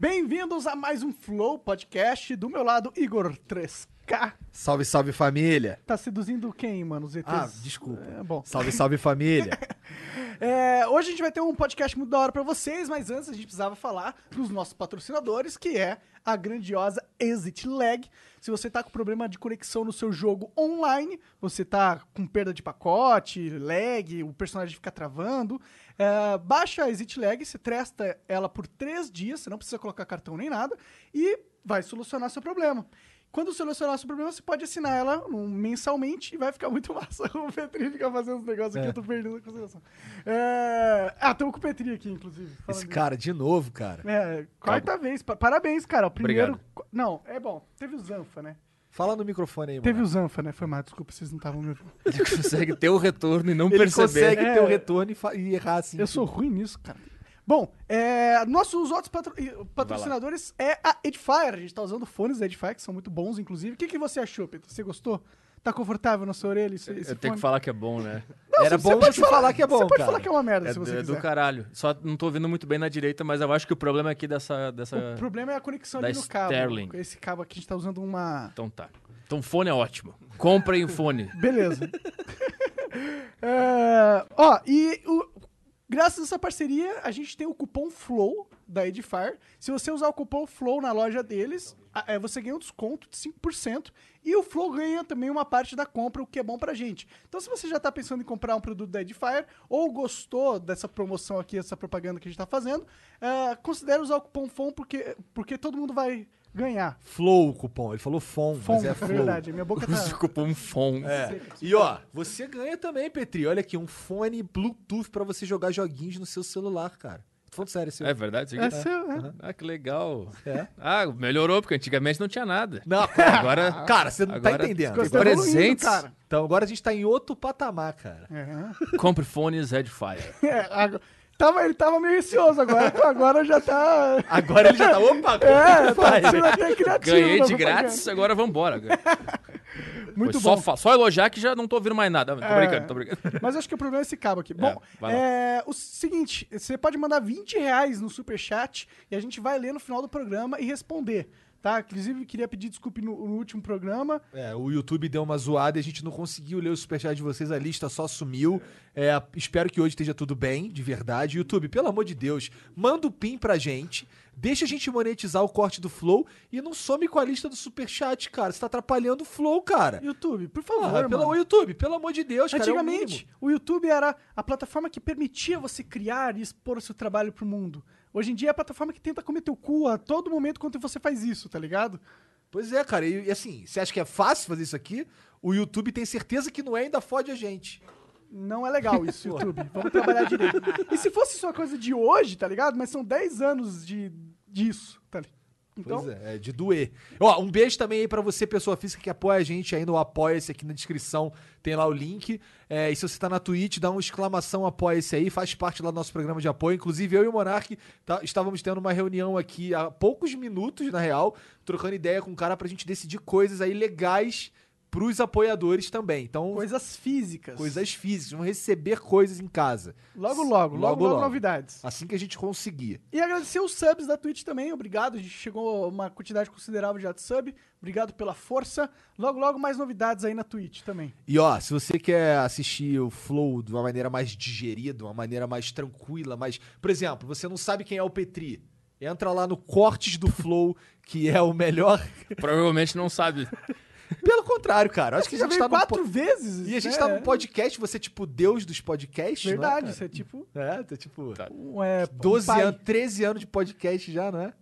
Bem-vindos a mais um Flow Podcast. Do meu lado, Igor 3K. Salve, salve família. Tá seduzindo quem, mano? Os ETs? Ah, desculpa. É, bom. Salve, salve família. É, hoje a gente vai ter um podcast muito da hora pra vocês, mas antes a gente precisava falar dos nossos patrocinadores, que é a grandiosa Exit Lag. Se você tá com problema de conexão no seu jogo online, você tá com perda de pacote, lag, o personagem fica travando, é, baixa a Exit Lag, você testa ela por três dias, você não precisa colocar cartão nem nada, e vai solucionar seu problema. Quando solucionar seu problema, você pode assinar ela um, mensalmente e vai ficar muito massa. O Petri fica fazendo uns negócios aqui, eu tô perdendo a consideração. É... Ah, tamo com o Petri aqui, inclusive. falando Esse nisso. cara, de novo, cara. É, quarta vez. Pa- Parabéns, cara. O primeiro. Obrigado. co- Não, é bom. Teve o Zanfa, né? Fala no microfone aí, mano. Teve o Zanfa, né? Foi mal, desculpa, vocês não estavam me ouvindo. Ele consegue ter o retorno e não Ele perceber. né? consegue ter o retorno e, fa- e errar assim. um É. Eu sou ruim nisso, cara. Bom, é, nossos outros patro- eh, patrocinadores é a Edifier. A gente tá usando fones da Edifier, que são muito bons, inclusive. O que, que você achou, Pedro? Você gostou? Tá confortável na sua orelha? Esse, esse Eu tenho fone? que falar que é bom, né? Era você bom pode você falar que é bom, Você pode cara. falar que é uma merda, É, se do, você é do quiser. caralho. Só não tô ouvindo muito bem na direita, mas eu acho que o problema é aqui dessa. dessa... O problema é a conexão Da ali no cabo. Sterling. Esse cabo aqui a gente tá usando uma. Então tá. Então fone é ótimo. Comprem o fone. Beleza. É, Ó, e o- graças a essa parceria, a gente tem o cupom FLOW da Edifier. Se você usar o cupom FLOW na loja deles, a- é, você ganha um desconto de 5%. E o Flow ganha também uma parte da compra, o que é bom pra gente. Então, se você já tá pensando em comprar um produto da Edifier ou gostou dessa promoção aqui, essa propaganda que a gente tá fazendo, é, considere usar o cupom FOM porque, porque todo mundo vai ganhar. Flow o cupom. Ele falou fom, FOM, mas é é flow. verdade. Minha boca tá... Use o cupom FON. É. E ó, você ganha também, Petri. Olha aqui, um fone Bluetooth pra você jogar joguinhos no seu celular, cara. Tô falando sério, seu. É verdade? isso É aqui? seu, né? Ah, que legal. É. Ah, melhorou, porque antigamente não tinha nada. Não, Agora. cara, você não Agora- tá entendendo. Tem Você tá evoluindo, presentes. cara. Então agora a gente tá em outro patamar, cara. Aham. Compre fones Redfire. É, agora- tava, ele tava meio receoso agora, agora já tá. Agora ele já tá. Opa, É, tá sendo até criativo. Ganhei na de propaganda. grátis, agora vambora. um Muito Foi bom. Só, fa- só elogiar que já não tô ouvindo mais nada. Tô É. brincando, tô brincando. Mas acho que o problema é esse cabo aqui. Bom, vai lá. é, o seguinte, você pode mandar 20 reais no superchat e a gente vai ler no final do programa e responder, tá? Inclusive, queria pedir desculpa no, no último programa. É, o YouTube deu uma zoada e a gente não conseguiu ler o superchat de vocês, a lista só sumiu. É, espero que hoje esteja tudo bem, de verdade. YouTube, pelo amor de Deus, manda o PIN pra gente, deixa a gente monetizar o corte do Flow e não some com a lista do superchat, cara. Você tá atrapalhando o Flow, cara. YouTube, por Porra, favor, mano. pelo, ô, YouTube, pelo amor de Deus, cara. é o Antigamente, mínimo. o, YouTube era a plataforma que permitia você criar e expor o seu trabalho pro mundo. Hoje em dia é a plataforma que tenta comer teu cu a todo momento quando você faz isso, tá ligado? Pois é, cara. E, e assim, você acha que é fácil fazer isso aqui? O YouTube tem certeza que não é, ainda fode a gente. Não é legal isso, YouTube. Vamos trabalhar direito. E se fosse só coisa de hoje, tá ligado? Mas são 10 anos de, disso, tá ligado? Então, Pois é, é de doer. Ó, um beijo também aí pra você, pessoa física que apoia a gente aí no Apoia-se aqui na descrição, tem lá o link. É, e se você tá na Twitch, dá um exclamação Apoia-se aí, faz parte lá do nosso programa de apoio. Inclusive, eu e o Monark tá- estávamos tendo uma reunião aqui há poucos minutos, na real, trocando ideia com o cara pra gente decidir coisas aí legais pros apoiadores também. Então, coisas físicas. coisas físicas, vão receber coisas em casa. Logo, logo, logo, logo, novidades. Assim que a gente conseguir. E agradecer os subs da Twitch também, obrigado. A gente chegou a uma quantidade considerável já de sub. Obrigado pela força. Logo, logo, mais novidades aí na Twitch também. E ó, se você quer assistir o Flow de uma maneira mais digerida, de uma maneira mais tranquila, mais. Por exemplo, você não sabe quem é o Petri. Entra lá no Cortes do Flow, que é o melhor. Provavelmente não sabe. Pelo contrário, cara. Acho que a já gente veio tá no. quatro po- vezes. E a gente né? tá no podcast, você é tipo Deus dos podcasts, Verdade, não é? isso é tipo. Cara? É, tá tipo. Tá. Um, é, um 12 pai. anos, 13 anos de podcast já, não é?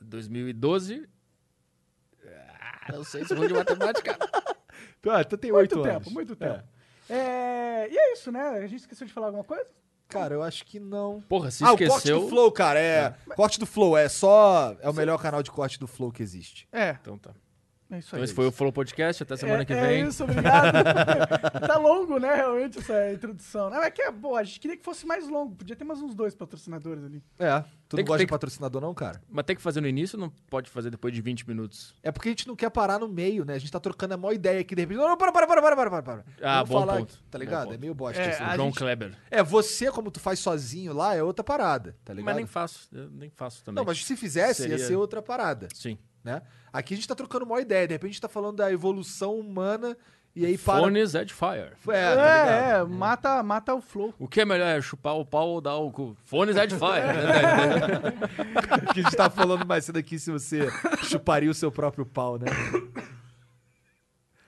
2012. Ah, não sei se eu vou de matemática. Então, ah, então tem Muito 8 tempo, anos. muito É. tempo. É, E é isso, né? A gente esqueceu de falar alguma coisa? Cara, eu acho que não. Ah, Porra, se o corte do esqueceu. Flow, cara, é. Corte do Flow, é só. É o melhor canal de corte do Flow que existe. É, Então tá. é isso aí. Então esse foi o Flow Podcast. Até semana é, que é vem. isso, obrigado. tá longo, né, realmente, essa introdução. Não, é que é boa, a gente queria que fosse mais longo. Podia ter mais uns dois patrocinadores ali. É. Tu não Tem que- gosta tem de que- patrocinador, não, cara? Mas tem que fazer no início não pode fazer depois de 20 minutos? É porque a gente não quer parar no meio, né? A gente tá trocando a maior ideia aqui, de repente. Não, não, para, para, para, para, para, para. para. Ah, Vamos bom falar ponto. aqui, Tá Bom ligado? ponto. É meio bosta É, isso. a João gente- Kleber. É, você, como tu faz sozinho lá, é outra parada, tá ligado? Mas nem faço. Eu nem faço também. Não, mas se fizesse, ia Seria- ser outra parada, Sim. né? Aqui a gente tá trocando uma ideia, de repente a gente tá falando da evolução humana e aí para... Fones at fire. É, tá ligado? É, é, né? mata, mata o flow. O que é melhor? É chupar o pau ou dar o cu? Fones at fire. É, Né? tá que a gente tava falando mais cedo aqui se você chuparia o seu próprio pau, né?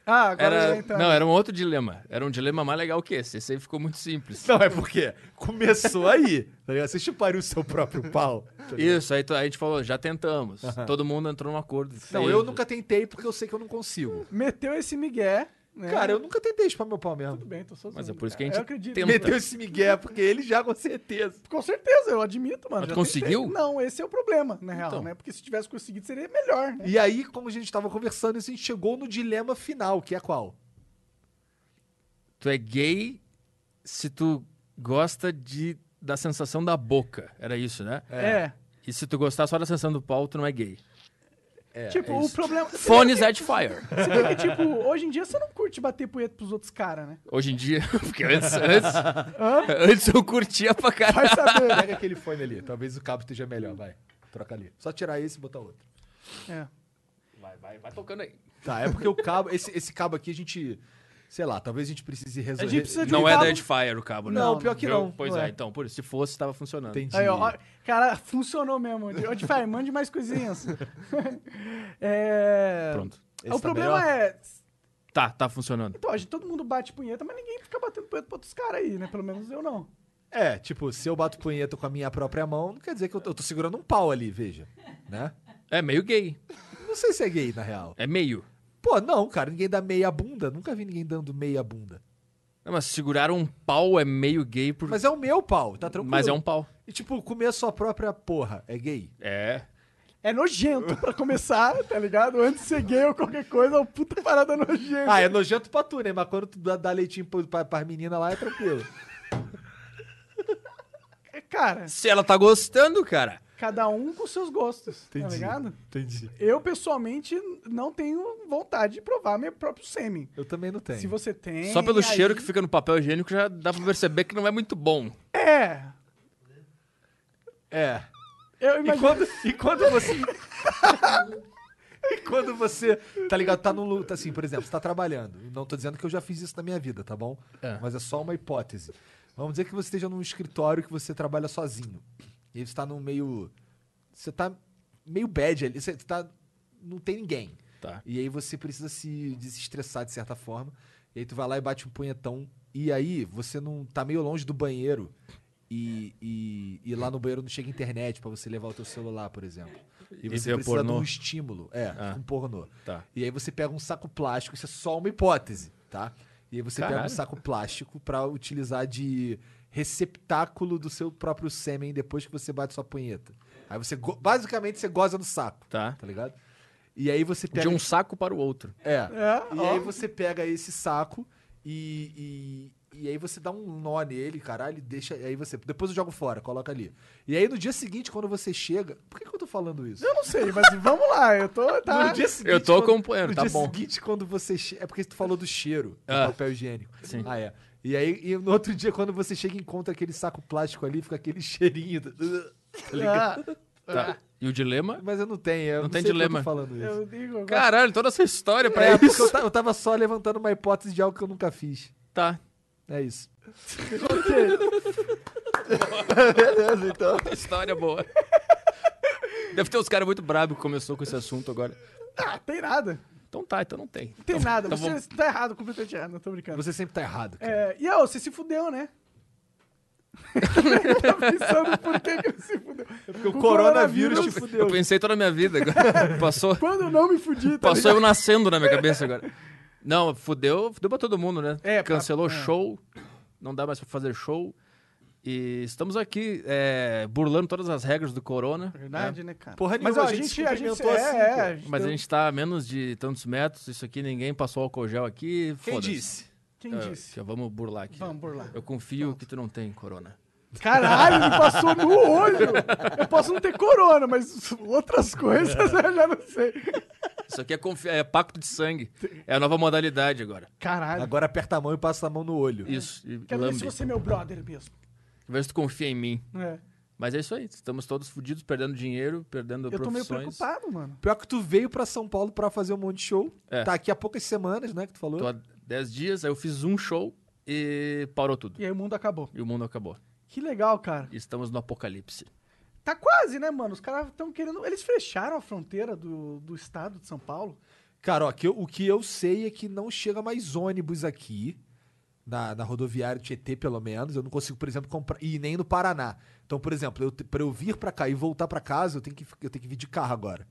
Ah, agora Era- já tá entra- Não, era um outro dilema. Era um dilema mais legal que esse. Esse aí ficou muito simples. Não, é porque começou aí, tá ligado? Você chuparia o seu próprio pau? tá ligado? Isso, aí tu- aí a gente falou, já tentamos. Todo mundo entrou num acordo. Não, Sim. eu nunca tentei porque eu sei que eu não consigo. Meteu esse migué, né? Cara, eu nunca tentei chupar meu pau mesmo. Tudo bem, tô sozinho. Mas é por isso que a cara. gente Eu acredito. tem- Meteu esse migué, porque ele já com certeza. Com certeza, eu admito, mano. Mas tu já conseguiu? tentei. Não, esse é o problema, na real, Então. né? Porque se tivesse conseguido, seria melhor, né? E aí, como a gente tava conversando, isso, a gente chegou no dilema final, que é qual? Tu é gay se tu gosta de, da sensação da boca. Era isso, né? É. E se tu gostar só da sensação do pau, tu não é gay. tipo, é o isso. problema. Se bem Fones at fire. que- se bem que, tipo, hoje em dia você não curte bater punheta pros outros caras, né? Hoje em dia, porque antes, antes, antes eu curtia pra Vai caralho. saber. Pega aquele fone ali. Talvez o cabo esteja melhor, vai. Troca ali. Só tirar esse e botar outro. É. Vai, vai, vai tocando aí. Tá, é porque o cabo... Esse, esse cabo aqui a gente... Sei lá, talvez a gente precise resolver. A gente precisa de Não um é cabo- Dead Fire o cabo, né? Não, pior que Eu- não. Pois Não é. é. então, por isso, se fosse, tava funcionando. Entendi. Aí, ó, ó, cara, funcionou mesmo. Onde faz? Mande mais coisinhas. É, Pronto. Esse o tá problema melhor? é. Tá, tá funcionando. Então, a gente, todo mundo bate punheta, mas ninguém fica batendo punheta pra outros caras aí, né? Pelo menos eu não. É, tipo, se eu bato punheta com a minha própria mão, não quer dizer que eu tô, eu tô segurando um pau ali, veja. Né? É meio gay. Não sei se é gay, na real. É meio. Pô, não, cara, ninguém dá meia bunda. Nunca vi ninguém dando meia bunda. Não, mas segurar um pau é meio gay por... Mas é o meu pau, tá tranquilo. Mas é um pau. E tipo, comer a sua própria porra é gay? É. É nojento pra começar, tá ligado? Antes de ser gay ou qualquer coisa, é uma puta parada nojenta. Ah, é nojento pra tu, né? Mas quando tu dá, dá leitinho pro- pra, pras meninas lá, é tranquilo. É, Cara, Se ela tá gostando, cara. cada um com seus gostos, tá ligado? Entendi. Eu, pessoalmente, não tenho vontade de provar meu próprio sêmen. Eu também não tenho. Se você tem. Só pelo aí- cheiro que fica no papel higiênico já dá pra perceber que não é muito bom. É. É. Eu E imagino. quando, e quando você... e quando você, tá ligado, tá num... lu- tá Assim, por exemplo, você tá trabalhando. Não tô dizendo que eu já fiz isso na minha vida, tá bom? É. Mas é só uma hipótese. Vamos dizer que você esteja num escritório que você trabalha sozinho. E aí você tá num meio... Você tá meio bad ali. Você tá... Não tem ninguém. Tá. E aí você precisa se desestressar de certa forma. E aí tu vai lá e bate um punhetão. E aí você não tá meio longe do banheiro. E, e, e lá no banheiro não chega internet pra você levar o teu celular, por exemplo. E Esse você é precisa o de pornô? um estímulo. É, Ah. um pornô. Tá. E aí você pega um saco plástico, isso é só uma hipótese, tá? E aí você pega Caralho. um saco plástico pra utilizar de receptáculo do seu próprio sêmen depois que você bate sua punheta. Aí você, go- basicamente, você goza no saco, Tá. tá ligado? E aí você pega... De um saco para o outro. É. É, E ó. aí você pega esse saco e, e, e aí você dá um nó nele, caralho, e deixa. Aí você. Depois eu jogo fora, coloca ali. E aí no dia seguinte, quando você chega. Por que, que eu tô falando isso? Eu não sei, mas vamos lá, eu tô. Tá... No dia seguinte, Eu tô quando- acompanhando, no tá dia bom. seguinte, quando você che... É porque tu falou do cheiro do Ah. papel higiênico. Sim. Ah, é. E aí, e no outro dia, quando você chega e encontra aquele saco plástico ali, fica aquele cheirinho. do- Tá Ah, ligado? Tá. E o dilema? Mas eu não tenho, eu não, Não tem sei por que eu tô dilema. falando isso. Eu digo agora. Caralho, toda essa história pra É, porque isso. eu ta- eu tava só levantando uma hipótese de algo que eu nunca fiz. Tá. É isso. História boa. Deve ter uns caras muito brabos que começou com esse assunto agora. Ah, tem nada. Então tá, então não tem. Não tem nada. então você vamos- tá errado, completamente errado, não tô brincando. Você sempre tá errado, cara. É, e ó, você se fudeu, né? Eu tô pensando por que que eu se fudeu. Porque o Com coronavírus coronavírus, te Eu fudeu. pensei toda a minha vida agora. Passou, Quando eu não me fudi, tá passou eu nascendo na minha cabeça agora. Não, fudeu, fudeu pra todo mundo, né? É, pra- Cancelou é. show, não dá mais pra fazer show. E estamos aqui é, burlando todas as regras do corona. Verdade, né, cara? Porra mas nenhuma, ó, a a gente gente, se a gente, cumprimentou é, assim, é, pô. a gente Mas a deu- gente tá a menos de tantos metros. Isso aqui ninguém passou álcool gel aqui. Quem foda-se. disse? Quem Ah, disse? já vamos burlar aqui. Vamos burlar. Eu confio que tu não tem corona. Caralho, me passou no olho! Eu posso não ter corona, mas outras coisas eu já não sei. Isso aqui é, confi- é pacto de sangue. É a nova modalidade agora. Caralho. Agora aperta a mão e passa a mão no olho. Isso. E Quero ver lambe. se você é meu brother mesmo. Vê se tu confia em mim. É. Mas é isso aí. Estamos todos fodidos, perdendo dinheiro, perdendo Eu tô meio profissões. preocupado, mano. Pior é que tu veio pra São Paulo pra fazer um monte de show. É. Tá aqui há poucas semanas, né, que tu falou. Tô há 10 dias, aí eu fiz um show e parou tudo. E aí o mundo acabou. E o mundo acabou. Que legal, cara. E Estamos no apocalipse. Tá quase, né, mano? Os caras estão querendo. Eles fecharam a fronteira do, do estado de São Paulo. Cara, ó, que eu- o que eu sei é que não chega mais ônibus aqui. Na, na rodoviária Tietê, pelo menos. Eu não consigo, por exemplo, comprar. E nem no Paraná. Então, por exemplo, eu, te- pra eu vir pra cá e voltar pra casa, eu tenho que, fi- eu tenho que vir de carro agora.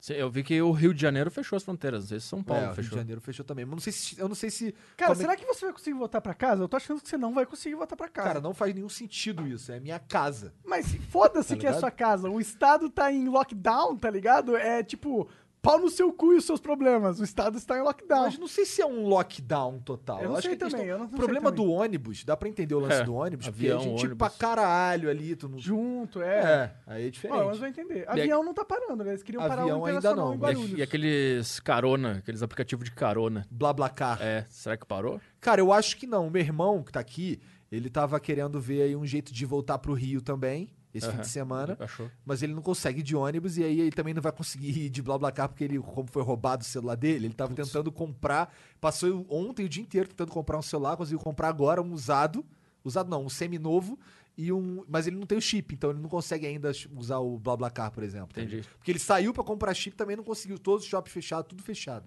Cê- Eu vi que o Rio de Janeiro fechou as fronteiras. Não sei se São É, Paulo o Rio de fechou. Janeiro fechou também. Mas não sei se. Eu não sei se. Cara, como é será que você vai conseguir voltar pra casa? Eu tô achando que você não vai conseguir voltar pra casa. Cara, não faz nenhum sentido isso. É minha casa. Mas foda-se Tá que é ligado? sua casa. O estado tá em lockdown, tá ligado? É tipo, pau no seu cu e os seus problemas. O estado está em lockdown. Mas não sei se é um lockdown total. Eu não acho sei que a questão- também, eu não- não O problema sei também. do ônibus, dá pra entender o lance É, do ônibus, avião, porque a gente ônibus. pra caralho ali, tu não. Junto, é. É, aí é diferente. é Ó, mas vai entender. aí- Avião não tá parando, né? Eles queriam parar Avião o ainda internacional não, né? em mas- E- Guarulhos. E aqueles carona, aqueles aplicativos de carona. Blablacar. É, será que parou? Cara, eu acho que não. Meu irmão, que tá aqui, ele tava querendo ver aí um jeito de voltar pro Rio também, esse fim Aham. de semana. Achou. Mas ele não consegue de ônibus e aí ele também não vai conseguir ir de BlaBlaCar porque ele, como foi roubado o celular dele, ele tava tentando comprar, passou ontem o dia inteiro tentando comprar um celular, conseguiu comprar agora um usado, usado não, um seminovo e um, mas ele não tem o chip, então ele não consegue ainda ch- usar o BlaBlaCar, por exemplo. tá Entendi. ligado? Porque ele saiu pra comprar chip, também não conseguiu, todos os shops fechados, tudo fechado.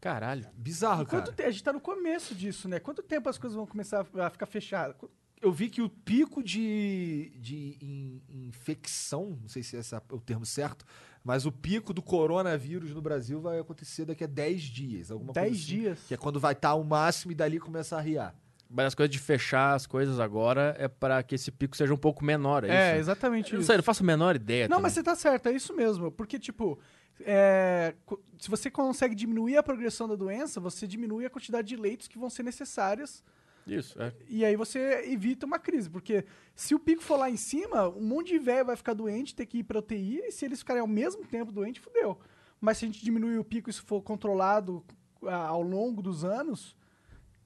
Caralho. Bizarro, Quanto cara. te- A gente tá no começo disso, né? Quanto tempo as coisas vão começar a ficar fechadas? Eu vi que o pico de, de in- infecção, não sei se esse é o termo certo, mas o pico do coronavírus no Brasil vai acontecer daqui a 10 dias. Alguma Dez coisa assim, dias. Que é quando vai estar o máximo e dali começa a riar. Mas as coisas de fechar as coisas agora é pra que esse pico seja um pouco menor, é, É, isso? exatamente Eu não isso. sei, eu não faço a menor ideia. Não, também. mas você tá certo, é isso mesmo. Porque, tipo, é, co- se você consegue diminuir a progressão da doença, você diminui a quantidade de leitos que vão ser necessárias Isso, é. e aí você evita uma crise. Porque se o pico for lá em cima, um monte de velho vai ficar doente, ter que ir pra UTI, e se eles ficarem ao mesmo tempo doente, fudeu. Mas se a gente diminuir o pico e isso for controlado ah, ao longo dos anos,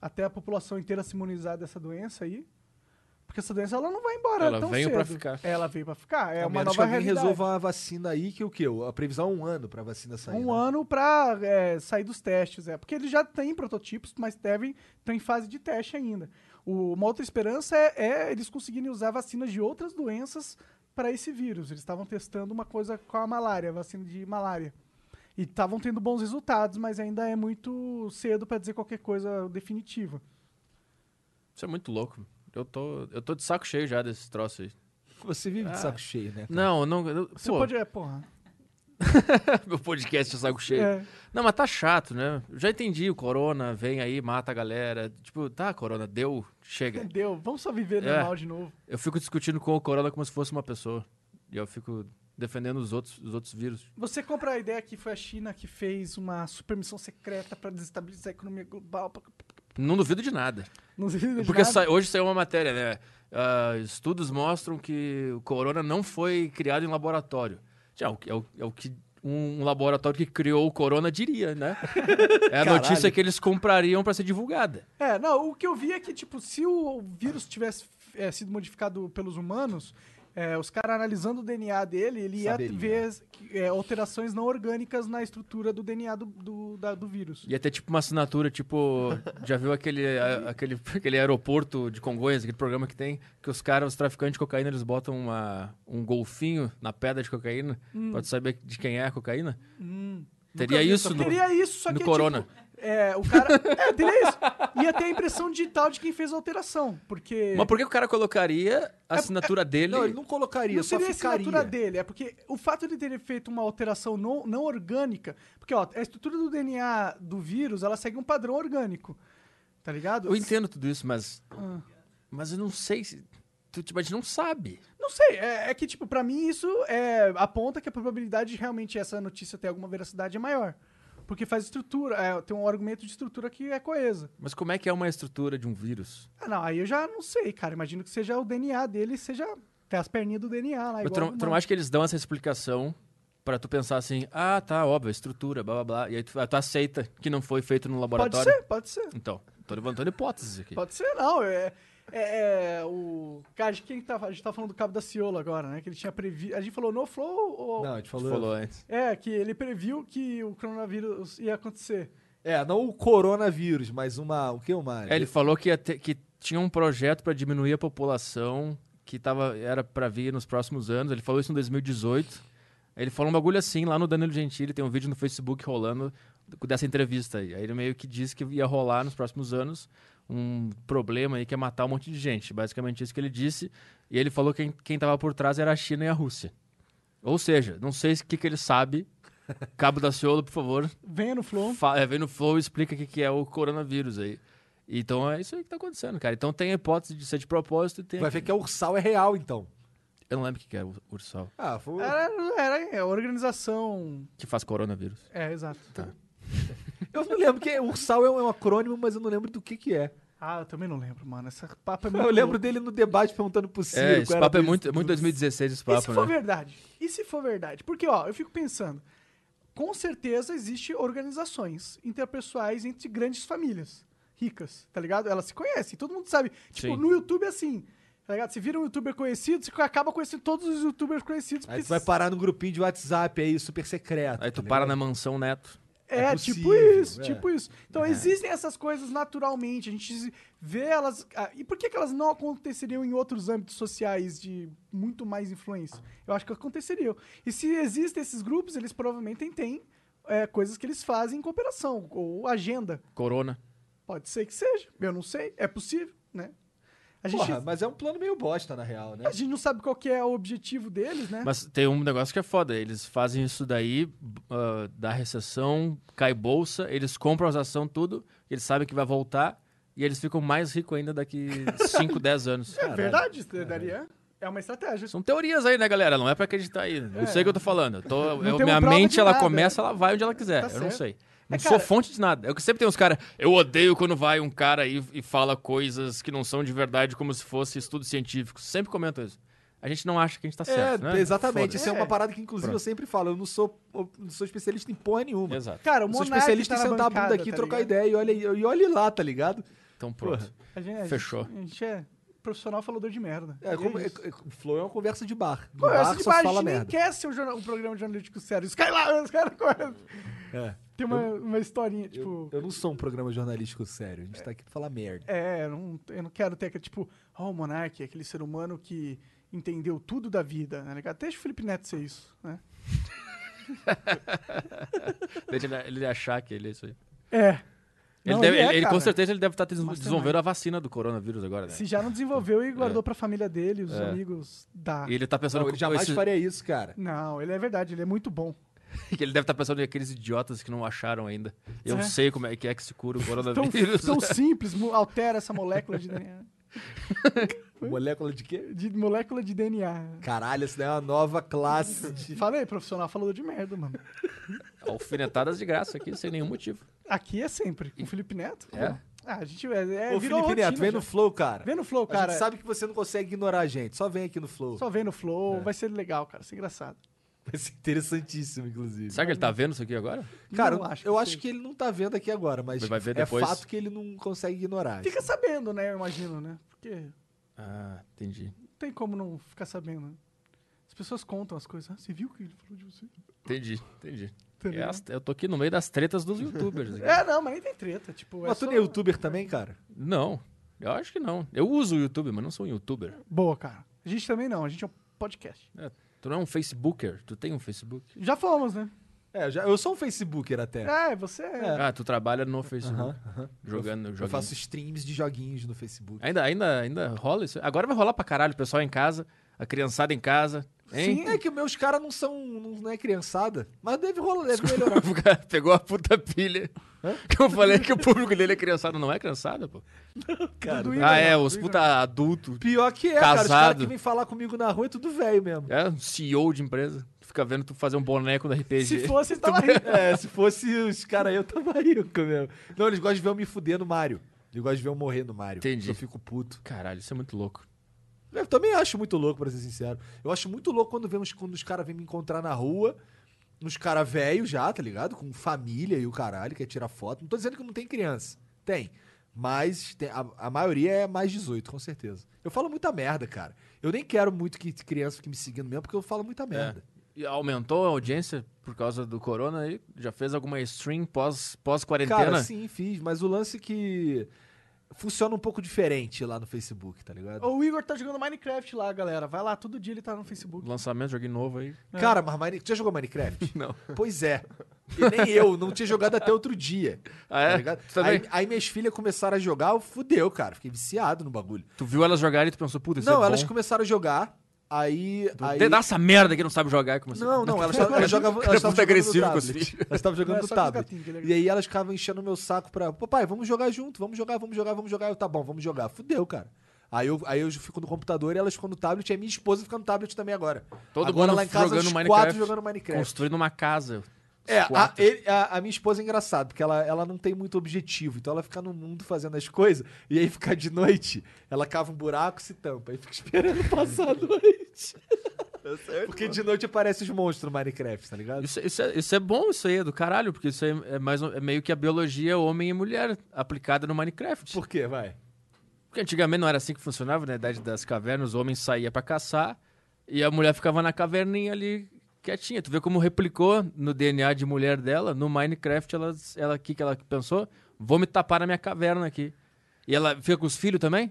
até a população inteira se imunizar dessa doença aí... Porque essa doença ela não vai embora Ela tão veio cedo. pra ficar. Ela veio pra ficar. É a uma menos nova que alguém realidade. resolva uma vacina aí, que o quê? A previsão é um ano pra vacina sair. um né? ano pra é, sair dos testes, é. Porque eles já têm prototipos, mas devem estão em fase de teste ainda. O- uma outra esperança é, é eles conseguirem usar vacinas de outras doenças para esse vírus. Eles estavam testando uma coisa com a malária, a vacina de malária. E estavam tendo bons resultados, mas ainda é muito cedo para dizer qualquer coisa definitiva. Isso é muito louco. Eu tô, eu tô de saco cheio já desse troço aí. Você vive Ah. de saco cheio, né? cara? Não, não. eu- Você pô, pode. É, porra. Meu podcast é saco cheio. É. Não, mas tá chato, né? Eu Já entendi, o corona vem aí, mata a galera. Tipo, tá, corona, deu, chega. Entendeu? Vamos só viver É. normal de novo. Eu fico discutindo com o corona como se fosse uma pessoa. E eu fico defendendo os outros, os outros vírus. Você compra a ideia que foi a China que fez uma supermissão secreta para desestabilizar a economia global. pra- Não duvido de nada. Não sei de Porque nada. sa- hoje saiu uma matéria, né? Ah, estudos mostram que o corona não foi criado em laboratório. Já, é, o, que- é o- é o que um laboratório que criou o corona diria, né? É a Caralho. notícia que eles comprariam pra ser divulgada. É, não, o que eu vi é que, tipo, se o vírus tivesse é, sido modificado pelos humanos, é, os caras analisando o DNA dele, ele ia Saberia. ver é, alterações não orgânicas na estrutura do DNA do, do, da- do vírus. Ia ter tipo uma assinatura, tipo. Já viu aquele, a- aquele, aquele aeroporto de Congonhas, aquele programa que tem, que os caras, os traficantes de cocaína, eles botam uma, um golfinho na pedra de cocaína, pra tu saber de quem é a cocaína? Teria Hum. Nunca vi isso essa no. porra. Teria isso, só no que, corona. tipo, é, o cara... É, teria isso. Ia ter a impressão digital de quem fez a alteração, porque... Mas por que o cara colocaria a assinatura dele? Não, ele não É, colocaria, Não só seria a assinatura ficaria. dele, é porque o fato de ele ter feito uma alteração não, não orgânica, porque ó, a estrutura do DNA do vírus, ela segue um padrão orgânico. Tá ligado? Eu entendo tudo isso, mas. Ah. Mas eu não sei se. tu- tu, tipo, a gente não sabe. Não sei, é, é que, tipo, pra mim isso é, aponta que a probabilidade de realmente essa notícia ter alguma veracidade é maior. Porque faz estrutura, é, tem um argumento de estrutura que é coesa. Mas como é que é uma estrutura de um vírus? Ah, não, aí eu já não sei, cara. Imagino que seja o DNA dele, seja até as perninhas do DNA lá. Mas Ah, Igual tu, não, ao tu não humano. acha que eles dão essa explicação pra tu pensar assim, ah, tá, óbvio, estrutura, blá blá blá. E aí tu, tu aceita que não foi feito no Pode laboratório. ser, pode ser. Então, tô levantando hipóteses aqui. Pode ser, não. É, é, é, o. Cara, de quem tava, a gente tá falando do cabo da Ciolo agora, né? Que ele tinha previsto. A gente falou no Flow ou. Não, a gente Tu falou. falou antes. É, que ele previu que o coronavírus ia acontecer. É, não o coronavírus, mas uma. O que? Uma. É, ele falou que, ia ter- que tinha um projeto pra diminuir a população que tava, era pra vir nos próximos anos. Ele falou isso em 2018. Ele falou um bagulho assim lá no Danilo Gentili, tem um vídeo no Facebook rolando dessa entrevista aí. Aí ele meio que disse que ia rolar nos próximos anos um problema aí que ia matar um monte de gente. Basicamente isso que ele disse. E ele falou que quem, quem tava por trás era a China e a Rússia. Ou seja, não sei o que, que ele sabe. Cabo da Ciolo, por favor, Venha no Flow. Fa- é, vem no Flow e explica o que, que é o coronavírus aí. Então é isso aí que tá acontecendo, cara. Então tem a hipótese de ser de propósito e tem. Vai ver que a Ursal é real, então. Eu não lembro o que, que é o ursal Ah, foi. Era, era é, organização. que faz coronavírus. É, exato. Tá. Eu não lembro, porque Ursal é um, é um acrônimo, mas eu não lembro do que que é. Ah, eu também não lembro, mano. Essa papo é muito. Eu lembro louco. dele no debate perguntando pro Ciro. é, esse qual era papo é do- muito, é muito 2016 E esse se papo, for né? verdade? E se for verdade? Porque, ó, eu fico pensando. Com certeza existe organizações interpessoais entre grandes famílias ricas, tá ligado? Elas se conhecem, todo mundo sabe. Tipo, Sim. no YouTube é assim, tá ligado? Você vira um youtuber conhecido, você acaba conhecendo todos os youtubers conhecidos. Aí tu vai parar no grupinho de WhatsApp aí, super secreto. Aí tu tá para na ligado? mansão neto. É, É tipo possível, isso, é. tipo isso. Então existem essas coisas naturalmente, a gente se- vê elas. ah, E por que, que elas não aconteceriam em outros âmbitos sociais de muito mais influência? Eu acho que aconteceriam. E se existem esses grupos, eles provavelmente têm é, coisas que eles fazem em cooperação, ou agenda. Corona. Pode ser que seja, eu não sei, é possível, né? A gente, Porra, mas é um plano meio bosta, na real, né? a gente não sabe qual que é o objetivo deles, né? Mas tem um negócio que é foda. Eles fazem isso daí, b- ah, da recessão, cai bolsa, eles compram as ações, tudo, eles sabem que vai voltar e eles ficam mais ricos ainda daqui 5, 10 anos. é verdade, isso daria. É uma estratégia. São teorias aí, né, galera? Não é pra acreditar aí. Não sei o que eu tô falando. Eu tô- eu- temos minha prova de mente, ela nada. começa, ela vai onde ela quiser. Tá eu não certo. sei. Não É, sou cara- fonte de nada. É que sempre tem uns caras. Eu odeio quando vai um cara aí e fala coisas que não são de verdade, como se fosse estudo científico. Sempre comento isso. A gente não acha que a gente tá certo. é, né? exatamente. Isso é. É. uma parada que, inclusive, eu sempre falo. Eu não sou, eu não sou especialista em porra nenhuma. Foda-se. Exato. Cara, o Eu sou Monark especialista em tá na sentar a bunda bancada, aqui, tá trocar ligado? ideia e olha, e olha lá, tá ligado? Então pronto. Porra. A gente, a gente- Fechou. a gente é profissional falador de merda. É, como, é, é- flow é uma conversa de bar. No Conversa bar de só baixo, fala nem merda. quer ser um, jornal, um programa de analítico sério. Os caras lá, os caras correm. É. Tem uma, uma historinha, Eu, tipo... eu não sou um programa jornalístico sério. A gente tá aqui pra falar merda. É, eu não, eu não quero ter aquele, tipo... Ó, o Monark, aquele ser humano que entendeu tudo da vida, né? ligado? Deixa o Felipe Neto ser isso, né? Deixa ele, ele achar que ele é isso aí. É. Ele, Não, deve- ele é, ele- ele com cara. certeza ele deve estar desenvolvendo Mastermind. a vacina do coronavírus agora, né? Se já não desenvolveu e guardou pra família dele, os amigos da... E ele tá pensando. Não, É. ele jamais esse- faria isso, cara. Não, ele é verdade, ele é muito bom. Que ele deve estar pensando naqueles idiotas que não acharam ainda. Eu É. sei como é que é que se cura o Tão, é coronavírus. tão simples, mu- altera essa molécula de DNA. Molécula de quê? De molécula de DNA. Caralho, essa daí é uma nova classe de. Falei, profissional falou de merda, mano. Alfinetadas de graça aqui, sem nenhum motivo. Aqui é sempre. Com o Felipe Neto? É? Ah, a gente é, é, virou Ô, Felipe rotina Neto, vem no já. Flow, cara. Vem no flow, A cara. gente sabe que você não consegue ignorar a gente. Só vem aqui no Flow. Só vem no flow, vai ser legal, cara. Vai ser engraçado. Vai ser interessantíssimo, inclusive. Será que ele tá vendo isso aqui agora? Cara, Não acho que eu seja. acho que ele não tá vendo aqui agora, mas Vai ver é depois. fato que ele não consegue ignorar. Fica sabendo, né? Eu imagino, né? Porque não Ah, entendi. tem como não ficar sabendo, né? As pessoas contam as coisas. Ah, você viu o que ele falou de você? Entendi, entendi. Tá É né? ligado? as- eu tô aqui no meio das tretas dos youtubers. aqui. É, não, mas nem tem treta. Tipo, é Mas só- tu não é youtuber também, cara? Não, eu acho que não. Eu uso o YouTube, mas não sou um youtuber. Boa, cara. A gente também não, a gente é um podcast. É, tu não é um facebooker, tu tem um facebook. Já fomos, né? É, eu já, eu sou um Facebooker até. É, você é. Ah, tu trabalha no facebook, Aham, aham. jogando Eu joguinho. faço streams de joguinhos no Facebook. Ainda, ainda, ainda rola isso? Agora vai rolar pra caralho, o pessoal em casa, a criançada em casa. Hein? É que meus caras não são. Não, não é criançada. Mas deve rolar, deve melhorar. O cara pegou a puta pilha Que eu falei que o público dele é criançada. Não é criançada, pô. Cara, Do Ah, Igor, é, não, os do Igor. puta adulto. Pior que é, cara. Os caras Casado. que vêm falar comigo na rua é tudo velho mesmo. É, um CEO de empresa. que Fica vendo tu fazer um boneco da RPG. Se fosse, ele tava rindo. É, se fosse os caras aí, eu tava rico mesmo. Não, eles gostam de ver eu me fuder no Mario. Eles gostam de ver eu morrer no Mario. Entendi. Eu fico puto. Caralho, isso é muito louco. Eu também acho muito louco, pra ser sincero. Eu acho muito louco quando, vem uns, quando os caras vêm me encontrar na rua. Uns caras velhos já, tá ligado? Com família e o caralho, quer tirar foto. Não tô dizendo que não tem criança. Tem. Mas tem- a, a maioria é mais 18, com certeza. Eu falo muita merda, cara. Eu nem quero muito que criança fique me seguindo mesmo, porque eu falo muita merda. E aumentou a audiência por causa do corona aí? Já fez alguma stream pós- pós-quarentena? Cara, sim, fiz. Mas o lance é que funciona um pouco diferente lá no Facebook, tá ligado? O Igor tá jogando Minecraft lá, galera. Vai lá, todo dia ele tá no Facebook. Lançamento, joguinho novo aí. Cara, mas Mine... tu já jogou Minecraft? Não. Pois é. E nem eu, não tinha jogado até outro dia. Ah, é? Tá ligado? Tu também? Aí, aí minhas filhas começaram a jogar, eu fudeu, cara. Fiquei viciado no bagulho. Tu viu elas jogarem e tu pensou, puta, isso não, é elas bom. começaram a jogar, aí. aí... Dá essa merda que não sabe jogar assim? e começou. Não, não, elas tavam- elas jogavam. Cara, Elas estavam jogando puta agressivo no com os tablet. filhos. Elas estavam jogando Não, é no só com o tablet. gatinho, que ele é E aí elas ficavam enchendo o meu saco pra. Papai, vamos jogar junto, vamos jogar, vamos jogar, vamos jogar. Eu, tá bom, vamos jogar. Fudeu, cara. Aí eu, aí eu fico no computador e elas ficam no tablet, e aí minha esposa fica no tablet também agora. Todo agora mundo lá em casa, jogando os quatro Minecraft. jogando Minecraft. Construindo uma casa. É, a, Quatro. ele- a- a minha esposa é engraçada, porque ela, ela não tem muito objetivo. Então ela fica no mundo fazendo as coisas, e aí fica de noite, ela cava um buraco e se tampa. Aí fica esperando passar a noite. Porque de noite aparecem os monstros no Minecraft, tá ligado? Isso, isso é, isso é bom, isso aí é do caralho, porque isso aí é, mais, um- é meio que a biologia homem e mulher aplicada no Minecraft. Por quê? Vai. Porque antigamente não era assim que funcionava, na idade das cavernas, o homem saía pra caçar e a mulher ficava na caverninha ali quietinha. Tu vê como replicou no DNA de mulher dela, no Minecraft, ela, ela aqui que ela pensou, vou me tapar na minha caverna aqui. E ela fica com os filhos também?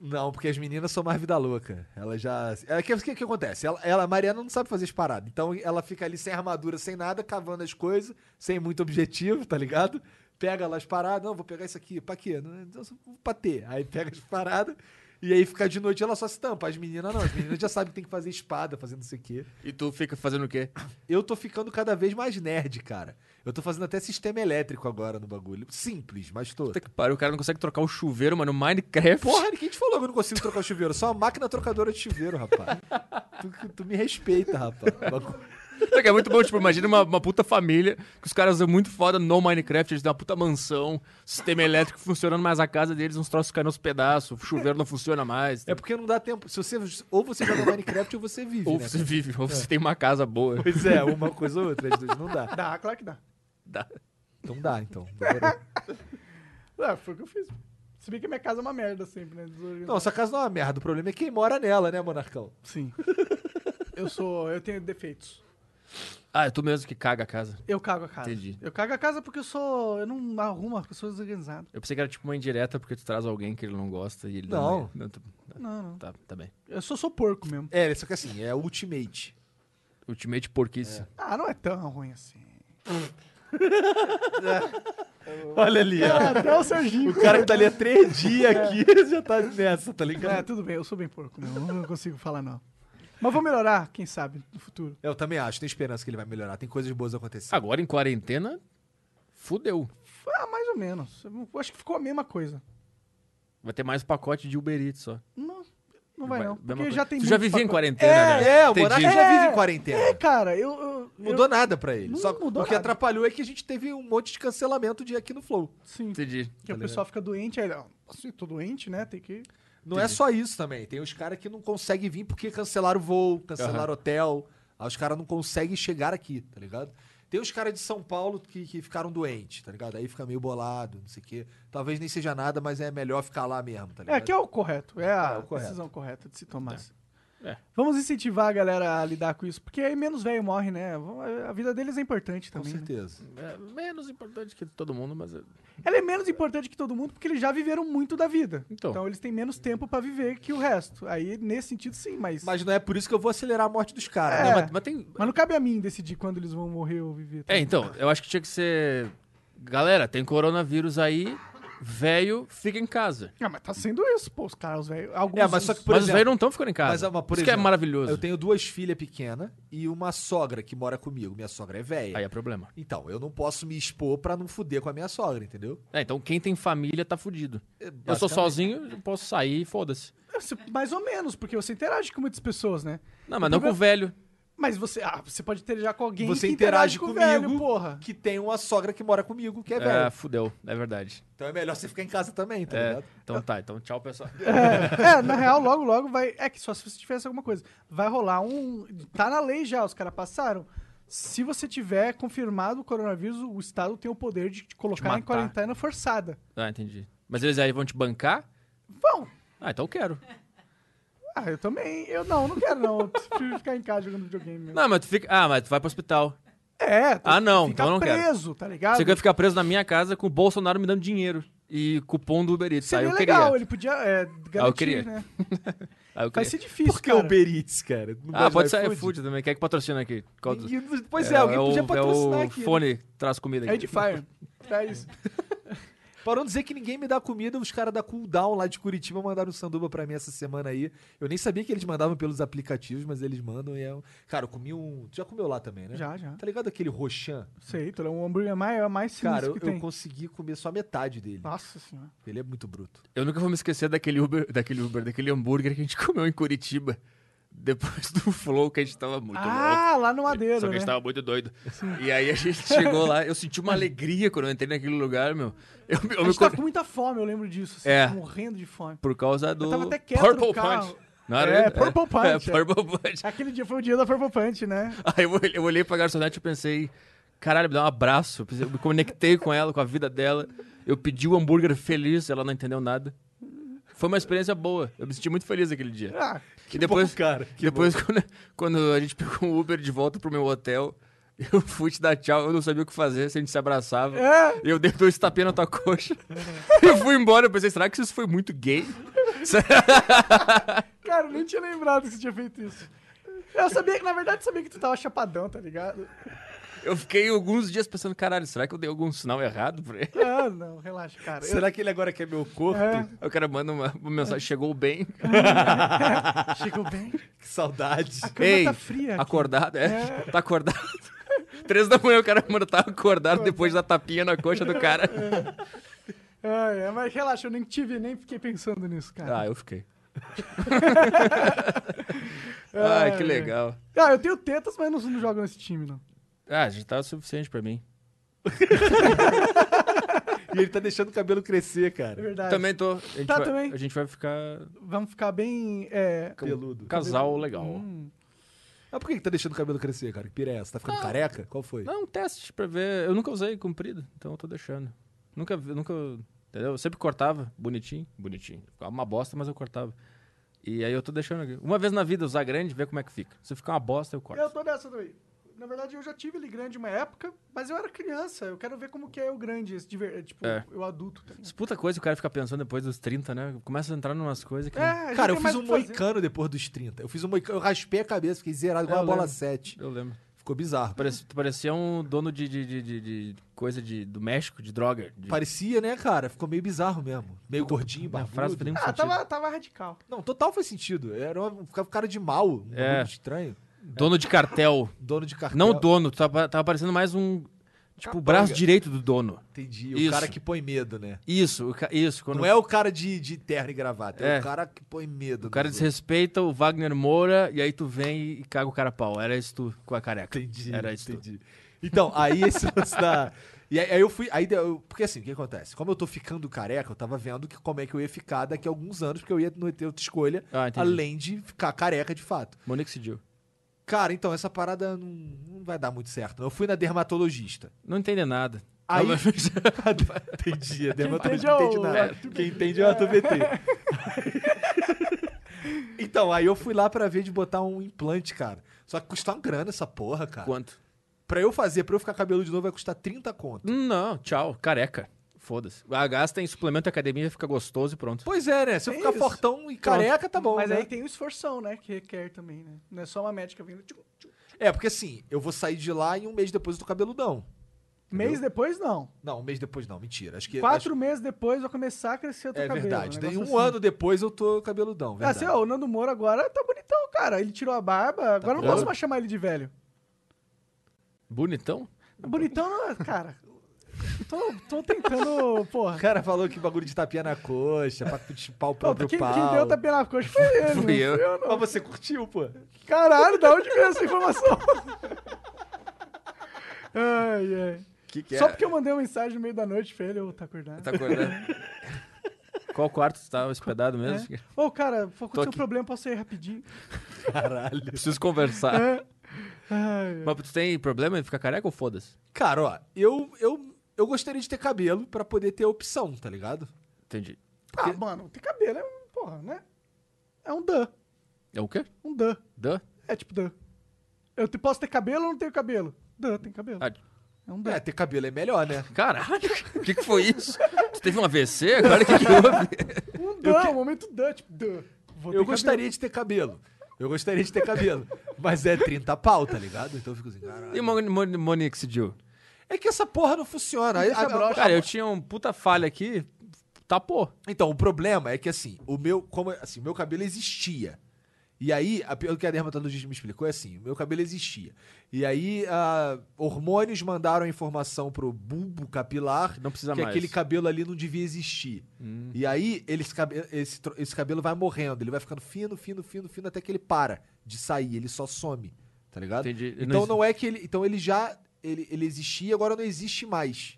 Não, porque as meninas são mais vida louca. Ela já. O que, que, que acontece? Ela, ela- a Mariana não sabe fazer as paradas. Então ela fica ali sem armadura, sem nada, cavando as coisas, sem muito objetivo, tá ligado? Pega lá as paradas. Não, vou pegar isso aqui. Pra quê? Não, não, só Pra ter. Aí pega as paradas. E aí fica de noite ela só se tampa. As meninas não. As meninas já sabem que tem que fazer espada, fazer não sei o quê. E tu fica fazendo o quê? Eu tô ficando cada vez mais nerd, cara. Eu tô fazendo até sistema elétrico agora no bagulho. Simples, mas tô. Puta que pariu, o cara não consegue trocar o chuveiro, mano, no Minecraft. Porra, quem te falou que eu não consigo trocar o chuveiro? Só a máquina trocadora de chuveiro, rapaz. tu, tu me respeita, rapaz. Bagu- É que é muito bom, tipo, imagina uma, uma puta família, que os caras são muito foda no Minecraft, eles têm uma puta mansão, sistema elétrico funcionando, mas a casa deles uns troços caindo aos pedaços, o chuveiro não funciona mais. É porque não dá tempo. Se você, ou você joga Minecraft ou você vive, ou né? você vive, ou você tem uma casa boa. Pois é, uma coisa ou outra, as duas não dá. Dá, claro que dá. Dá. Então dá, então. Demorou. É, foi o que eu fiz. Se bem que minha casa é uma merda sempre, né? Desorganizada. Não, essa casa não é uma merda. O problema é quem mora nela, né, Monarcão? Sim. eu sou. Eu tenho defeitos. Ah, é tu mesmo que caga a casa. Eu cago a casa. Entendi. Eu cago a casa porque eu sou. Eu não arrumo as pessoas desorganizadas. Eu pensei que era tipo uma indireta porque tu traz alguém que ele não gosta e ele dá Não. uma- não tu- Não, não. tá, tá bem. Eu sou, sou porco mesmo. É, só que assim, é ultimate. Ultimate porquice. Ah, não é tão ruim assim. Olha ali, ó. Até o Serginho. O cara que tá ali há três dias aqui já tá nessa, tá É, ligado? tudo bem, eu sou bem porco mesmo. Não consigo falar, não. Mas vou melhorar, quem sabe, no futuro. É, Eu também acho, tenho esperança que ele vai melhorar. Tem coisas boas acontecendo. Agora em quarentena, fudeu. Ah, mais ou menos. Eu acho que ficou a mesma coisa. Vai ter mais pacote de Uber Eats só. Não, não vai, não. mesma Porque coisa. já tem Tu já muito vivia em pacote. quarentena, né? É, é, o Entendi. Monarca já vive em quarentena. É, cara, eu. eu Não Mudou nada pra ele. Não Só mudou o que nada. atrapalhou é que a gente teve um monte de cancelamento de aqui no Flow. eu- sim. Entendi. Que tá o pessoal fica doente, aí. ó, Assim, tô doente, né? Tem que. Não é só isso também. Tem os caras que não conseguem vir porque cancelaram o voo, cancelaram o hotel. Aí os caras não conseguem chegar aqui, tá ligado? Tem os caras de São Paulo que, que ficaram doentes, tá ligado? Aí fica meio bolado, não sei o quê. Talvez nem seja nada, mas é melhor ficar lá mesmo, tá É, ligado? que é o correto. É a É, o correto. Tá. decisão correta de se tomar. É. Vamos incentivar a galera a lidar com isso, porque aí menos velho morre, né? Vamos- A vida deles é importante Com também. né? certeza. É menos importante que todo mundo, mas. é- Ela é menos importante que todo mundo porque eles já viveram muito da vida. Então. eles têm menos tempo pra viver que o resto. Aí, nesse sentido, sim, mas. Mas, Mas não é por isso que eu vou acelerar a morte dos caras. É. né? Não, mas, mas tem. então, não cabe a mim decidir quando eles vão morrer ou viver. tá? É, então, eu acho que tinha que ser. Galera, tem coronavírus aí. velho fica em casa. Ah, mas tá sendo isso, pô, os caras, velho. Alguns. É, mas só que, por mas os exemplo, velhos não estão ficando em casa. Mas, ah, mas, por Isso que é exemplo, maravilhoso. Eu tenho duas filhas pequenas e uma sogra que mora comigo. Minha sogra é velha. Aí é problema. Então, eu não posso me expor pra não fuder com a minha sogra, entendeu? É, então quem tem família tá fudido. Eu sou basicamente. sozinho, eu posso sair e foda-se. Você- Mais ou menos, porque você interage com muitas pessoas, né? Não, mas não com o velho. Mas você. Ah, você pode interagir com alguém Você que interage interage com o comigo. velho, porra. Que tem uma sogra que mora comigo, que é É, velha. fudeu, é verdade. Então é melhor você ficar em casa também, tá É, ligado? então tá, então tchau, pessoal. É, na real, logo, logo vai. É que só se você tivesse alguma coisa. Vai rolar um. Tá na lei já, os caras passaram. Se você tiver confirmado o coronavírus, o Estado tem o poder de te colocar em matar. quarentena forçada. Ah, entendi. Mas eles aí vão te bancar? Bom, Ah, então eu quero. ah, eu também. Eu não, não quero, não. Eu prefiro ficar em casa jogando videogame mesmo. Não, mas tu fica. Ah, mas tu vai pro hospital. É, tu Ah, não, fica então eu não quero. preso, tá ligado? Você quer ficar preso na minha casa com o Bolsonaro me dando dinheiro e cupom do Uber Eats. Aí Seria eu legal, queria. Ah, ele podia é, garantir, queria. né? Aí Vai eu queria. ser difícil, Por que o cara. Uber Eats, cara? Não gosta Ah, de pode sair iFood? food também. Quem é que patrocina aqui? Qual dos- Ninguém- Pois é, alguém podia patrocinar é o aqui. né? fone que traz comida aqui. É Edifier. Traz. Para não dizer que ninguém me dá comida, os caras da Cooldown lá de Curitiba mandaram um sanduba pra mim essa semana aí. Eu nem sabia que eles mandavam pelos aplicativos, mas eles mandam e é... Cara, eu comi um... Tu já comeu lá também, né? Já, já. Tá ligado aquele roxan? Sei, tu é um hambúrguer mais, é mais sinistro Cara, eu, que eu tem. Ah. consegui comer só metade dele. Nossa senhora. Ele é muito bruto. Eu nunca vou me esquecer daquele Uber, daquele Uber, daquele hambúrguer que a gente comeu em Curitiba. Depois do flow que a gente tava muito louco. Ah, lá no Madeiro, Só que a né? gente tava muito doido. E aí a gente chegou lá, eu senti uma alegria quando eu entrei naquele lugar, meu. A Eu, eu me gente tava cor- com muita fome, eu lembro disso. assim, É. Morrendo de fome. Por causa do tava até quieto no Purple carro. Punch. Não era É, ele? Purple Punch, É, é. Purple Punch. Aquele dia foi o dia da Purple Punch, né? Aí eu olhei, eu olhei pra garçonete e pensei, caralho, me dá um abraço. Eu pensei, Eu me conectei com ela, com a vida dela. Eu pedi o hambúrguer feliz, ela não entendeu nada. Foi uma experiência boa. Eu me senti muito feliz aquele dia. Ah, e depois, bom, cara, que depois quando, quando a gente pegou o Uber de volta pro meu hotel, eu fui te dar tchau, eu não sabia o que fazer, se a gente se abraçava. É. Eu dei dois tapinhas na tua coxa. eu fui embora, eu pensei, será que isso foi muito gay? cara, eu nem tinha lembrado que você tinha feito isso. Eu sabia, na verdade, eu sabia que tu tava chapadão, tá ligado? Eu fiquei alguns dias pensando, caralho, será que eu dei algum sinal errado pra ele? Ah, não, relaxa, cara. Eu- Será que ele agora quer meu corpo? É. Aí o cara manda uma, uma mensagem, chegou bem. Chegou bem. Que saudade. A cama tá fria. aqui. acordado, é, tá acordado. Três da manhã o cara mano, tá acordado depois da tapinha na coxa do cara. É, é, mas relaxa, eu nem tive, nem fiquei pensando nisso, cara. Ah, eu fiquei. É, Ai, que legal. Ah, eu tenho tetas, mas não, não jogo nesse time, não. Ah, já tá o suficiente pra mim. E ele tá deixando o cabelo crescer, É cara. verdade. Também tô. A gente, Tá, vai, também. a gente vai ficar Vamos ficar bem. É, Peludo. casal Hum. legal. Mas por que que tá deixando o cabelo crescer, cara? Que pira é essa? Tá ficando careca? Qual foi? Não, um teste pra ver. Eu nunca usei comprido, então eu tô deixando. Nunca, vi- nunca, entendeu? Eu sempre cortava, bonitinho, bonitinho. Ficava uma bosta, mas eu cortava. E aí eu tô deixando aqui. Uma vez na vida usar grande, ver como é que fica. Se ficar uma bosta, eu corto. Eu tô nessa também. Na verdade, eu já tive ele grande uma época, mas eu era criança. Eu quero ver como que é o grande, esse de ver- tipo, É. eu adulto. tá ligado? Isso é puta coisa que o cara fica pensando depois dos 30, né? Começa a entrar numas coisas que. É, a gente Cara, eu tem fiz mais um o que fazer. moicano depois dos 30. Eu fiz um moicano, eu raspei a cabeça, fiquei zerado igual Eu uma bola lembro. 7. Eu lembro. Ficou bizarro. Parecia, parecia um dono de, de, de, de- de coisa de, do México, de droga. De... Parecia, né, cara? Ficou meio bizarro mesmo. Meio gordinho, Minha barbudo. frase não tem nenhum Ah, sentido. tava, tava radical. Não, total faz sentido. Era um ficava com cara de mal, um É. bagulho estranho. Dono de cartel. Dono de cartão. Não o dono, tava, tava parecendo mais um. Tipo, o braço direito do dono. Entendi. O Isso. cara que põe medo, né? Isso, o ca- isso. Quando Não é o cara de, de terno e gravata, é, É. o cara que põe medo. O cara desrespeita o Wagner Moura e aí tu vem e caga o cara a pau. Era isso tu com a careca. Entendi. Era isso tudo. entendi. Então, aí esse lance da. E aí, aí eu fui. Aí, deu- eu- porque assim, o que acontece? Como eu tô ficando careca, eu tava vendo que, como é que eu ia ficar daqui a alguns anos, porque eu ia não ia ter outra escolha, Ah, entendi. além de ficar careca de fato. Monique Sidil. Cara, então, essa parada não, não vai dar muito certo. não. Eu fui na dermatologista. Não entende nada. Aí- Não, Ah, mas- entendi, a entende dermatologista é não o- entende nada. Quem entende é o ATVT. então, aí eu fui lá pra ver de botar um implante, cara. Só que custar um grana essa porra, cara. Quanto? Pra eu fazer, pra eu ficar cabelo de novo, vai custar 30 conto. Não, tchau. Careca. Foda-se. A gasta em suplemento e academia, fica gostoso e pronto. Pois é, né? Se eu É ficar isso. fortão e careca, tá bom. Mas né? aí tem o esforção, né? Que requer também, né? Não é só uma médica vindo. tchum, tchum. É, porque assim, eu vou sair de lá e um mês depois eu tô cabeludão. entendeu? Mês depois, não. Não, um mês depois não, mentira. Acho que. Quatro meses depois vai começar a crescer o acho- teu É cabelo. verdade. Daí negócio um assim. ano depois eu tô cabeludão, Ah, verdade. Tá assim, ó, o Nando Moro agora tá bonitão, cara. Ele tirou a barba, agora não bonitão. posso mais chamar ele de velho. Bonitão? Bonitão, não é, cara. Tô, tô tentando, O porra. cara falou que bagulho de tapinha na coxa, pra tu chupar o Pô, próprio quem, quem pau. deu tapinha na coxa foi ele. não Fui eu. fui não. Mas você curtiu, pô. Caralho, da onde veio essa informação? ai, ai. Que que Só é? porque eu mandei uma mensagem no meio da noite pra ele, eu tá acordado. Tá acordando? Qual quarto tu tá hospedado mesmo? né? Ô, cara, aconteceu um aqui. problema, posso ir rapidinho. Caralho. Preciso conversar. É. Ai, Mas tu tem problema em ficar careca ou foda-se? Cara, ó, eu, eu, eu gostaria de ter cabelo pra poder ter opção, tá ligado? Entendi. Ah, mano, ter cabelo é um, porra, né? É um dan. É o quê? Um dan. Dã? É tipo dan. Eu te- posso ter cabelo ou não tenho cabelo? Dan, tem cabelo. Ah, É um dan. É, ter cabelo é melhor, né? caralho, o que, que foi isso? Tu teve um AVC? Agora o que, que houve? Um dan, um momento dan, tipo dan. Vou Eu ter cabelo. gostaria de ter cabelo. Eu gostaria de ter cabelo. Mas é 30 pau, tá ligado? Então eu fico assim, E caralho. Mon- Mon- Monixidil? É que essa porra Ah, não funciona. Aí- Deixa a- a- broxa. Cara, eu tinha um puta falha aqui, tapou. Então, o problema é que assim, o meu, como assim, o meu cabelo existia. E aí, a, pelo que a dermatologista me explicou, é assim, o meu cabelo existia. E aí, a- hormônios mandaram a informação pro bulbo capilar Não precisa que mais. Hum. aquele cabelo ali não devia existir. E aí, ele, esse, cabe- esse tro- esse cabelo vai morrendo, ele vai ficando fino, fino, fino, fino, até que ele para de sair, ele só some, tá ligado? Entendi. Não Então exi- não é que ele. Então ele já. Ele, ele existia e agora não existe mais.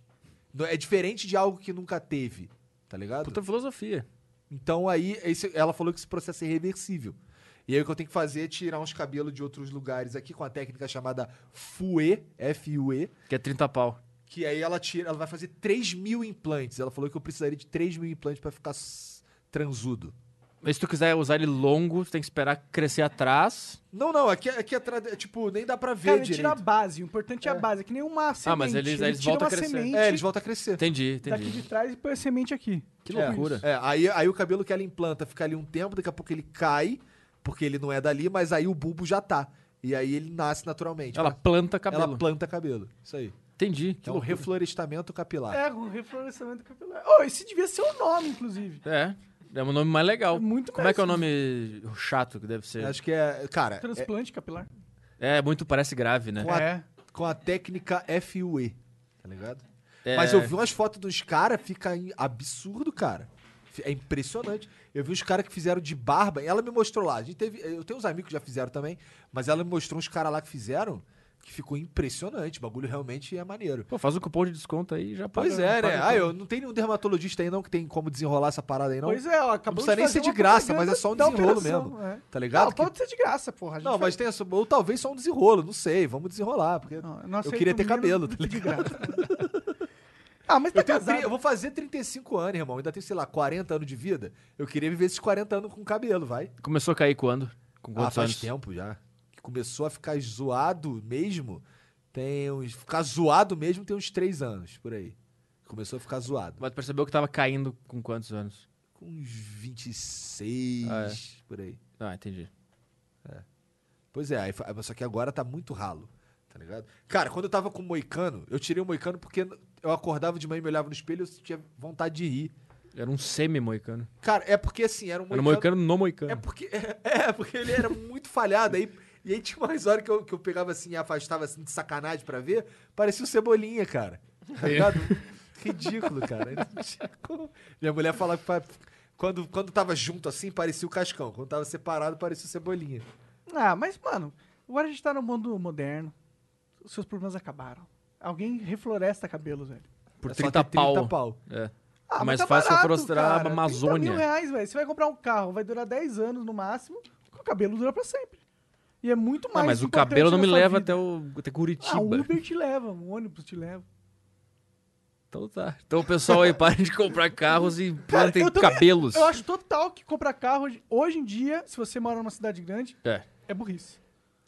Não- É diferente de algo que nunca teve, tá ligado? Puta filosofia. Então aí, esse- ela falou que esse processo é reversível. E aí o que eu tenho que fazer é tirar uns cabelos de outros lugares aqui com a técnica chamada FUE, F-U-E, Que é 30 pau. que aí ela tira, ela vai fazer 3 mil implantes. Ela falou que eu precisaria de 3 mil implantes pra ficar s- transudo. Mas se tu quiser usar ele longo, tu tem que esperar crescer atrás. Não, não, aqui, aqui atrás, é, tipo, nem dá pra ver Cara, ele tira a direito. base, o importante é a base, é que nem uma semente. mas eles- ele eles tira voltam uma a crescer. semente É, eles voltam a crescer. Entendi, entendi. daqui de trás e põe a semente aqui. Que É, loucura. É, aí, aí o cabelo que ela implanta fica ali um tempo, daqui a pouco ele cai, porque ele não é dali, mas aí o bulbo já tá. E aí ele nasce naturalmente. Ela planta cabelo. tipo, Ela planta cabelo. Isso aí. Entendi. Que é um loucura. reflorestamento capilar. É, um reflorestamento capilar. Oh, esse devia ser o nome, inclusive. É. É um nome mais legal. É muito Como mais é que é o nome chato que deve ser? Acho que é. Cara, é- Um Transplante capilar. É, muito parece grave, né? Com a- É. com a técnica FUE, tá ligado? É. Mas eu vi umas fotos dos caras, fica em- absurdo, cara. Fi- É impressionante. Eu vi uns caras que fizeram de barba. Ela me mostrou lá. A gente teve, eu tenho uns amigos que já fizeram também, mas ela me mostrou uns caras lá que fizeram que ficou impressionante. O bagulho realmente é maneiro. Pô, faz um cupom de desconto aí e já paga. Pois é, né? paga Ah, tudo. eu não tem nenhum dermatologista aí não que tem como desenrolar essa parada aí não. Pois é, ó, não acabou precisa nem fazer ser de uma graça, mas é só um propaganda da desenrolo operação, mesmo. é. Tá ligado? Não, Que- pode ser de graça, porra. a gente Não, faz- mas tem essa, ou talvez só um desenrolo, não sei, vamos desenrolar, porque Não, não eu aceito queria ter menino cabelo, tá de ligado? graça. ah, mas tá Eu, tenho tri- casado. eu vou fazer 35 anos, irmão. Ainda tenho, sei lá, 40 anos de vida. Eu queria viver esses 40 anos com cabelo, vai. Começou a cair quando? Com Ah, quantos faz anos? tempo já. Que começou a ficar zoado mesmo. Tem uns. Ficar zoado mesmo tem uns 3 anos, por aí. Começou a ficar zoado. Mas percebeu que tava caindo com quantos anos? Com uns 26, Ah, por aí. Ah, entendi. Pois é, aí fa- só que agora tá muito ralo, tá ligado? Cara, quando eu tava com o Moicano, eu tirei o Moicano porque eu acordava de manhã e me olhava no espelho e eu tinha vontade de rir. Era um semi-moicano. Cara, é porque assim, era um Era um moicano no moicano. É porque, é, é, porque ele era muito falhado. Aí, e aí tinha umas horas que eu, que eu pegava assim e afastava assim de sacanagem pra ver. Parecia o Cebolinha, cara. Tá ligado? Ridículo, cara. Não tinha como. Minha mulher falava que fa- quando, quando tava junto assim, parecia o Cascão. Quando tava separado, parecia o Cebolinha. Ah, mas, mano, agora a gente tá no mundo moderno. Os seus problemas acabaram. Alguém refloresta cabelos, velho. Por É só 30 ter pau. 30 pau. É. Ah, mas Mais tá fácil barato, afrostrar a cara. 30 Amazônia. mil reais, velho. Você vai comprar um carro, vai durar 10 anos no máximo, o cabelo dura pra sempre. E é muito mais Ah, mas o importante cabelo não na me sua leva vida. até, o, até Curitiba. Ah, o Uber te leva, o ônibus te leva. Então tá. Então, pessoal, aí parem de comprar carros e plantem eu também- cabelos. Eu acho total que comprar carro hoje, hoje em dia, se você mora numa cidade grande, É. é burrice.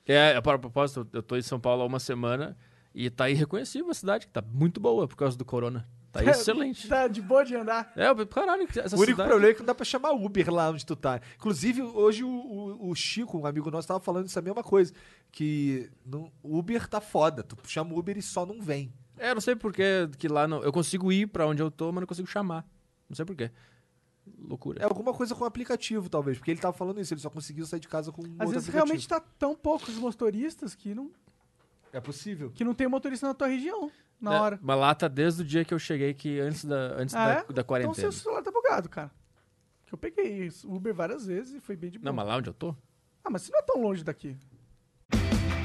É, a propósito, eu tô em São Paulo há uma semana e tá irreconhecível a cidade, que tá muito boa por causa do corona. Tá excelente. Tá de boa de andar. É, eu- caralho, essa O único cidade... problema é que não dá pra chamar Uber lá onde tu tá. Inclusive, hoje o, o- o Chico, um amigo nosso, tava falando essa mesma coisa. Que não- Uber tá foda. Tu chama o Uber e só não vem. É, eu não sei porquê que lá não. Eu consigo ir pra onde eu tô, mas não consigo chamar. Não sei porquê. Loucura. É alguma coisa com o aplicativo, talvez, porque ele tava falando isso, ele só conseguiu sair de casa com um Às outro vezes aplicativo. realmente tá tão poucos motoristas que não, É possível. que não tem motorista na tua região na É, hora. Mas lá tá desde o dia que eu cheguei, que antes da, antes Ah, da, é? da Então quarentena. seu celular tá bugado, cara. Que eu peguei isso, Uber várias vezes e foi bem de boa. Não, mas lá onde eu tô? Ah, mas isso não é tão longe daqui.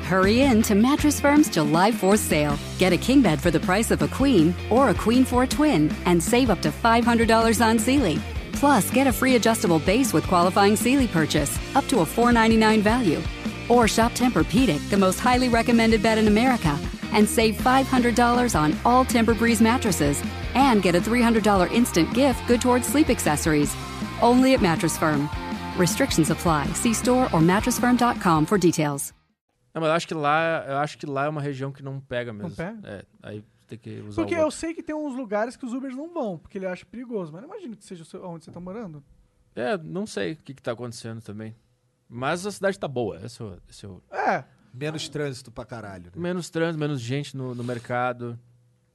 Hurry in to Mattress Firm's July 4th sale. Get a king bed for the price of a queen or a queen for a twin and save up to $500 on Sealy. Plus, get a free adjustable base with qualifying Sealy purchase up to a $499 value. Or shop Tempur-Pedic, the most highly recommended bed in America, and save $500 on all Tempur-Breeze mattresses and get a $300 instant gift good towards sleep accessories. Only at Mattress Firm. Restrictions apply. See store or mattressfirm.com for details. Não, mas eu acho que lá, eu acho que lá é uma região que não pega mesmo. pega? É, aí tem que usar Porque o eu outro. sei que tem uns lugares que os Ubers não vão, porque ele acha perigoso. Mas não imagino que seja o seu- onde você tá morando. É, não sei o que, que tá acontecendo também. Mas a cidade tá boa. Esse é o- esse é o- É, Menos trânsito pra caralho. Né? Menos trânsito, menos gente no, no mercado.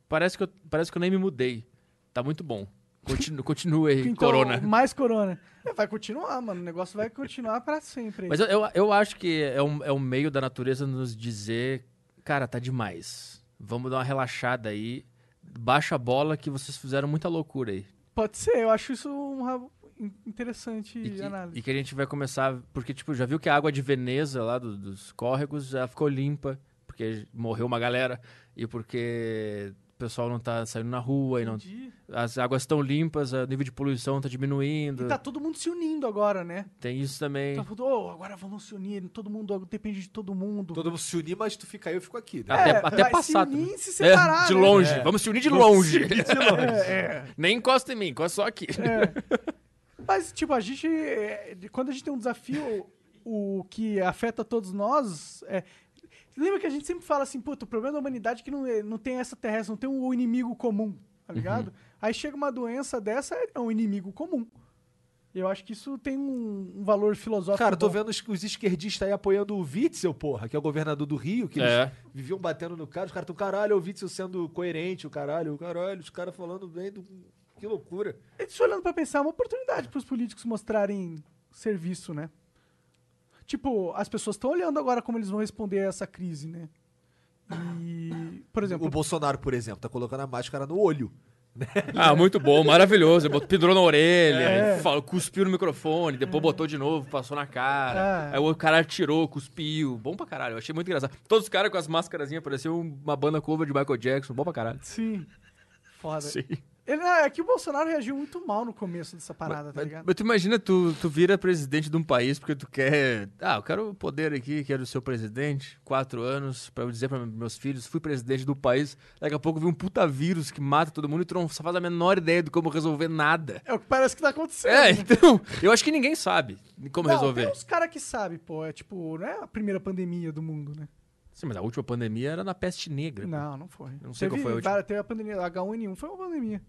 Parece que, eu, parece que eu nem me mudei. Tá muito bom. Continu, continue aí, então, corona. mais corona. É, vai continuar, mano. O negócio vai continuar pra sempre. Mas eu, eu, eu acho que é um, é um meio da natureza nos dizer, cara, tá demais. Vamos dar uma relaxada aí. Baixa a bola que vocês fizeram muita loucura aí. Pode ser, eu acho isso um ra- in- interessante E que, análise. e que a gente vai começar. Porque, tipo, já viu que a água de Veneza lá do- dos córregos já ficou limpa, porque morreu uma galera e porque o pessoal não tá saindo na rua e não Entendi. as águas estão limpas, o nível de poluição está diminuindo. E tá todo mundo se unindo agora, né? Tem isso também. Tá falando, "Oh, agora vamos se unir, todo mundo depende de todo mundo. Todo mundo se unir, mas tu fica aí, eu fico aqui. Né? até É, até vai passar. Se unir também. e se separar, É, de né? longe. É. Vamos se unir de longe. É, é. Nem encosta em mim, encosta só aqui. Mas, tipo, a gente. é, de- Quando a gente tem um desafio, o que afeta todos nós. É... Lembra que a gente sempre fala assim, puta, o problema da humanidade é que não, é- não tem essa terrestre, não tem um inimigo comum, tá ligado? Uhum. Aí chega uma doença dessa, é um inimigo comum. Eu acho que isso tem um, um valor filosófico. Cara, eu tô bom. vendo os, os esquerdistas aí apoiando o Witzel, porra, que é o governador do Rio, que É. eles viviam batendo no cara. Os caras tão, caralho, é o Witzel sendo coerente, o caralho, o caralho, os caras falando bem do. Que loucura. É isso olhando pra pensar, é uma oportunidade pros políticos mostrarem serviço, né? Tipo, as pessoas estão olhando agora como eles vão responder a essa crise, né? E, por exemplo, O Bolsonaro, por exemplo, tá colocando a máscara no olho. Ah, muito bom, maravilhoso. Ele botou- Pendurou na orelha, É. falou, cuspiu no microfone, depois botou de novo, passou na cara. É. Aí o cara atirou, cuspiu. Bom pra caralho, eu achei muito engraçado. Todos os caras com as máscarazinhas, parecia uma banda cover de Michael Jackson. Bom pra caralho. Sim. Foda. Ele, é que o Bolsonaro reagiu muito mal no começo dessa parada, tá Mas- ligado? Mas tu imagina, tu, tu vira presidente de um país porque tu quer. Ah, eu quero o poder aqui, quero ser o presidente. Quatro anos, pra eu dizer pra meus filhos, fui presidente do país. Daqui a pouco vem um puta vírus que mata todo mundo e tu não só faz a menor ideia de como resolver nada. É o que parece que tá acontecendo. É, né? então. Eu acho que ninguém sabe como Não, resolver. Tem uns caras que sabem, pô. É tipo, não é a primeira pandemia do mundo, né? Sim, mas a última pandemia era na peste negra. Não, não foi. não sei teve, qual foi a última. várias- Teve a pandemia, H1N1 foi uma pandemia.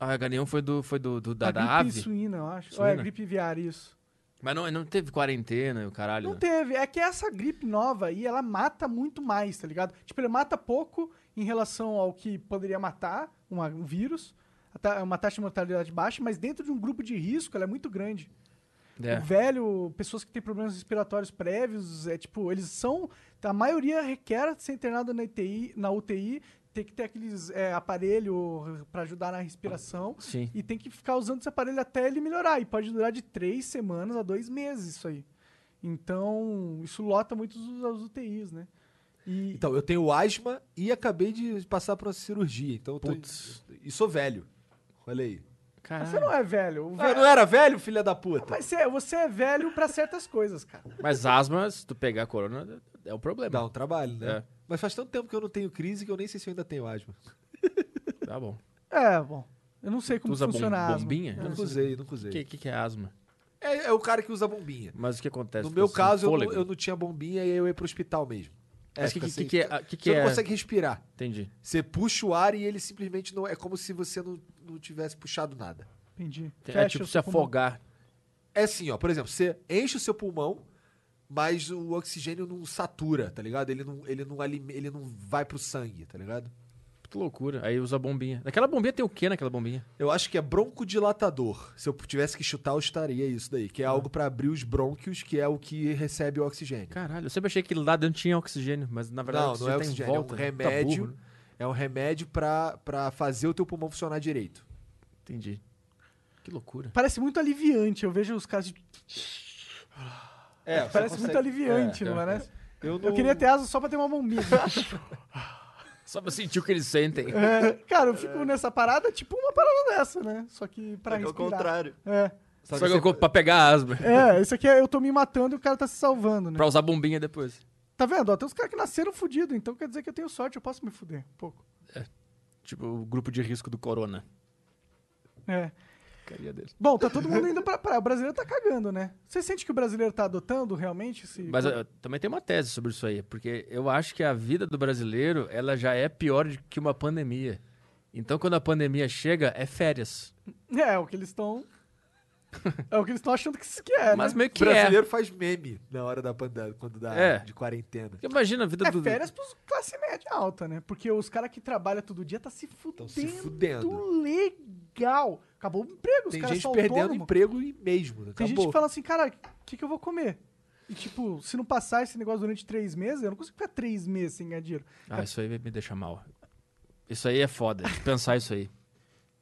A H1 foi do, foi do, do- da, a da gripe ave. suína, eu acho. Ou Suína? é a gripe viária, isso. Mas não, não teve quarentena e o caralho. Não né? teve. É que essa gripe nova aí, ela mata muito mais, tá ligado? Tipo, ele mata pouco em relação ao que poderia matar uma- um vírus. a ta- Uma taxa de mortalidade baixa, mas dentro de um grupo de risco, ela é muito grande. É. O velho, pessoas que têm problemas respiratórios prévios, é tipo, eles são. A maioria requer ser internada na UTI, na UTI tem que ter aqueles é, aparelho para ajudar na respiração. Sim. E tem que ficar usando esse aparelho até ele melhorar. E pode durar de três semanas a dois meses isso aí. Então, isso lota muito os- as UTIs, né? E, Então, eu tenho asma e acabei de passar por uma cirurgia. Então, eu tô, Putz. e sou velho. Olha aí. mas Caralho. você não é velho. o Ah, eu velho não era velho, filha da puta? Mas você, você é velho para certas coisas, cara. Mas asma, se tu pegar a corona, é um problema. Dá um trabalho, né? É. Mas faz tanto tempo que eu não tenho crise que eu nem sei se eu ainda tenho asma. Tá bom. É, bom. Eu não sei como usa bom- funciona a asma. bombinha? Eu não Eu Nunca sei. usei, nunca usei. O que, que, que é asma? É, é o cara que usa bombinha. Mas o que acontece? No meu Fica sem caso, eu não, É, fôlego? eu não tinha bombinha e aí eu ia pro hospital mesmo. Mas que- fica que- sem- que é- a- que você que é? não consegue respirar. Entendi. Você puxa o ar e ele simplesmente não. É como se você não, não tivesse puxado nada. Entendi. É Fecha tipo o se seu pulmão. afogar. É assim, ó. Por exemplo, você enche o seu pulmão, mas o oxigênio não satura, tá ligado? Ele não, ele não, alime- ele não vai pro sangue, tá ligado? Que loucura. Aí usa a bombinha. Naquela bombinha tem o que naquela bombinha? Eu acho que é broncodilatador. Se eu tivesse que chutar, eu estaria isso daí. Que é algo pra abrir os brônquios, que é o que recebe o oxigênio. Caralho, eu sempre achei que lá dentro tinha oxigênio, mas na verdade não, não é tá em oxigênio, volta. é um né? Tá remédio. burro, né? é um remédio pra, pra fazer o teu pulmão funcionar direito. Entendi. Que loucura. Parece muito aliviante. Eu vejo os caras de... É, Parece muito aliviante, não é, parece? Eu, Eu queria ter asa só pra ter uma bombinha. Só pra sentir o que eles sentem. É, cara, eu fico nessa parada, tipo uma parada dessa, né? Só que pra é que é o respirar. contrário. É. Só que né? eu, pra pegar a asma. É, isso aqui é eu tô me matando e o cara tá se salvando, né? Pra usar a bombinha depois. Tá vendo? Ó, tem uns caras que nasceram fudidos, então quer dizer que eu tenho sorte, eu posso me fuder um pouco. Tipo, o grupo de risco do corona. É. Caria dele. Bom, tá todo mundo indo pra praia. O brasileiro tá cagando, né? Você sente que o brasileiro tá adotando realmente? Esse... Mas eu, eu também tenho uma tese sobre isso aí, porque eu acho que a vida do brasileiro, ela já é pior de- que uma pandemia. Então, quando a pandemia chega, é férias. É, é o que eles estão. É o que eles estão achando que isso que é, Mas né? meio O que é. brasileiro faz meme na hora da pandemia, quando dá É. de quarentena. Porque Imagina a vida tá É do... férias pros classe média alta, né? Porque os caras que trabalham todo dia tá se fudendo, se fudendo. legal. Acabou o emprego, os Tem caras gente são perdendo autônomos. emprego e mesmo. né? Tem gente Acabou. que fala assim, cara, o que, que eu vou comer? E tipo, se não passar esse negócio durante três meses, eu não consigo ficar três meses sem ganhar dinheiro. Ah, isso aí me deixa mal. Isso aí é foda, de pensar isso aí.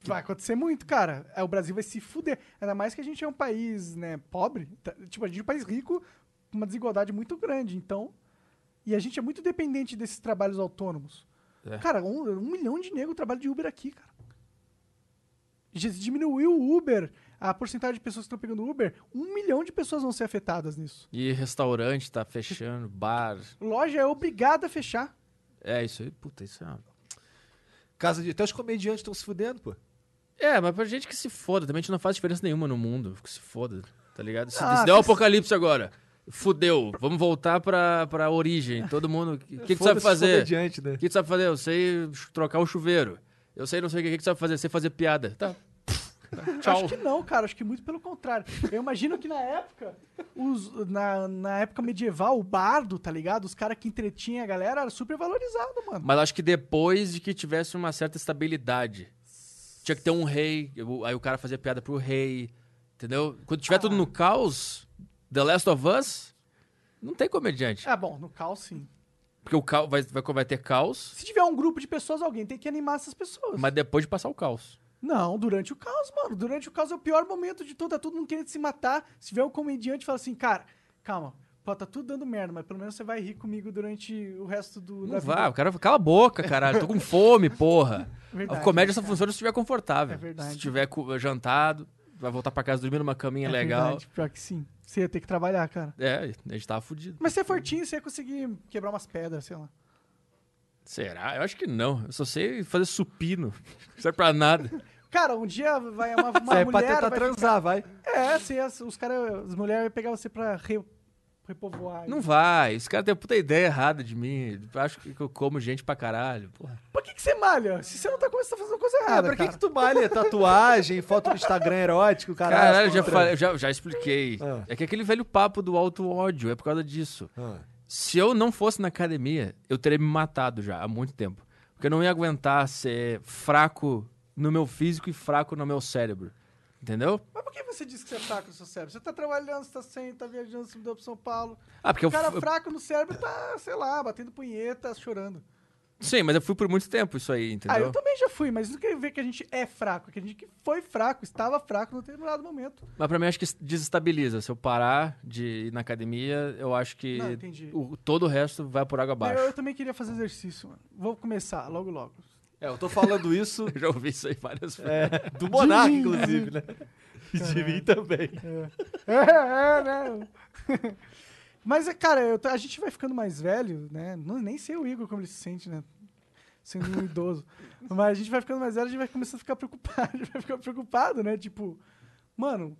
Vai acontecer muito, cara. É, O Brasil vai se fuder. Ainda mais que a gente é um país, né, pobre. Tá- Tipo, a gente é um país rico, com uma desigualdade muito grande. Então. E a gente é muito dependente desses trabalhos autônomos. É. Cara, um, um milhão de negros trabalha de Uber aqui, cara. Já se diminuiu o Uber, a porcentagem de pessoas que estão pegando Uber, um milhão de pessoas vão ser afetadas nisso. E restaurante tá fechando, bar... Loja é obrigada a fechar. É, isso aí, puta, isso é uma... Casa de... Até os comediantes estão se fudendo, pô. É, mas pra gente que se foda, também a gente não faz diferença nenhuma no mundo. Que se foda, tá ligado? Se, Ah, se der o vocês- apocalipse agora, fudeu. Vamos voltar pra, pra origem. Todo mundo. O que, que tu Foda-se sabe os fazer? O comediantes, né? que tu sabe fazer? Eu sei ch- trocar o chuveiro. Eu sei não sei o que, que tu sabe fazer. Eu sei fazer piada. Tá. Tchau. Acho que não, cara. Acho que muito pelo contrário. Eu imagino que na época, os- na, na época medieval, o bardo, tá ligado? Os caras que entretinha a galera era super valorizado, mano. Mas acho que depois de que tivesse uma certa estabilidade, tinha que ter um rei. eu- Aí o cara fazia piada pro rei. Entendeu? Quando tiver tudo no caos, The Last of Us, não tem comediante. Ah, bom, no caos sim. Porque o caos vai, vai, vai ter caos. Se tiver um grupo de pessoas, alguém tem que animar essas pessoas. Mas depois de passar o caos. Não, durante o caos, mano. Durante o caos é o pior momento de tudo. Tá todo mundo querendo se matar. Se tiver um comediante e fala assim, cara, calma. Pô, tá tudo dando merda, mas pelo menos você vai rir comigo durante o resto do. da Não vida." vá, o cara cala a boca, caralho. Tô com fome, porra. Verdade, a comédia né, só cara? funciona se estiver confortável. É verdade. Se tiver cu- jantado, vai voltar pra casa dormir numa caminha É legal. verdade, pior que sim. Você ia ter que trabalhar, cara. É, a gente tava fudido. Mas se é fortinho, você ia conseguir quebrar umas pedras, sei lá. Será? Eu acho que não. Eu só sei fazer supino. Não serve pra nada. Cara, um dia vai uma, uma É, pra mulher. tentar vai- transar, vai. É, assim, as- os caras, as mulheres iam pegar você pra re- repovoar. Não vai. Esse cara tem uma puta ideia errada de mim. Eu acho que eu como gente pra caralho. Porra. Por que, que você malha? Se você não tá com isso, você tá fazendo coisa Ah, errada. pra que, cara. que tu malha? Tatuagem, foto no Instagram erótico, caralho. Caralho, eu já, é. Contra. falei- eu já, eu já expliquei. Ah. É que aquele velho papo do alto ódio é por causa disso. Ah, Se eu não fosse na academia, eu teria me matado já há muito tempo. Porque eu não ia aguentar ser fraco no meu físico e fraco no meu cérebro. Entendeu? Mas por que você disse que você é fraco no seu cérebro? Você tá trabalhando, você tá sem, tá viajando, você mudou pra São Paulo. Ah, porque O eu. cara eu- fraco no cérebro tá, sei lá, batendo punheta, chorando. Sim, mas eu fui por muito tempo isso aí, Ah, entendeu? eu também já fui, mas não quer ver que a gente é fraco, que a gente que foi fraco, estava fraco no determinado momento. Mas pra mim acho que desestabiliza. Se eu parar de ir na academia, eu acho que Não, entendi. o- todo o resto vai por água abaixo. Eu, eu também queria fazer exercício, mano. Vou começar logo logo. É, eu tô falando isso Eu já ouvi isso aí várias vezes. é, do Monark, inclusive, né? E de mim também. É, é, né? Mas, é, cara, eu tô- a gente vai ficando mais velho, né? Não- nem sei o Igor como ele se sente, né? Sendo um idoso. Mas a gente vai ficando mais velho, a gente vai começando a ficar preocupado. A gente vai ficar preocupado, né? Tipo, mano,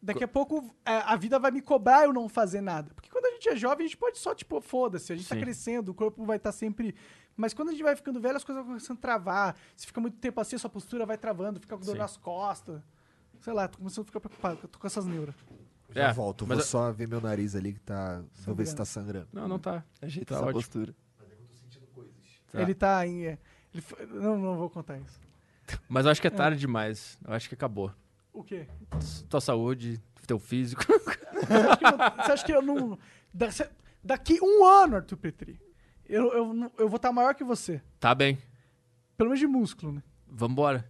daqui a pouco é, a vida vai me cobrar eu não fazer nada. Porque quando a gente é jovem, a gente pode só, tipo, foda-se. A gente tá Sim. crescendo, o corpo vai estar sempre... Mas quando a gente vai ficando velho, as coisas vão começando a travar. Se fica muito tempo assim, a sua postura vai travando, fica com dor Sim. nas costas. Sei lá, tô começando a ficar preocupado, eu tô com essas neuras. Já É, volto, mas vou eu- só ver meu nariz ali que tá. Vou ver se tá sangrando. Não, não tá. Tá Ajeita essa ótimo. postura. Tá. Ele tá em. é, Ele foi- Não, não vou contar isso. Mas eu acho que é tarde demais. Eu acho que acabou. O quê? Tua saúde, teu físico. Acho que não- Você acha que eu não. da- cê- Daqui um ano, Arthur Petri, eu, eu, não- eu vou estar maior que você. tá bem. Pelo menos de músculo, né? Vambora.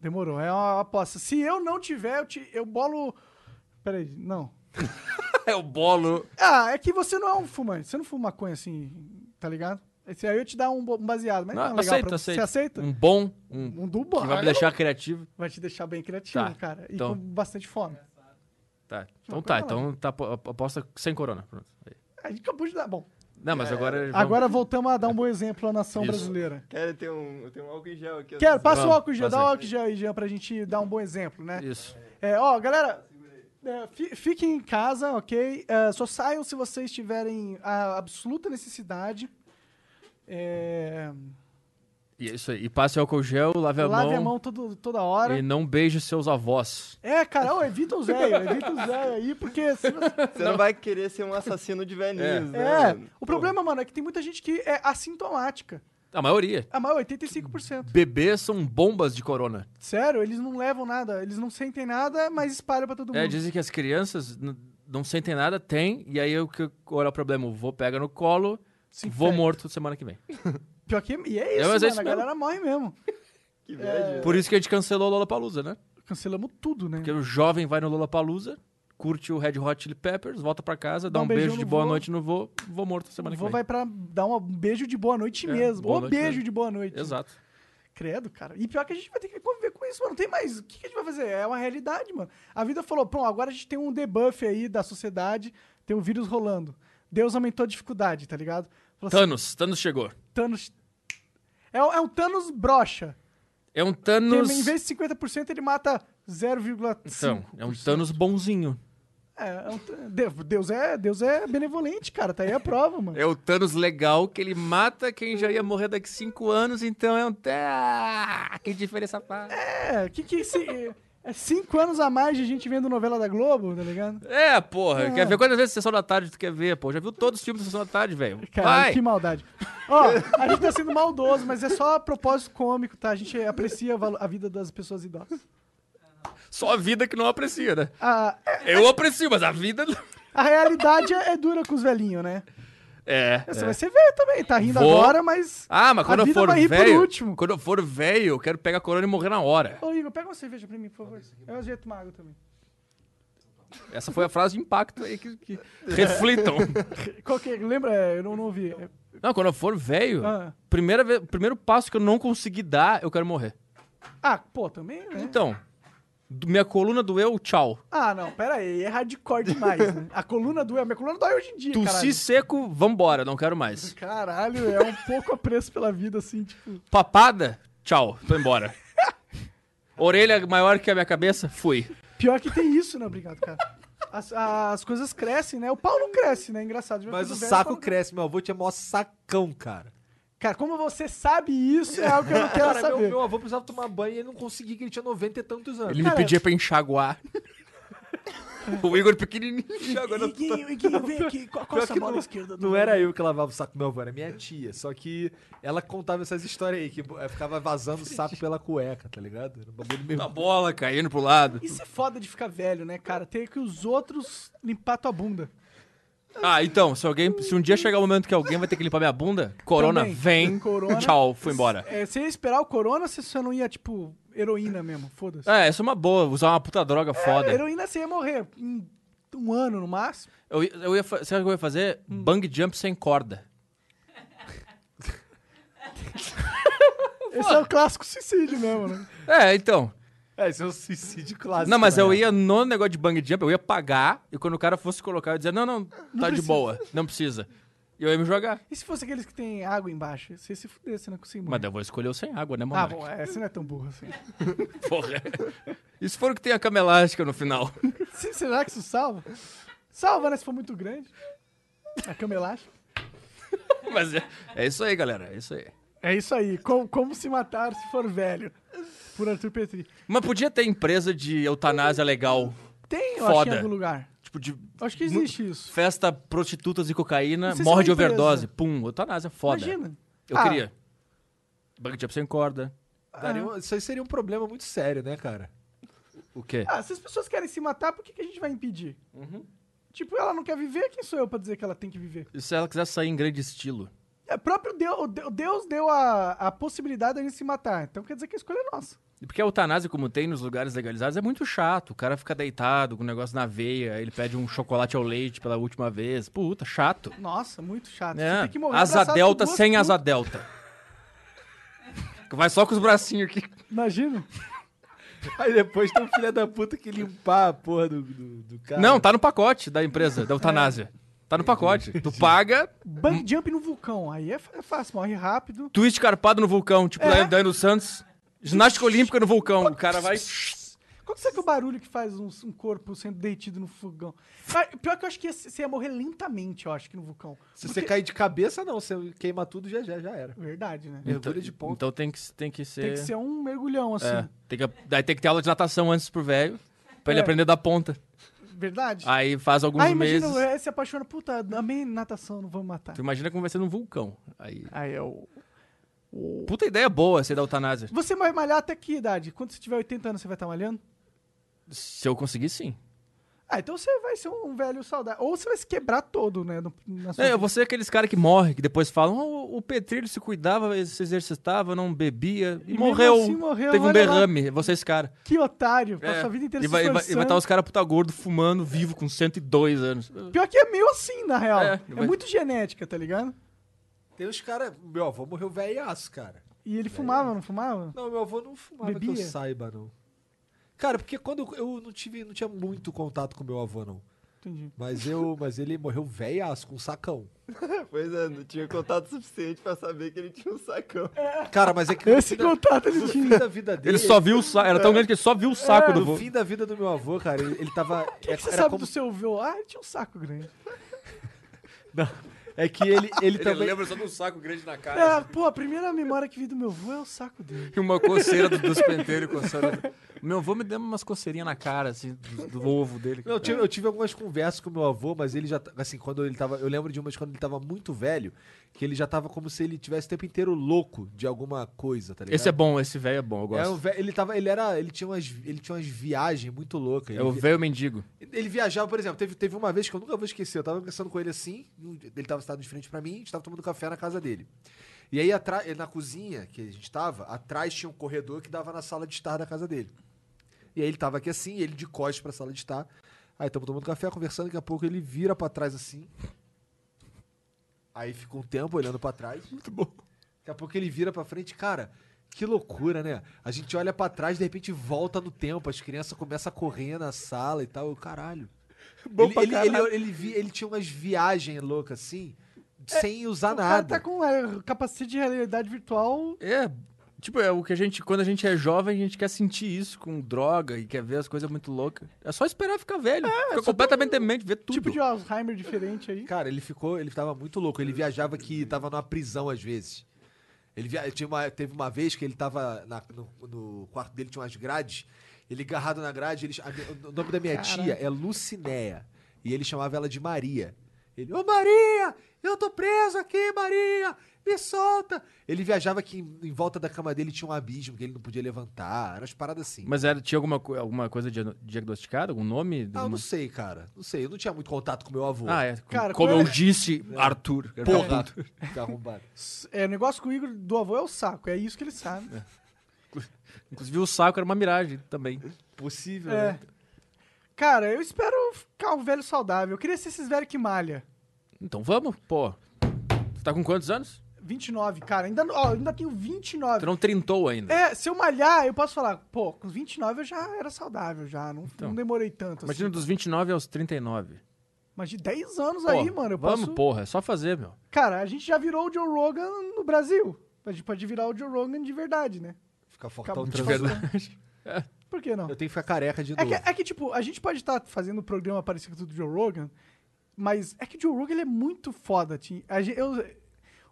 Demorou, é uma aposta. Se eu não tiver, eu, te, eu bolo. Peraí, não. É o bolo. Ah, é que você não é um fumante. Você não fuma maconha assim, tá ligado? Esse aí eu te dar um bo- um baseado, mas não, é Não, legal aceito, pra- aceito. Você aceita? Um bom, um Um dublo. que vai me deixar criativo. Vai te deixar bem criativo, Tá, cara. E então. com bastante fome. Tá. Então Não, tá, calma então tá, apo- aposta sem corona. Pronto. Aí. A gente acabou de dar. Bom, Não, mas agora. vamos- É, agora voltamos a dar um bom exemplo à nação Isso. É, brasileira. Cara, eu tenho um, eu tenho um álcool em gel aqui. ó. Quero, passa Vamos, o álcool em gel, passa dá o aí. álcool em gel aí, Jean, pra gente dar um bom exemplo, né? Isso. É, ó, galera, é, fi- fiquem em casa, ok? É, só saiam se vocês tiverem a absoluta necessidade. É, E é isso aí. E passe álcool gel, lave a, lave mão, a mão todo, toda hora. e não beije seus avós. É, cara, ó, evita os velhos, evita os velhos aí, porque... se você- Você não. vai querer ser um assassino de velhinhos, né? É, mano? o problema, mano, é que tem muita gente que é assintomática. A maioria. A maior, 85%. Bebês são bombas de corona. Sério, eles não levam nada, eles não sentem nada, mas espalham pra todo mundo. É, dizem que as crianças n- não sentem nada, tem, e aí o que qual é o problema? O vô pega no colo, Se vou infecta. morto semana que vem. Pior que... E é isso, mas mano, é isso a mesmo. galera morre mesmo. Que É. inveja. Por isso que a gente cancelou o Lollapalooza, né? Cancelamos tudo, né? Porque o jovem vai no Lollapalooza, curte o Red Hot Chili Peppers, volta pra casa, dá Dá um, um beijo beijão de no boa vô. noite no vô, vou morto semana Vou que vem. vai pra dar um beijo de boa noite É, mesmo. boa Ou noite beijo mesmo. de boa noite. Exato. Credo, cara. E pior que a gente vai ter que conviver com isso, mano. Não tem mais. O que que a gente vai fazer? É uma realidade, mano. A vida falou: pronto, agora a gente tem um debuff aí da sociedade, tem um vírus rolando. Deus aumentou a dificuldade, tá ligado? Falou assim, Thanos, Thanos chegou. Thanos. É, um- é um Thanos brocha. É um Que Thanos. em vez de 50%, ele mata 0,5%. Então, é um Thanos bonzinho. É, é um Than- Deus- Deus é, Deus é benevolente, cara. Tá aí a prova, mano. É o Thanos legal que ele mata quem já ia morrer daqui cinco anos, então é um. Ah, que diferença faz. É, que que se. É cinco anos a mais de gente vendo novela da Globo, tá ligado? É, porra. É. Quer ver quantas vezes Sessão da Tarde tu quer ver, pô? Já viu todos os filmes da Sessão da Tarde, velho? Cara, Vai! que maldade. Ó, a gente tá sendo maldoso, mas é só propósito cômico, tá? A gente aprecia o valo- a vida das pessoas idosas. Só a vida que não aprecia, né? A, é- Eu aprecio, mas a vida. não. a realidade é é dura com os velhinhos, né? É. Você é. vai ser velho também, tá rindo Vou. agora, mas. Ah, mas quando a eu vida for vai rir por velho. último. Quando eu for velho, eu quero pegar a corona e morrer na hora. Ô, Igor, pega uma cerveja pra mim, por favor. É o jeito mago também. Essa foi a frase de impacto aí que, que reflitam. Qual que é? Lembra? É, eu não, não ouvi. É, Não, quando eu for velho, Ah. primeira vez, primeiro passo que eu não consegui dar, eu quero morrer. Ah, pô, também, né? Então, do- minha coluna doeu, tchau. Ah, não, pera aí. É hardcore demais, né? A coluna doeu. A minha coluna dói hoje em dia, Tossi caralho. seco, vambora, não quero mais. Caralho, é um pouco apreço pela vida, assim, tipo. Papada, tchau, tô embora. Orelha maior que a minha cabeça, fui. Pior que tem isso, né? Obrigado, cara. As, as coisas crescem, né? O pau não cresce, né? Engraçado. Já Mas fico o velho, saco pau não- cresce, meu avô tinha maior sacão, cara. Cara, como você sabe isso, é algo que eu não quero Cara, meu, saber. meu avô precisava tomar banho e ele não conseguia, que ele tinha 90 e tantos anos. Ele me Cara, pedia pra enxaguar. o Igor pequenininho enxaguando. Iguinho, Iguinho, vem aqui. Qual, qual tá- Pior essa que bola não, esquerda do não meu? era eu que lavava o saco do meu avô, era minha tia. Só que ela contava essas histórias aí, que eh, ficava vazando o saco pela cueca, tá ligado? Era um bagulho meio... A bola caindo pro lado. Isso é foda de ficar velho, né, cara? Ter que os outros limpar tua bunda. Ah, então, se alguém. Se um dia chegar o momento que alguém vai ter que limpar minha bunda, corona Também. vem. Corona. Tchau, fui embora. É, você ia esperar o corona se você não ia, tipo, heroína mesmo. Foda-se. É, essa é uma boa, usar uma puta droga foda. Heroína você ia morrer em um ano no máximo. Eu, ia- eu ia, fa- sabe o que eu ia fazer? Bang jump sem corda. Esse é o clássico suicídio mesmo, né? É, então. É, esse é um suicídio clássico. Não, mas eu né? ia no negócio de bang jump, eu ia pagar, e quando o cara fosse colocar, eu ia dizer, não, não, tá de boa, não precisa. E eu ia me jogar. E se fosse aqueles que tem água embaixo? Você ia se fuder, você não conseguia morrer. Mas eu vou escolher o sem água, né, Ah, mano? bom, é, você não é tão burro assim. Porra. Isso for o que tem a cama elástica no final. Se- Será que isso salva? Salva, né? Se for muito grande. A cama elástica. Mas é, é isso aí, galera. É isso aí. É isso aí. Como, como se matar se for velho. Por Arthur Petri. Mas podia ter empresa de eutanásia legal. Tem, eu acho, Foda. em algum lugar. Tipo, de Acho que existe isso. festa, prostitutas e cocaína, Não sei se morre é de uma empresa. overdose. Pum, eutanásia, foda. Imagina. Eu Ah, queria. Bucket Jump sem corda. Daria um- Isso aí seria um problema muito sério, né, cara? O quê? Ah, se as pessoas querem se matar, por que, que a gente vai impedir? Uhum. Tipo, ela não quer viver, quem sou eu pra dizer que ela tem que viver? E se ela quiser sair em grande estilo? É, próprio Deus, o De- o Deus deu a, a possibilidade de a gente se matar, então quer dizer que a escolha é nossa. E Porque a eutanásia, como tem nos lugares legalizados, é muito chato. O cara fica deitado com o negócio na veia, aí ele pede um chocolate ao leite pela última vez. Puta, chato. Nossa, muito chato. Ah, Você É. tem que morrer Asa abraçado com delta duas sem asa putas. delta. Que Vai só com os bracinhos aqui. Imagina. Aí depois tem um filho da puta que limpar a porra do, do, do cara. Não, tá no pacote da empresa, da eutanásia. Tá no pacote. Tu paga, Bang jump no vulcão, aí é, fa- é fácil, morre rápido. twist carpado no vulcão, tipo É. é. Daniel Santos. Ginástica olímpica no vulcão. O cara vai. Qual que será que é o barulho que faz um, um corpo sendo detido no fogão? Ah, pior que eu acho que ia- você ia morrer lentamente, eu acho, que no vulcão. Se você cair de cabeça, não. Você queima tudo, já, já, já era. Verdade, né? Mergulha de ponta. Então tem que, tem que ser. Tem que ser um mergulhão, assim. É, tem que- daí tem que ter aula de natação antes pro velho, pra ele É. aprender da ponta. Verdade. Aí faz alguns Ah, imagina, meses. é, se apaixona, puta, amei natação, não vamos matar. Tu imagina como vai ser num vulcão. Aí. Aí eu. Puta ideia boa ser da eutanásia. Você vai malhar até que idade? Quando você tiver 80 anos, você vai estar malhando? Se eu conseguir, sim. Ah, então você vai ser um velho saudável. Ou você vai se quebrar todo, né? no- na sua É, eu vida. vou ser aqueles caras que morrem, que depois falam: "Oh, o Petrilho se cuidava, ele se exercitava, não bebia. E, E mesmo morreu. assim morreu, Teve um olha lá. derrame. Você é esse cara. Que otário, passa É. a vida inteira E se vai, e vai, e vai esforçando. estar os caras puta gordo, fumando, vivo, com 102 anos. Pior que é meio assim, na real. É, É, vai- muito genética, tá ligado? Tem os caras. Meu avô morreu velhaço, cara. E É. ele fumava, não fumava? Não, meu avô não fumava que eu Bebia? saiba, não. Cara, porque quando eu- eu não tive, não tinha muito contato com meu avô, não. Entendi. Mas eu, mas ele morreu velhaço com um sacão. Pois é, não tinha contato suficiente pra saber que ele tinha um sacão. Cara, mas é que Esse no, fim contato ele da, no tinha. fim da vida dele. Ele só viu o saco. É. Era tão grande que ele só viu o saco do no vô. fim da vida do meu avô, cara, ele, ele tava O que que você sabe do seu vô? Ah, ele tinha um saco grande. é que ele ele, também só de um saco grande na cara. É, pô, a primeira memória que vi do meu vô é o saco dele. E uma coceira do, dos penteiros coçando. Meu avô me deu umas coceirinhas na cara, assim, do, do ovo dele. Não, eu, tive, eu tive algumas conversas com meu avô, mas ele já. tá- Assim, quando ele tava. Eu lembro de umas quando ele tava muito velho, que ele já tava como se ele tivesse o tempo inteiro louco de alguma coisa, tá ligado? Esse é bom, esse velho é bom, eu Era um gosto. ve- ele tava. Ele era. Ele tinha umas, ele tinha umas viagens muito loucas. É ele o vi- velho mendigo. Ele viajava, por exemplo, teve, teve uma vez que eu nunca vou esquecer. Eu tava conversando com ele assim, e um- ele tava sentado de frente pra mim, a gente tava tomando café na casa dele. E aí, atra- eh, na cozinha que a gente tava, atrás tinha um corredor que dava na sala de estar da casa dele. E aí ele tava aqui assim, ele de costas pra sala de estar. Aí tamo tomando café, conversando, daqui a pouco ele vira pra trás assim. Aí fica um tempo olhando pra trás. Muito bom. Daqui a pouco ele vira pra frente, cara. Que loucura, né? A gente olha pra trás, de repente volta no tempo, as crianças começam a correr na sala e tal. Eu, caralho. ele, ele, Ele, ele vi- ele tinha umas viagens loucas assim, sem usar É, o cara nada. tá com é, capacete de realidade virtual. É, tipo, é o que a gente, quando a gente é jovem, a gente quer sentir isso com droga e quer ver as coisas muito loucas. É só esperar ficar velho. fica completamente demente, ver tudo. Tipo de Alzheimer diferente aí. Cara, ele ficou, ele tava muito louco. Ele viajava que tava numa prisão às vezes. Ele via... tinha uma- teve uma vez que ele tava na- no, no quarto dele tinha umas grades. Ele agarrado na grade, ele... a mi- o nome da minha tia é Lucinéia e ele chamava ela de Maria. Ele, ô Maria, eu tô preso aqui, Maria, me solta. Ele viajava que em, em volta da cama dele tinha um abismo que ele não podia levantar, eram as paradas assim. Mas era, tinha alguma, co- alguma coisa dia- diagnosticada? Algum Ah, nome? eu Alguma- não sei, cara. Não sei, eu não tinha muito contato com meu avô. né? Ah, é. Cara, como qual eu é- disse, Arthur. Porra, tá arrombado. É, o negócio com o Igor do avô é o saco, é isso que ele sabe. Inclusive o saco era uma miragem também. Possível, É. né? Cara, eu espero ficar um velho saudável. Eu queria ser esses velhos que malha. Então vamos, pô. Tu tá com quantos anos? 29, cara. Ainda, não- ó, eu ainda tenho 29. Tu não trintou ainda. É, se eu malhar, eu posso falar, pô, com 29 eu já era saudável, já. Não, não demorei tanto. assim. Então. Imagina dos 29 aos 39. Mas de 10 anos Pô, aí, mano, eu vamos, posso... porra, é só fazer, meu. Cara, a gente já virou o Joe Rogan no Brasil. A gente pode virar o Joe Rogan de verdade, né? Ficar Acabou fortão de De transando. verdade. Por que não? Eu tenho que ficar careca de É novo. que, é que, tipo, a gente pode estar fazendo um programa parecido com o do Joe Rogan, mas é que o Joe Rogan ele é muito foda, Tim. A gen- eu-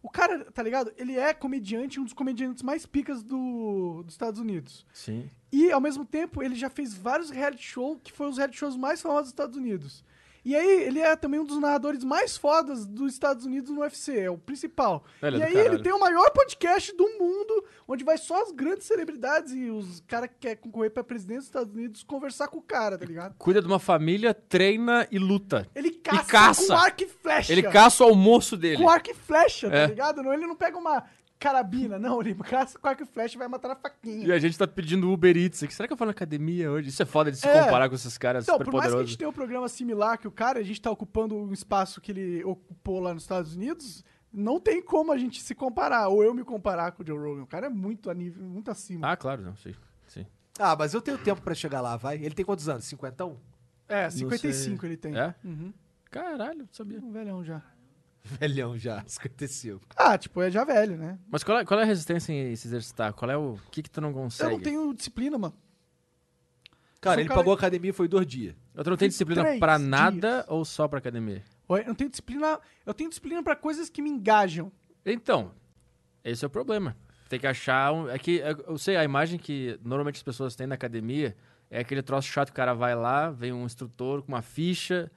o cara, tá ligado? Ele é comediante, um dos comediantes mais picas do, dos Estados Unidos. Sim. E, ao mesmo tempo, ele já fez vários reality shows, que foram os reality shows mais famosos dos Estados Unidos. E aí, ele é também um dos narradores mais fodas dos Estados Unidos no UFC, é o principal. Ele é e do aí, caralho. ele tem o maior podcast do mundo, onde vai só as grandes celebridades e os caras que querem concorrer pra presidente dos Estados Unidos conversar com o cara, tá ligado? Cuida de uma família, treina e luta. Ele caça, caça. com arco e flecha. Ele caça o almoço dele. Com arco e flecha, tá É. ligado? Não, ele não pega uma carabina, não. Ele caça com arco e flecha e vai matar na faquinha. E a gente tá pedindo Uber Eats aqui. Será que eu vou na academia hoje? Isso é foda de se É. comparar com esses caras Então, super por mais que a poderosos. gente tenha um programa similar que o cara, a gente tá ocupando um espaço que ele ocupou lá nos Estados Unidos, não tem como a gente se comparar, ou eu me comparar com o Joe Rogan. O cara é muito a nível, muito acima. Ah, claro, não, sim. sim. Ah, mas eu tenho tempo pra chegar lá, vai. Ele tem quantos anos? 50? é, 55 ele tem. É? Uhum. Caralho, não sabia. Um velhão já. Velhão já, 55. Ah, tipo, é já velho, né? Mas qual é, qual é a resistência em se exercitar? Qual é o. O que, que tu não Eu consegue? não tenho disciplina, mano. Cara, Sou ele cara- pagou a academia e foi dois dias. Eu não tenho disciplina Três pra nada dias. ou só pra academia? Ué, Eu não tenho disciplina. Eu tenho disciplina pra coisas que me engajam. Então, esse é o problema. Tem que achar um. É que, é, eu sei, a imagem que normalmente as pessoas têm na academia é aquele troço chato que o cara vai lá, vem um instrutor com uma ficha.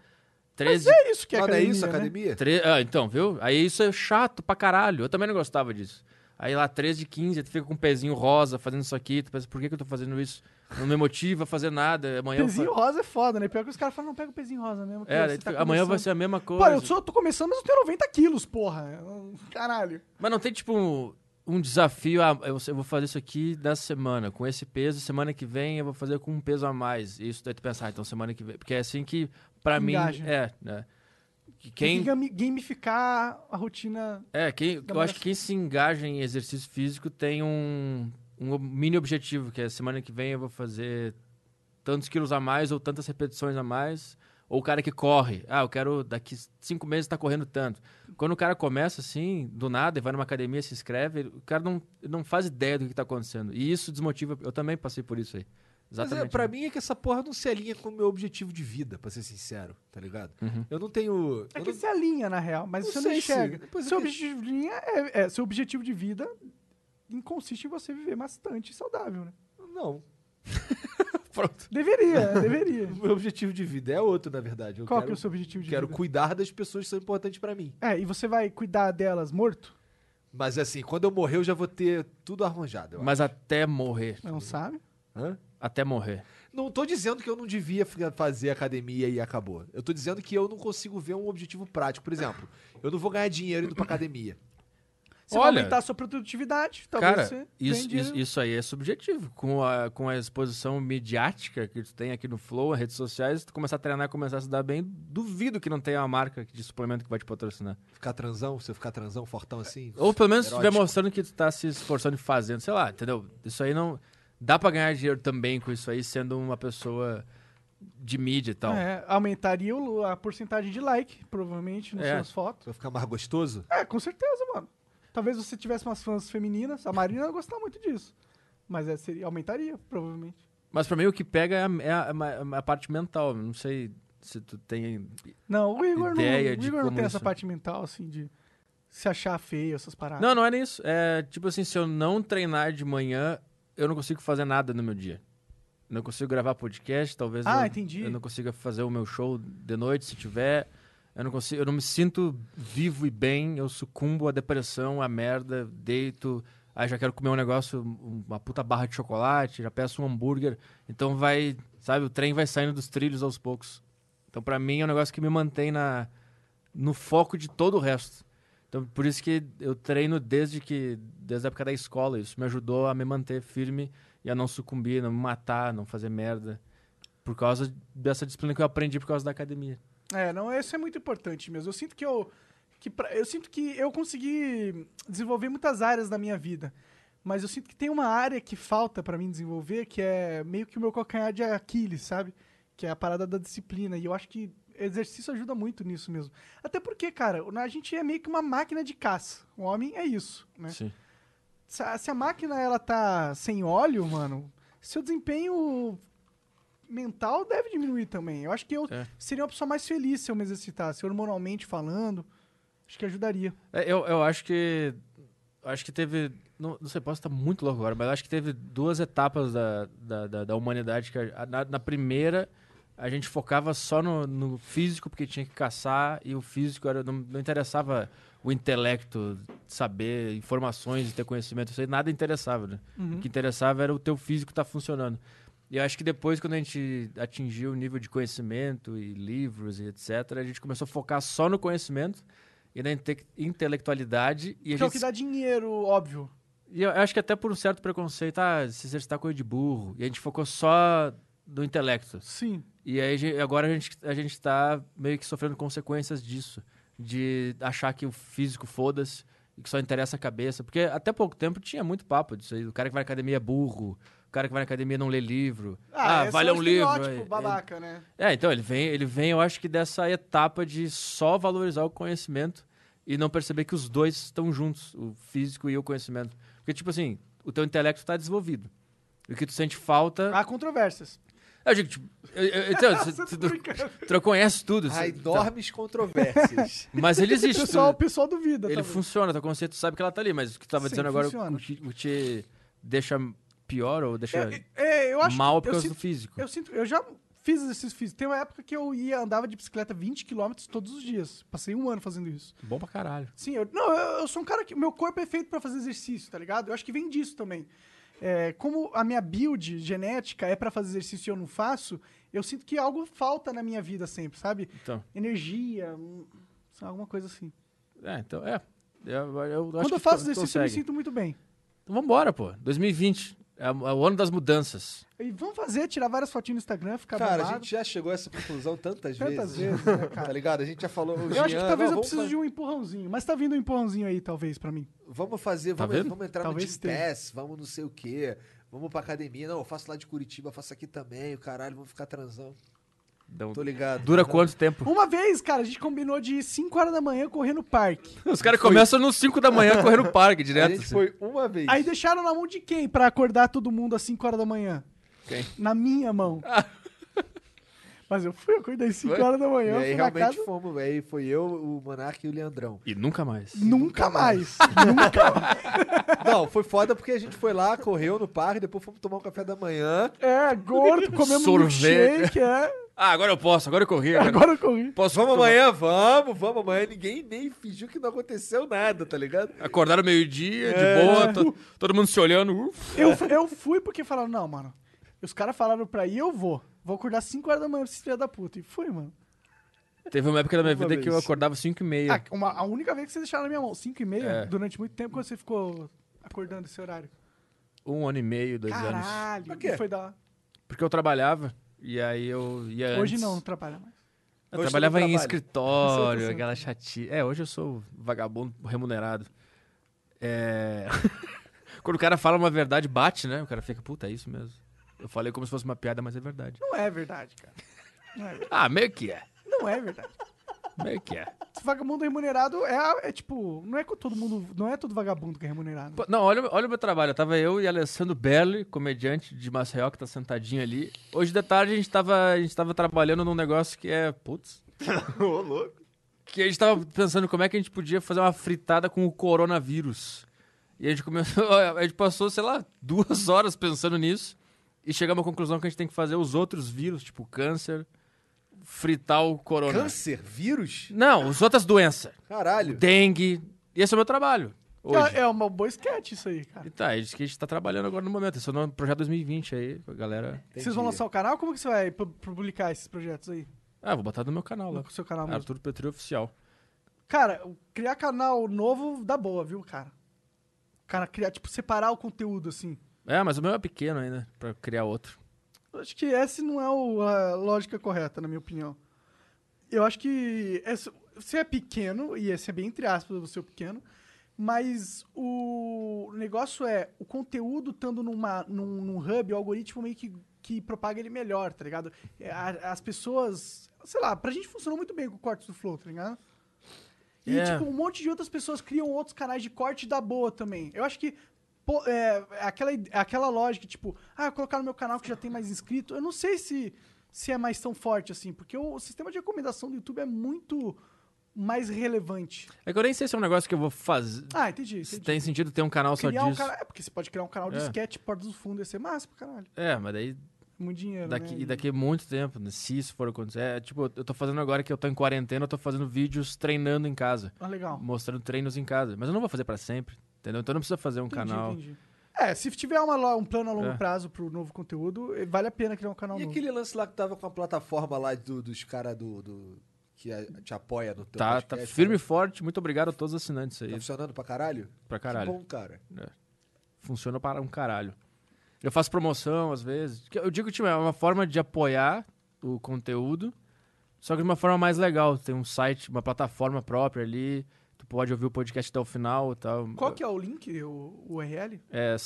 13. É isso que é Mas não é academia, isso, né? academia? tre- Ah, então, viu? Aí isso é chato pra caralho. Eu também não gostava disso. Aí lá, 13 de 15, tu fica com um pezinho rosa fazendo isso aqui. Tu pensa, por que, que eu tô fazendo isso? Não me motiva a fazer nada. Amanhã eu Pezinho fa- rosa é foda, né? Pior que os caras falam, não, pega o pezinho rosa mesmo. que É, você daí tu tá fica, amanhã vai começando." ser a mesma coisa. Pô, eu só tô começando, mas eu tenho 90 quilos, porra. Eu- Caralho. Mas não tem, tipo, um, um desafio, ah, eu, eu vou fazer isso aqui da semana, com esse peso, semana que vem eu vou fazer com um peso a mais. Isso daí tu pensar, então semana que vem. Porque é assim que, pra mim, Engaja. é, né? Que Tem Quem, que gami- gamificar a rotina. é, quem, eu acho que quem se engaja em exercício físico tem um, um mini objetivo, que é semana que vem eu vou fazer tantos quilos a mais ou tantas repetições a mais. Ou o cara que corre. Ah, eu quero daqui cinco meses estar correndo tanto. Quando o cara começa assim, do nada, e vai numa academia, se inscreve, o cara não, não faz ideia do que está acontecendo. E isso desmotiva. Eu também passei por isso aí. Mas Exatamente. né? é, pra mim é que essa porra não se alinha com o meu objetivo de vida, pra ser sincero, tá ligado? Eu não tenho. É eu que não- se alinha, na real, mas Não você não sei se- enxerga. pois é seu, que- objetivo de linha é, é- seu objetivo de vida consiste em você viver bastante saudável, né? Não. Deveria, deveria. O meu objetivo de vida é outro, na verdade. Eu Qual que quero, é o seu objetivo de quero vida? cuidar das pessoas que são importantes pra mim. É, e você vai cuidar delas morto? Mas assim, quando eu morrer, eu já vou ter tudo arranjado. eu Mas até morrer. Não sabe? acho. Hã? Até morrer. Não tô dizendo que eu não devia fi- fazer academia e acabou. Eu tô dizendo que eu não consigo ver um objetivo prático. Por exemplo, eu não vou ganhar dinheiro indo pra academia. Você vai Olha- aumentar a sua produtividade, talvez Cara, você isso, ganhe isso, dinheiro. isso aí é subjetivo. Com a, com a exposição midiática que tu tem aqui no Flow, as redes sociais, tu começar a treinar e começar a se dar bem, duvido que não tenha uma marca de suplemento que vai te patrocinar. Ficar transão, se eu ficar transão, fortão assim. Ou pelo menos Erótico. estiver mostrando que tu tá se esforçando e fazendo, sei lá, entendeu? Isso aí não. Dá pra ganhar dinheiro também com isso aí, sendo uma pessoa de mídia e tal. É, aumentaria o- a porcentagem de like, provavelmente, nas É. suas fotos. Pra ficar mais gostoso? É, com certeza, mano. Talvez você tivesse umas fãs femininas, a Marina ia gostar muito disso. Mas é, seria, aumentaria, provavelmente. Mas pra mim o que pega é a, é a- a parte mental. Não sei se tu tem. Não, o Igor, não, Ideia o de Igor não como tem essa isso- parte mental, assim, de se achar feio, essas paradas. Não, não é isso. É tipo assim, se eu não treinar de manhã, eu não consigo fazer nada no meu dia. Não consigo gravar podcast, talvez Ah, não- entendi. eu não consiga fazer o meu show de noite se tiver. Eu não consigo, eu não me sinto vivo e bem, eu sucumbo à depressão, à merda, deito, aí já quero comer um negócio, um- uma puta barra de chocolate, já peço um hambúrguer. Então vai, sabe, o trem vai saindo dos trilhos aos poucos. Então pra mim é um negócio que me mantém na no foco de todo o resto. Então, por isso que eu treino desde que desde a época da escola. Isso me ajudou a me manter firme e a não sucumbir, não me matar, não fazer merda. Por causa dessa disciplina que eu aprendi por causa da academia. É, não, isso é muito importante mesmo. Eu sinto que eu. Que pra- eu sinto que eu consegui desenvolver muitas áreas da minha vida. Mas eu sinto que tem uma área que falta pra mim desenvolver, que é meio que o meu calcanhar de Aquiles, sabe? Que é a parada da disciplina. E eu acho que exercício ajuda muito nisso mesmo. Até porque, cara, a gente é meio que uma máquina de caça. O homem é isso, né? Sim. Se a, se a máquina ela tá sem óleo, mano, seu desempenho mental deve diminuir também. Eu acho que eu É. seria uma pessoa mais feliz se eu me exercitasse, hormonalmente falando. Acho que ajudaria. É, Eu, eu acho que. Acho que teve. Não, não sei, posso estar muito louco agora, mas acho que teve duas etapas da, da, da, da humanidade. Que a- a- na, na primeira, a gente focava só no, no físico, porque tinha que caçar, e o físico era, não, não interessava o intelecto, saber informações, ter conhecimento, isso aí nada interessava, né? Uhum. O que interessava era o teu físico estar funcionando. E eu acho que depois, quando a gente atingiu o nível de conhecimento e livros e etc., a gente começou a focar só no conhecimento e na inte- intelectualidade. E a Que é o gente que dá dinheiro, óbvio. e eu acho que até por um certo preconceito, ah, se exercitar é coisa de burro. E a gente focou só no intelecto. Sim. E aí ge- agora a gente, a gente tá meio que sofrendo consequências disso. De achar que o físico foda-se e que só interessa a cabeça. Porque até pouco tempo tinha muito papo disso aí. O cara que vai na academia é burro. O cara que vai na academia não lê livro. Ah, esse vale é um livro. estereótipo é- babaca, né? é, então, ele vem, ele vem, eu acho que dessa etapa de só valorizar o conhecimento e não perceber que os dois estão juntos, o físico e o conhecimento. Porque, tipo assim, o teu intelecto está desenvolvido. E o que tu sente falta. Há controvérsias. Eu digo, tipo, eu- eu- então, tá tu, tu, tu, não conhece tudo. Ai, tu- tá, dormes controvérsias. Mas ele O existe. pessoal, o tu- pessoal duvida. ele talvez. funciona, teu conceito sabe que ela tá ali, mas o que tu tava Sim, dizendo agora funciona. o que, o que te deixa pior ou deixa É, eu acho que- mal por eu causa sinto, do físico. Eu sinto, eu já fiz exercício físico. Tem uma época que eu ia andava de bicicleta 20 km todos os dias. Passei um ano fazendo isso. Bom pra caralho. Sim, eu, não, eu, eu sou um cara que. Meu corpo é feito pra fazer exercício, tá ligado? Eu acho que vem disso também. É, como a minha build genética é pra fazer exercício e eu não faço, eu sinto que algo falta na minha vida sempre, sabe? Então. Energia, hum, sei lá, alguma coisa assim. É, então, é. Eu, eu acho Quando que eu faço tu- exercício, eu me consegue. sinto muito bem. Então vambora, pô. 2020. É é o ano das mudanças. E vamos fazer, tirar várias fotinhas no Instagram, ficar Cara, a bombado. gente já chegou a essa conclusão tantas, Tantas vezes. vezes, né, cara? Tá ligado? A gente já falou. Eu acho que talvez eu preciso de um empurrãozinho, mas tá vindo um empurrãozinho aí, talvez, pra mim. Vamos fazer, Tá vamos, vendo? vamos entrar Talvez no Gym tenha. Pass, vamos não sei o quê. Vamos pra academia. Não, eu faço lá de Curitiba, eu faço aqui também, o caralho, vamos ficar transão. Então, Tô ligado. Dura quanto tempo? Uma vez, cara, a gente combinou de 5 horas da manhã correr no parque. Os caras começam nos 5 da manhã correndo no parque A direto. gente assim. foi uma vez. Aí deixaram na mão de quem pra acordar todo mundo às 5 horas da manhã? Quem? Ah. Na minha mão. Mas eu fui, eu acordei 5 horas da e manhã, eu aí fui na realmente casa. fomos, aí foi eu, o Monark e o Leandrão. E nunca mais. Nunca mais. Nunca mais. Não, foi foda porque a gente foi lá, correu no parque, depois fomos tomar um café da manhã. É, gordo, comemos Sorvete. milkshake, é. Ah, agora eu posso, agora eu corri. Agora. Agora eu corri. Posso, vamos amanhã? Vamos, vamos amanhã. Ninguém nem fingiu que não aconteceu nada, tá ligado? Acordaram meio-dia, de É. boa, to- todo mundo se olhando. Uf. Eu, eu fui porque falaram, não, mano. Os caras falaram pra ir, eu vou. Vou acordar 5 horas da manhã pra esses filha da puta. E fui, mano. Teve uma época da minha Uma vida que eu vez. acordava 5 e meia. Ah, uma- a única vez que vocês deixaram na minha mão, 5 e meia, É. durante muito tempo, quando você ficou acordando esse horário. Um ano e meio, dois anos. Caralho, Por quê? foi da... Porque eu trabalhava. E aí eu ia Hoje antes. não, né? não atrapalha mais. Eu Hoje trabalhava todo em trabalha. escritório, aquela chatinha. É, hoje eu sou vagabundo remunerado. É... Quando o cara fala uma verdade, bate, né? O cara fica, puta, é isso mesmo. Eu falei como se fosse uma piada, mas é verdade. Não é verdade, cara. Não é verdade. Ah, meio que é. Não é verdade. Meio que é. Esse vagabundo remunerado é, é tipo, não é com todo mundo, não é todo vagabundo que é remunerado. Pô, Não, olha, olha o meu trabalho. Tava eu e Alessandro Berli, comediante de Maceió, que tá sentadinho ali. Hoje de tarde a gente tava, a gente tava trabalhando num negócio que é. Putz. Ô, louco. Que a gente tava pensando como é que a gente podia fazer uma fritada com o coronavírus. E a gente começou. A gente passou, sei lá, duas horas pensando nisso. E chegamos à conclusão que a gente tem que fazer os outros vírus, tipo câncer, fritar o corona. Câncer? Vírus? Não, as outras doenças. Caralho. Dengue. E esse é o meu trabalho. Hoje. É, é uma boa sketch isso aí, cara. E tá, é isso que a gente tá trabalhando agora no momento. Esse é o nome do projeto 2020 aí, a galera. Vocês vão lançar o canal? Como que você vai pu- publicar esses projetos aí? Ah, vou botar no meu canal lá. Ah. No seu canal mesmo. Arthur Petri Oficial. Cara, criar canal novo dá boa, viu, cara? Cara, criar, tipo, separar o conteúdo, assim. É, mas o meu é pequeno ainda, pra criar outro. Eu Acho que essa não é o- a lógica correta, na minha opinião. Eu acho que essa- você é pequeno, e esse é bem entre aspas você é pequeno, mas o negócio é o conteúdo estando numa, num, num hub, o algoritmo meio que, que propaga ele melhor, tá ligado? É, a- As pessoas. Sei lá, pra gente funcionou muito bem com o corte do Flow, tá ligado? E, É. tipo, um monte de outras pessoas criam outros canais de corte da boa também. Eu acho que pô, é, aquela, ide- aquela lógica, tipo, ah, eu colocar no meu canal que já tem mais inscrito, eu não sei se, se é mais tão forte assim, porque o sistema de recomendação do YouTube é muito mais relevante. É que eu nem sei se é um negócio que eu vou fazer. Ah, entendi. se entendi. tem sentido ter um canal só Criar um disso. canal, é porque você pode criar um canal de É. sketch, Porta do Fundo, ia ser massa pra caralho. É, mas daí Muito dinheiro, Daqui, né? e daqui a muito tempo, né, se isso for acontecer. É, tipo, eu tô fazendo agora que eu tô em quarentena, eu tô fazendo vídeos treinando em casa. Ah, legal. Mostrando treinos em casa. Mas eu não vou fazer pra sempre, entendeu? Então não precisa fazer um Entendi, canal. entendi. É, se tiver uma lo- um plano a longo É. prazo pro novo conteúdo, eh, vale a pena criar um canal E novo. aquele lance lá que tava com a plataforma lá do- dos caras do, do- que a- te apoia Então, no teu Tá, tá podcast, é firme e cara? forte. Muito obrigado a todos os assinantes aí. Tá funcionando pra caralho? Pra caralho. Que bom, cara. Funciona para um caralho. Eu faço promoção às vezes. Que Eu digo, tipo, é uma forma de apoiar o conteúdo, só que de uma forma mais legal. Tem um site, uma plataforma própria ali. Tu pode ouvir o podcast até o final e tal. Qual que é o link, o o URL? É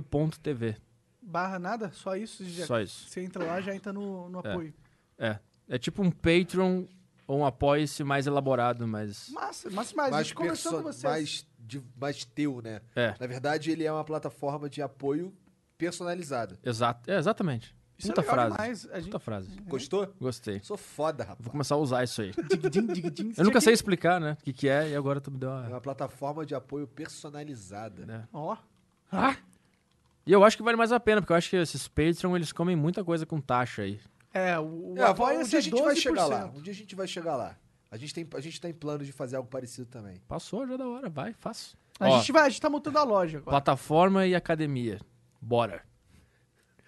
sacocheio.tv. Barra nada? Só isso? Já- Só isso. Você entra lá, já entra no, no apoio. É. É tipo um Patreon ou um apoia-se mais elaborado, mas. Massa, massa mais. A mais, gente conversou perso- com vocês. mais, de- mais teu, né? É. Na verdade, ele é uma plataforma de apoio personalizada. Exato. É, exatamente. Isso Puta é legal frase. demais. A gente... Puta frase. Gostou? Gostei. É. Sou foda, rapaz. Vou começar a usar isso aí. Dig-din, dig-din. Você Eu nunca tinha sei explicar, né? O que, que é, e agora tu me deu É uma. uma plataforma de apoio personalizada. É. que- Ó, Ah? E eu acho que vale mais a pena, porque eu acho que esses Patreon, eles comem muita coisa com taxa aí. é, o, o É, apoio um é dia a gente vai 12%. chegar lá. Um dia a gente vai chegar lá. A gente, tem, a gente tá em plano de fazer algo parecido também. Passou, já da hora, vai, faço. A Ó, gente vai, a gente tá montando a loja agora. plataforma e academia. Bora.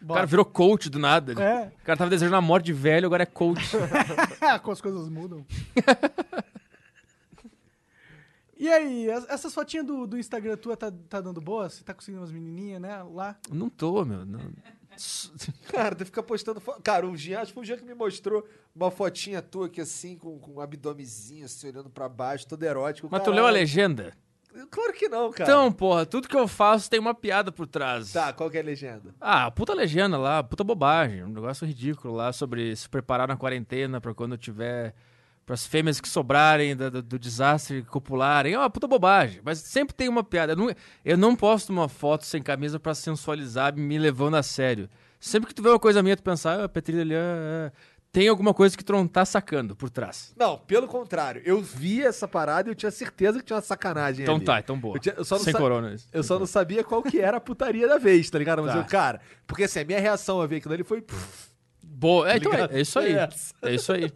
O Bora. cara virou coach do nada. É. O cara tava desejando a morte de velho, agora é coach. Como as coisas mudam. e aí, as- essas fotinhas do, do Instagram tua tá, tá dando boa? Você tá conseguindo umas menininhas, né? Lá. não tô, meu. não. Cara, tu fica postando foto. Cara, um dia, acho que foi um dia que me mostrou uma fotinha tua aqui assim, com, com um abdomezinho assim, olhando pra baixo, todo erótico. Mas tu Caralho. leu a legenda? Claro que não, cara. Então, porra, tudo que eu faço tem uma piada por trás. Tá, qual que é a legenda? Ah, puta legenda lá, puta bobagem, um negócio ridículo lá sobre se preparar na quarentena pra quando tiver. pras fêmeas que sobrarem da- do, do desastre copularem. É uma puta bobagem, mas sempre tem uma piada. Eu não, eu não posto uma foto sem camisa pra sensualizar me levando a sério. Sempre que tu vê uma coisa minha, tu pensa, ah, Petrilha ali, ah, ah, tem alguma coisa que tu não tá sacando por trás. Não, pelo contrário. Eu vi essa parada e eu tinha certeza que tinha uma sacanagem Então ali. tá, então boa. Eu tinha- eu só não sem sa- corona. isso. Eu só não sabia qual que era a putaria da vez, tá ligado? Mas Tá. eu, cara, porque assim, a minha reação a ver aquilo ali foi. Boa, é, então é, ligado? é isso aí. É essa. É isso aí.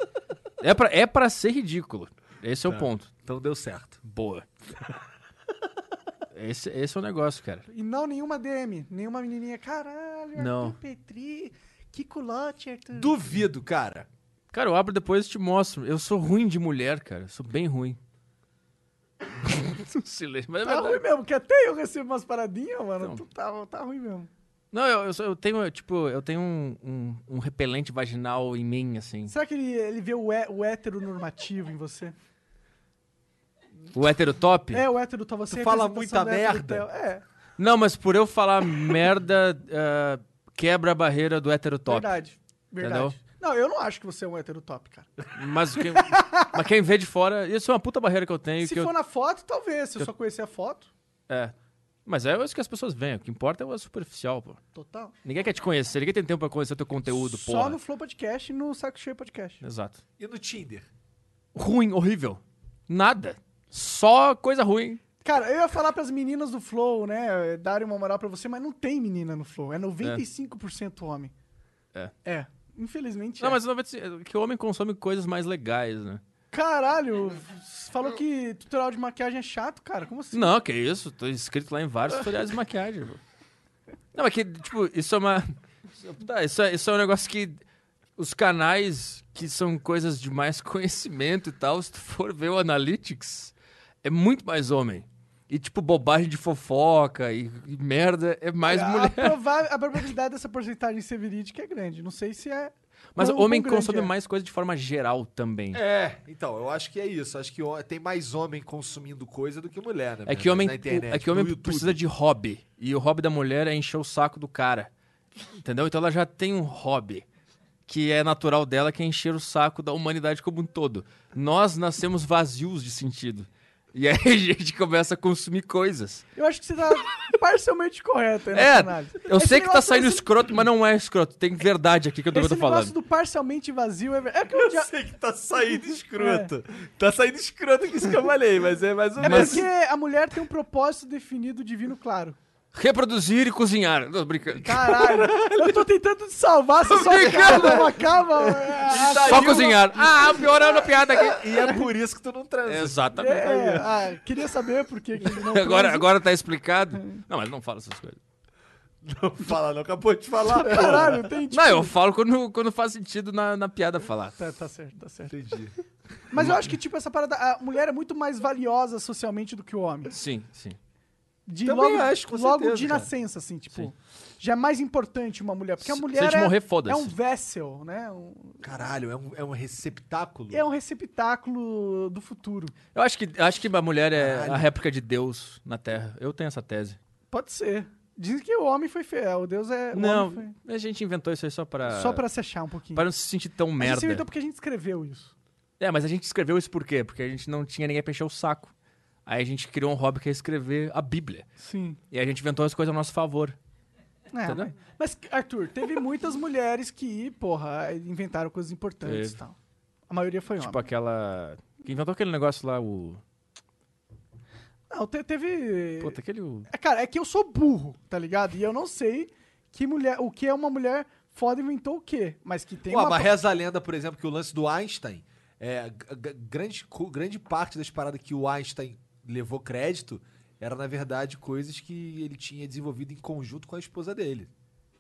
É pra, é pra ser ridículo. Esse é o ponto. Então deu certo. Boa. Esse, esse é o negócio, cara. E não nenhuma DM, nenhuma menininha. Caralho, Não. Arthur Petri, que culote, Arthur. Duvido, cara. Cara, eu abro depois e te mostro. Eu sou ruim de mulher, cara. Eu sou bem ruim. Um Silêncio. Mas é Tá verdade. ruim mesmo, porque até eu recebo umas paradinhas, mano. Então. Tu tá, tá ruim mesmo. Não, eu, eu sou- eu tenho, eu, tipo, eu tenho um, um- um repelente vaginal em mim, assim. Será que ele, ele vê o, hé- o heteronormativo em você? O heterotop? É, o hétero tá você. Tu é a fala representação muita do hétero merda? teu. É, Não, mas por eu falar merda, ah, quebra a barreira do heterotop. verdade. Verdade. Não, eu não acho que você é um hétero top, cara. Mas quem, mas quem vê de fora, isso é uma puta barreira que eu tenho. Se que eu- for na foto, talvez. Se eu só conhecer a foto, É. Mas é isso que as pessoas veem. O que importa é o superficial, pô. total. Ninguém quer te conhecer, ninguém tem tempo pra conhecer teu conteúdo, pô. Só no Flow Podcast e no Saco Cheio Podcast. Exato. E no Tinder? Ruim, horrível. Nada. Só coisa ruim. Cara, eu ia falar pras meninas do Flow, né? Darem uma moral pra você, mas não tem menina no Flow. É 95% homem. É. É. Infelizmente. Não, é. mas não vai dizer que o homem consome coisas mais legais, né? Caralho, falou que tutorial de maquiagem é chato, cara. Como assim? Não, que isso. Tô inscrito lá em vários tutoriais de maquiagem, pô. Não, mas que, tipo, isso é uma. Tá, isso é, isso é um negócio que. Os canais que são coisas de mais conhecimento e tal, se tu for ver o Analytics, é muito mais homem. E, tipo, bobagem de fofoca e, e merda é mais a, mulher. prova- a probabilidade dessa porcentagem ser verídica é grande. Não sei se é. Mas quão- o homem quão grande consome é. mais coisa de forma geral também. É, É, então, eu acho que é isso. Acho que o- tem mais homem consumindo coisa do que mulher, né? que homem, Na internet, é que homem no YouTube. precisa de hobby. E o hobby da mulher é encher o saco do cara. Entendeu? Então ela já tem um hobby. Que é natural dela, que é encher o saco da humanidade como um todo. Nós nascemos vazios de sentido. E aí a gente começa a consumir coisas. Eu acho que você tá parcialmente correto aí É, nessa análise. eu Esse sei que tá negócio- saindo esse- escroto, mas não é escroto. Tem verdade aqui que eu tô, que eu Esse tô negócio falando. do parcialmente vazio é. ver- É que eu já. sei que tá saindo escroto. Tá saindo escroto que isso que eu falei, mas é mais ou É porque a mulher tem um propósito definido, divino, claro. reproduzir e cozinhar. Tô brincando. Caralho, eu tô tentando te salvar, você só brincando. acaba, uma calma. é, Só cozinhar. Ah, piorando a piada aqui. E é por isso que tu não transa. Exatamente. é, ah, queria saber por que que ele não Tá né? Agora, transa. agora tá explicado. Não, mas não fala essas coisas. Não fala, não acabou de falar. Caralho, tem tipo... Não, eu falo quando, quando faz sentido na, na piada falar. Tá, tá certo, tá certo. Entendi. Mas eu acho que, tipo, essa parada... A mulher é muito mais valiosa socialmente do que o homem. Sim, sim. De Também logo, acho, com Logo certeza, de cara. nascença, assim, tipo... Sim. Já é mais importante uma mulher, porque a Se- mulher se a gente é, morrer, foda-se. é um vessel, né? Um- Caralho, é um, é um receptáculo. é um receptáculo do futuro. Eu acho que, acho que a mulher é a réplica de Deus na Terra. Eu tenho essa tese. Pode ser. Dizem que o homem foi fiel, o Deus é... o não, homem a gente inventou isso aí só pra... foi- Só pra se achar um pouquinho. pra não se sentir tão A gente se inventou merda. porque a gente escreveu isso. É, mas a gente escreveu isso por quê? Porque a gente não tinha ninguém pra encher o saco. Aí a gente criou um hobby que é escrever a Bíblia. Sim. E a gente inventou as coisas a nosso favor. É, Entendeu? mas, mas, Arthur, teve muitas mulheres que, porra, inventaram coisas importantes e Teve. tal. A maioria foi Tipo homem. aquela... Quem inventou aquele negócio lá, o... Não, te- teve. Puta, aquele... o- É, Cara, é que eu sou burro, tá ligado? E eu não sei que mulher, o que é uma mulher foda inventou o quê. Mas que tem Ué, uma. mas reza a lenda, por exemplo, que o lance do Einstein, é, g- g- grande, co- grande parte das paradas que o Einstein levou crédito era, na verdade, coisas que ele tinha desenvolvido em conjunto com a esposa dele.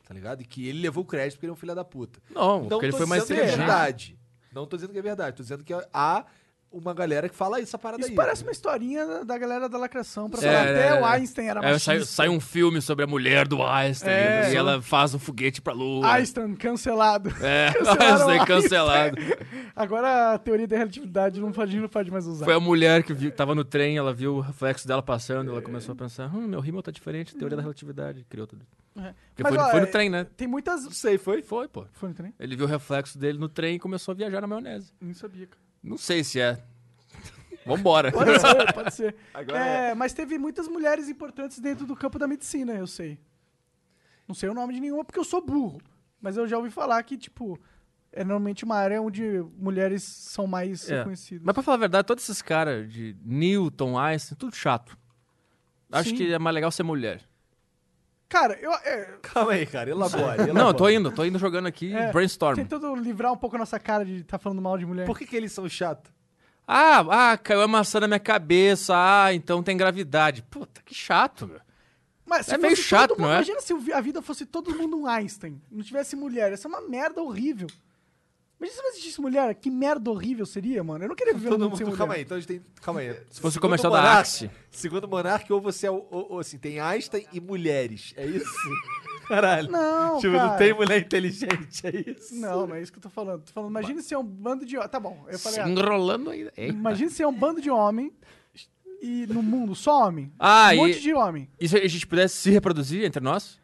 Tá ligado? E que ele levou crédito porque ele é um filho da puta. Não, porque ele tô foi mais dizendo que é inteligente. verdade. Não tô dizendo que é verdade. Tô dizendo que há uma galera que fala isso, a parada Isso aí. parece uma historinha da- da galera da lacração pra É, falar é, até é. o Einstein era É, Tá machista. sai, sai um filme sobre a mulher do Einstein É. e ela faz um foguete pra lua. Einstein cancelado. É, Cancelaram Einstein Einstein. cancelado. Agora a teoria da relatividade não pode, não pode mais usar. Foi a mulher que viu, tava no trem, ela viu o reflexo dela passando, ela começou a pensar, hum, meu rímel tá diferente, teoria da relatividade, criou tudo. Porque Mas, foi, no- ó, foi no é- trem, né? Tem muitas. Não sei, foi? Foi, pô. Foi no trem? Ele viu o reflexo dele no trem e começou a viajar na maionese. Não sabia, cara. Não sei se é. Vambora. Pode ser, pode ser. Agora É, Mas teve muitas mulheres importantes dentro do campo da medicina, eu sei. Não sei o nome de nenhuma porque eu sou burro. Mas eu já ouvi falar que, tipo, é normalmente uma área onde mulheres são mais É. reconhecidas. Mas pra falar a verdade, todos esses caras de Newton, Einstein, tudo chato. Acho Sim. que é mais legal ser mulher. Cara, eu. é, Calma aí, cara. Elabore. elabore. Não, eu tô indo, tô indo jogando aqui É, brainstorm. tentando livrar um pouco a nossa cara de estar falando mal de mulher. Por que, que eles são chatos? Ah, ah, caiu a maçã na minha cabeça. Ah, então tem gravidade. Puta, que chato, meu. Mas se É meio fosse todo chato, mundo- não é? Imagina se o vi- a vida fosse todo mundo um Einstein, não tivesse mulher. Isso é uma merda horrível. Imagina se não existisse mulher, que merda horrível seria, mano. Eu não queria viver Todo num mundo sem mundo, mulher. calma aí, então a gente tem. Calma aí. Se fosse o comercial da Axe. Segundo Monark, ou você é. o- Ou, ou assim, tem Einstein e mulheres. É isso? Caralho. Não, Tipo, cara. não tem mulher inteligente, é isso? Não, não é isso que eu tô falando. Tô falando, imagina se é um bando de... Tá bom, eu falei... Se errado. enrolando ainda. Eita. imagina se é um bando de homem e no mundo só homem. Ah, um e- monte de homem. E se a gente pudesse se reproduzir entre nós?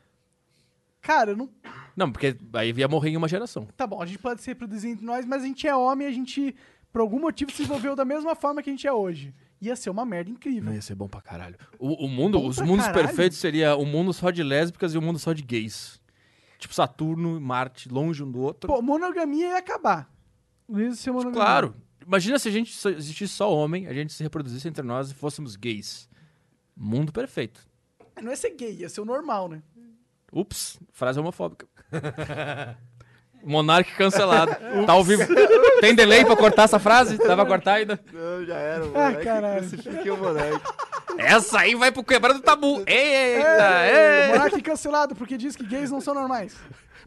Cara, eu não... Não, porque aí ia morrer em uma geração. Tá bom, a gente pode se reproduzir entre nós, mas a gente é homem e a gente, por algum motivo, se desenvolveu da mesma forma que a gente é hoje. Ia ser uma merda incrível. Não ia ser bom pra caralho. O, o mundo, Bom os pra mundos caralho? perfeitos seria o mundo só de lésbicas e o mundo só de gays. Tipo Saturno, Marte, longe um do outro. Pô, monogamia ia acabar. Não ia ser monogamia. claro. Imagina se a gente só- existisse só homem, a gente se reproduzisse entre nós e fôssemos gays. Mundo perfeito. É, Não ia ser gay, ia ser o normal, né? Ups, frase homofóbica. Monarque cancelado. tá ao vivo. Tem delay pra cortar essa frase? Dá pra cortar ainda? Não, já era, o moleque. caralho. Crucifiquei o moleque. Essa aí vai pro quebrando tabu. Eita, É, é. Monark cancelado porque diz que gays não são normais.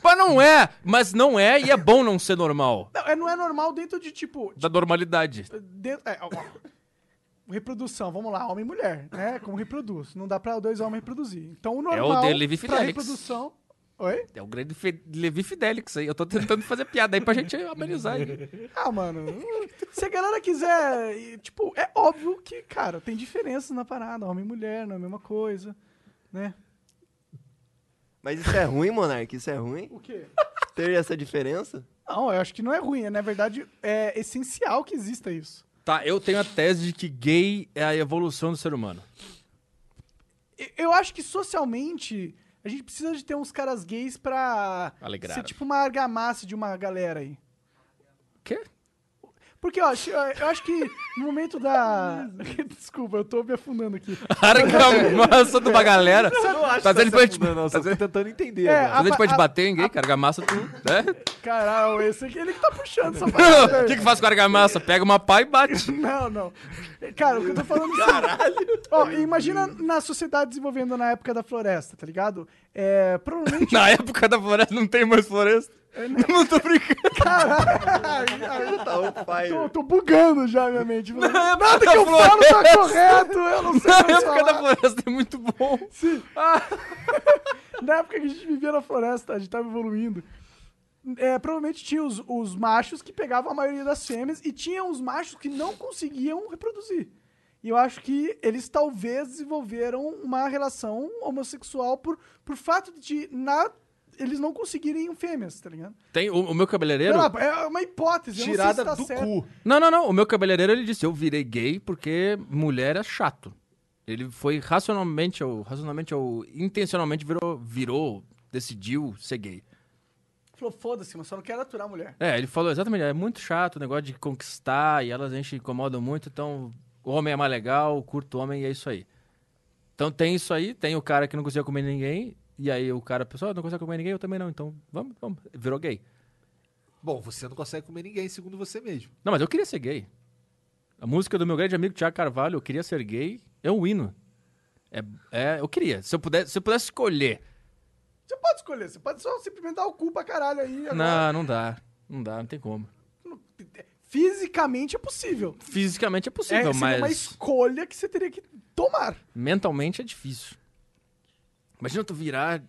Mas não é, mas não é e é bom não ser normal. Não, é, não é normal dentro de, tipo... Da normalidade. dentro- é, ó, ó. reprodução, vamos lá, homem e mulher, né? Como reproduz. Não dá pra dois homens reproduzir. Então o normal de Levi pra Fidelix. reprodução... Oi? É o grande Fe- Levi Fidelix aí. Eu tô tentando fazer piada aí pra gente amenizar. aí. Ah, mano. Se a galera quiser... e, Tipo, é óbvio que, cara, tem diferenças na parada. Homem e mulher, não é a mesma coisa, né? Mas isso é ruim, Monark? Isso é ruim? O quê? Ter essa diferença? Não, eu acho que não é ruim. é, Na verdade, é essencial que exista isso. Tá, eu tenho a tese de que gay é a evolução do ser humano. E- Eu acho que socialmente a gente precisa de ter uns caras gays pra Alegrar. ser tipo uma argamassa de uma galera aí. Quê? Porque, ó, se- eu acho que no momento da. Desculpa, eu tô me afundando aqui. Argamassa de uma galera. não acho Tá que dizendo tá pra se gente. Não, não, Tá só tô dizendo tentando entender. É, agora. tá dizendo que a gente pode a- bater em ninguém, cara. Argamassa tu, né? Caralho, esse aqui ele que tá puxando essa O parada. que que faz com a argamassa? Pega uma pá e bate. Não, não. Cara, o que eu tô falando Caralho! Ó, imagina na sociedade desenvolvendo na época da floresta, tá ligado? É. Provavelmente. Na época da floresta não tem mais floresta. Não tô brincando. Cara, tá on fire. Tô, tô bugando já minha mente. Nada da que eu falo tá correto, eu não sei Na o que eu época da falar. floresta é muito bom. Na época que a gente vivia na floresta, a gente tava evoluindo. É, provavelmente tinha os, os machos que pegavam a maioria das fêmeas e tinha os machos que não conseguiam reproduzir. E eu acho que eles talvez desenvolveram uma relação homossexual por, por fato de na- eles não conseguirem fêmeas, tá ligado? Tem o, o meu cabeleireiro. Sei lá, é uma hipótese. eu não sei se Tirada tá do certo. cu. Não, não, não. O meu cabeleireiro ele disse: eu virei gay porque mulher é chato. Ele foi racionalmente ou racionalmente ou intencionalmente virou, virou, decidiu ser gay. Falou, foda-se, mas só não quero aturar a mulher. É, ele falou exatamente, é muito chato o negócio de conquistar e elas a gente incomodam muito, então o homem é mais legal, curto o homem e é isso aí. Então tem isso aí, tem o cara que não conseguia comer ninguém, e aí o cara, pessoal, não consegue comer ninguém, eu também não, então vamos, vamos, virou gay. Bom, você não consegue comer ninguém, segundo você mesmo. Não, mas eu queria ser gay. A música do meu grande amigo Tiago Carvalho, Eu Queria Ser Gay, é um hino. É, é, eu queria. Se eu pudesse, se eu pudesse escolher. Você pode escolher, você pode só simplesmente dar o cu pra caralho aí. Agora. Não, não dá. Não dá, não tem como. Fisicamente é possível. Fisicamente é É, possível, seria mas uma escolha que você teria que tomar. mentalmente é difícil. Imagina tu virar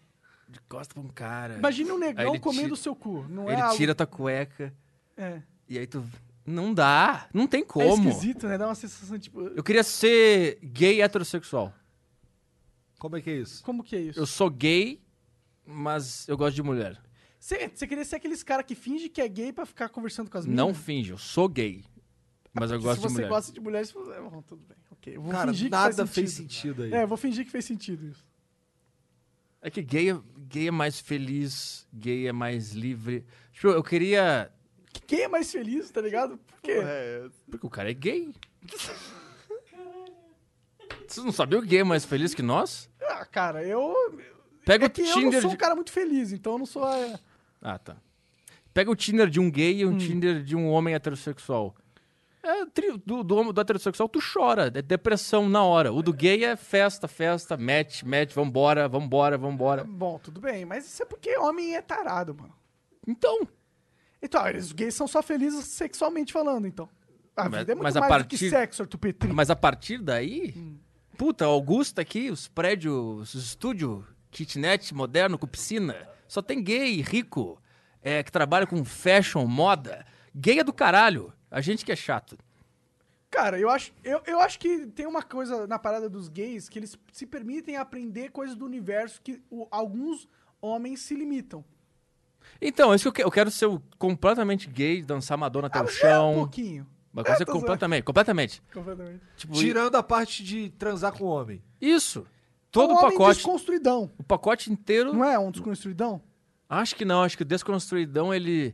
de costa pra um cara. Imagine um negão ele comendo o tira- seu cu. Não é ele algo... tira tua cueca É. e aí tu. Não dá. Não tem é como. esquisito, né? Dá uma sensação tipo. eu queria ser gay heterossexual. Como é que é isso? Como que é isso? Eu sou gay, mas eu gosto de mulher. Você você queria ser aqueles cara que finge que é gay pra ficar conversando com as Não meninas? finge, eu sou gay. Mas eu Se gosto de você mulher. gosta de mulheres, você fala, "É, "Bom, tudo bem. Ok. eu Vou Cara, fingir que nada faz fez sentido aí. É, eu vou fingir que fez sentido isso. É que gay, é- gay é mais feliz, gay é mais livre. Tipo, eu queria. Que Quem é mais feliz, tá ligado? Por quê? É, Porque o cara é gay. Vocês não sabiam o gay é mais feliz que nós? Ah, cara, eu. Pega É o que eu não Tinder sou de. um cara muito feliz, então eu não sou. é, Ah, tá. Pega o Tinder de um gay e Hum. um Tinder de um homem heterossexual. É, tri- do, do, homo- do heterossexual, tu chora. É depressão na hora. O do gay é festa, festa, match, match, vambora, vambora, vambora. Bom, tudo bem, mas isso é porque homem é tarado, mano. Então. Então, eles- os gays são só felizes sexualmente falando, então. A Mas- vida é muito mas a mais do que partir- sexo, Arthur Petri. Mas a partir daí. Hum. Puta, Augusta aqui, os prédios, os estúdio, kitnet moderno com piscina. Só tem gay rico, é, que trabalha com fashion, moda. Gay é do caralho. A gente que é chato. Cara, eu acho, eu, eu acho que tem uma coisa na parada dos gays que eles se permitem aprender coisas do universo que o- alguns homens se limitam. Então, é isso que eu quero. Eu quero ser o completamente gay, dançar Madonna até o Um chão. pouquinho. Uma coisa É, tô completamente, completamente. Completamente. Tipo, Tirando a parte de transar com homem. Isso. É Todo um o homem pacote, desconstruidão. o pacote inteiro. Não é um desconstruidão? Acho que não, acho que o desconstruidão ele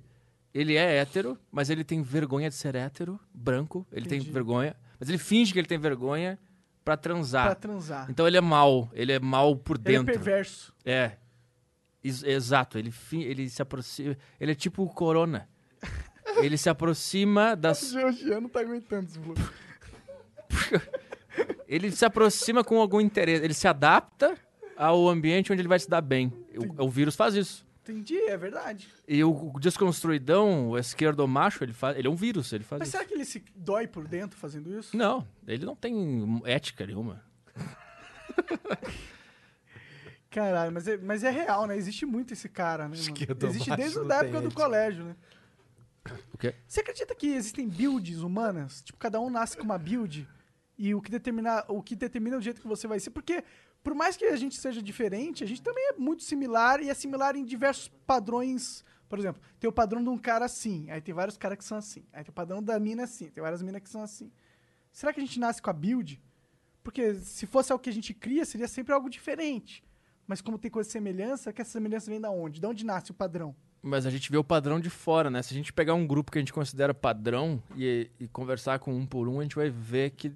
ele é hétero, mas ele tem vergonha de ser hétero, branco, ele tem vergonha, mas ele finge que ele tem vergonha pra transar. Pra transar. Então ele é mal, ele é mal por Ele é dentro. perverso. É. Ex- exato, ele fi- ele se aproxima, ele é tipo o corona. Ele se aproxima das Georgiano tá aguentando esse bloco. Ele se aproxima com algum interesse. Ele se adapta ao ambiente onde ele vai se dar bem. O, o vírus faz isso. Entendi, é verdade. E o o desconstruidão, o esquerdo macho, ele, faz, ele é um vírus, ele faz Mas isso. será que ele se dói por dentro fazendo isso? Não, ele não tem ética nenhuma. Caralho, mas é, mas é real, né? Existe muito esse cara, né? Mano? Esquerdomacho Existe desde é não a tem época do ética. colégio, né? O quê? Você acredita que existem builds humanas? Tipo, cada um nasce com uma build e o que determina o, que determina o jeito que você vai ser. Porque, por mais que a gente seja diferente, a gente também é muito similar e é similar em diversos padrões. Por exemplo, tem o padrão de um cara assim, aí tem vários caras que são assim. Aí tem o padrão da mina assim, tem várias minas que são assim. Será que a gente nasce com a build? Porque se fosse algo que a gente cria, seria sempre algo diferente. Mas como tem coisa de semelhança, que essa semelhança vem da onde? De onde nasce o padrão? Mas a gente vê o padrão de fora, né? Se a gente pegar um grupo que a gente considera padrão e, e conversar com um por um, a gente vai ver que, na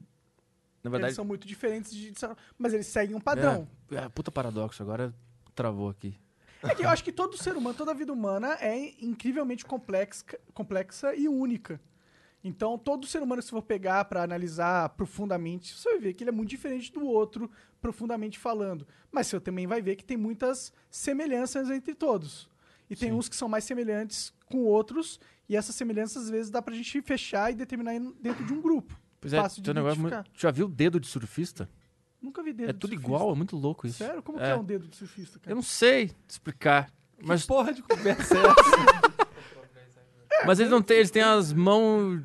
Eles verdade... são muito diferentes, de, mas eles seguem um padrão. É, é, puta paradoxo, agora travou aqui. É que eu acho que todo ser humano, toda vida humana é incrivelmente complexa, complexa e única. Então, todo ser humano, se for pegar para analisar profundamente, você vai ver que ele é muito diferente do outro, profundamente falando. Mas você também vai ver que tem muitas semelhanças entre todos. E tem uns que são mais semelhantes com outros, e essas semelhanças, às vezes, dá pra gente fechar e determinar em- dentro de um grupo. Pois é, Fácil de tem um negócio muito... identificar. Tu já viu o dedo de surfista? Nunca vi dedo é de tudo surfista. igual, é muito louco isso. Sério? Como é. que é um dedo de surfista, cara? Eu não sei te explicar. Mas, Porra de conversa. é mas eles não têm, eles têm as mãos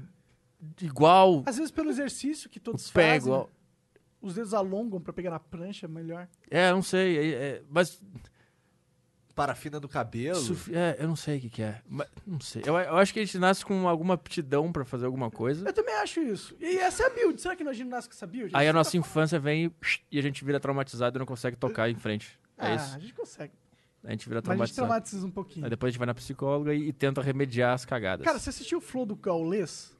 igual, Às vezes, pelo exercício que todos o pé é fazem, né? igual. os dedos alongam pra pegar na prancha melhor. É, eu não sei. é- é- mas Parafina do cabelo. surf- é, eu não sei o que, que é. mas não sei. Eu, eu acho que a gente nasce com alguma aptidão pra fazer alguma coisa. Eu também acho isso. E essa é a build. Será que nós nasce com essa build? Aí a Isso nossa infância vem e a gente vira traumatizado e não consegue tocar em frente. tá- É Ah, a isso. gente consegue. A gente vira Ah, Mas a gente traumatizado. traumatiza um pouquinho. Aí depois a gente vai na psicóloga e, e tenta remediar as cagadas. Cara, você assistiu o Flow do Gaulês?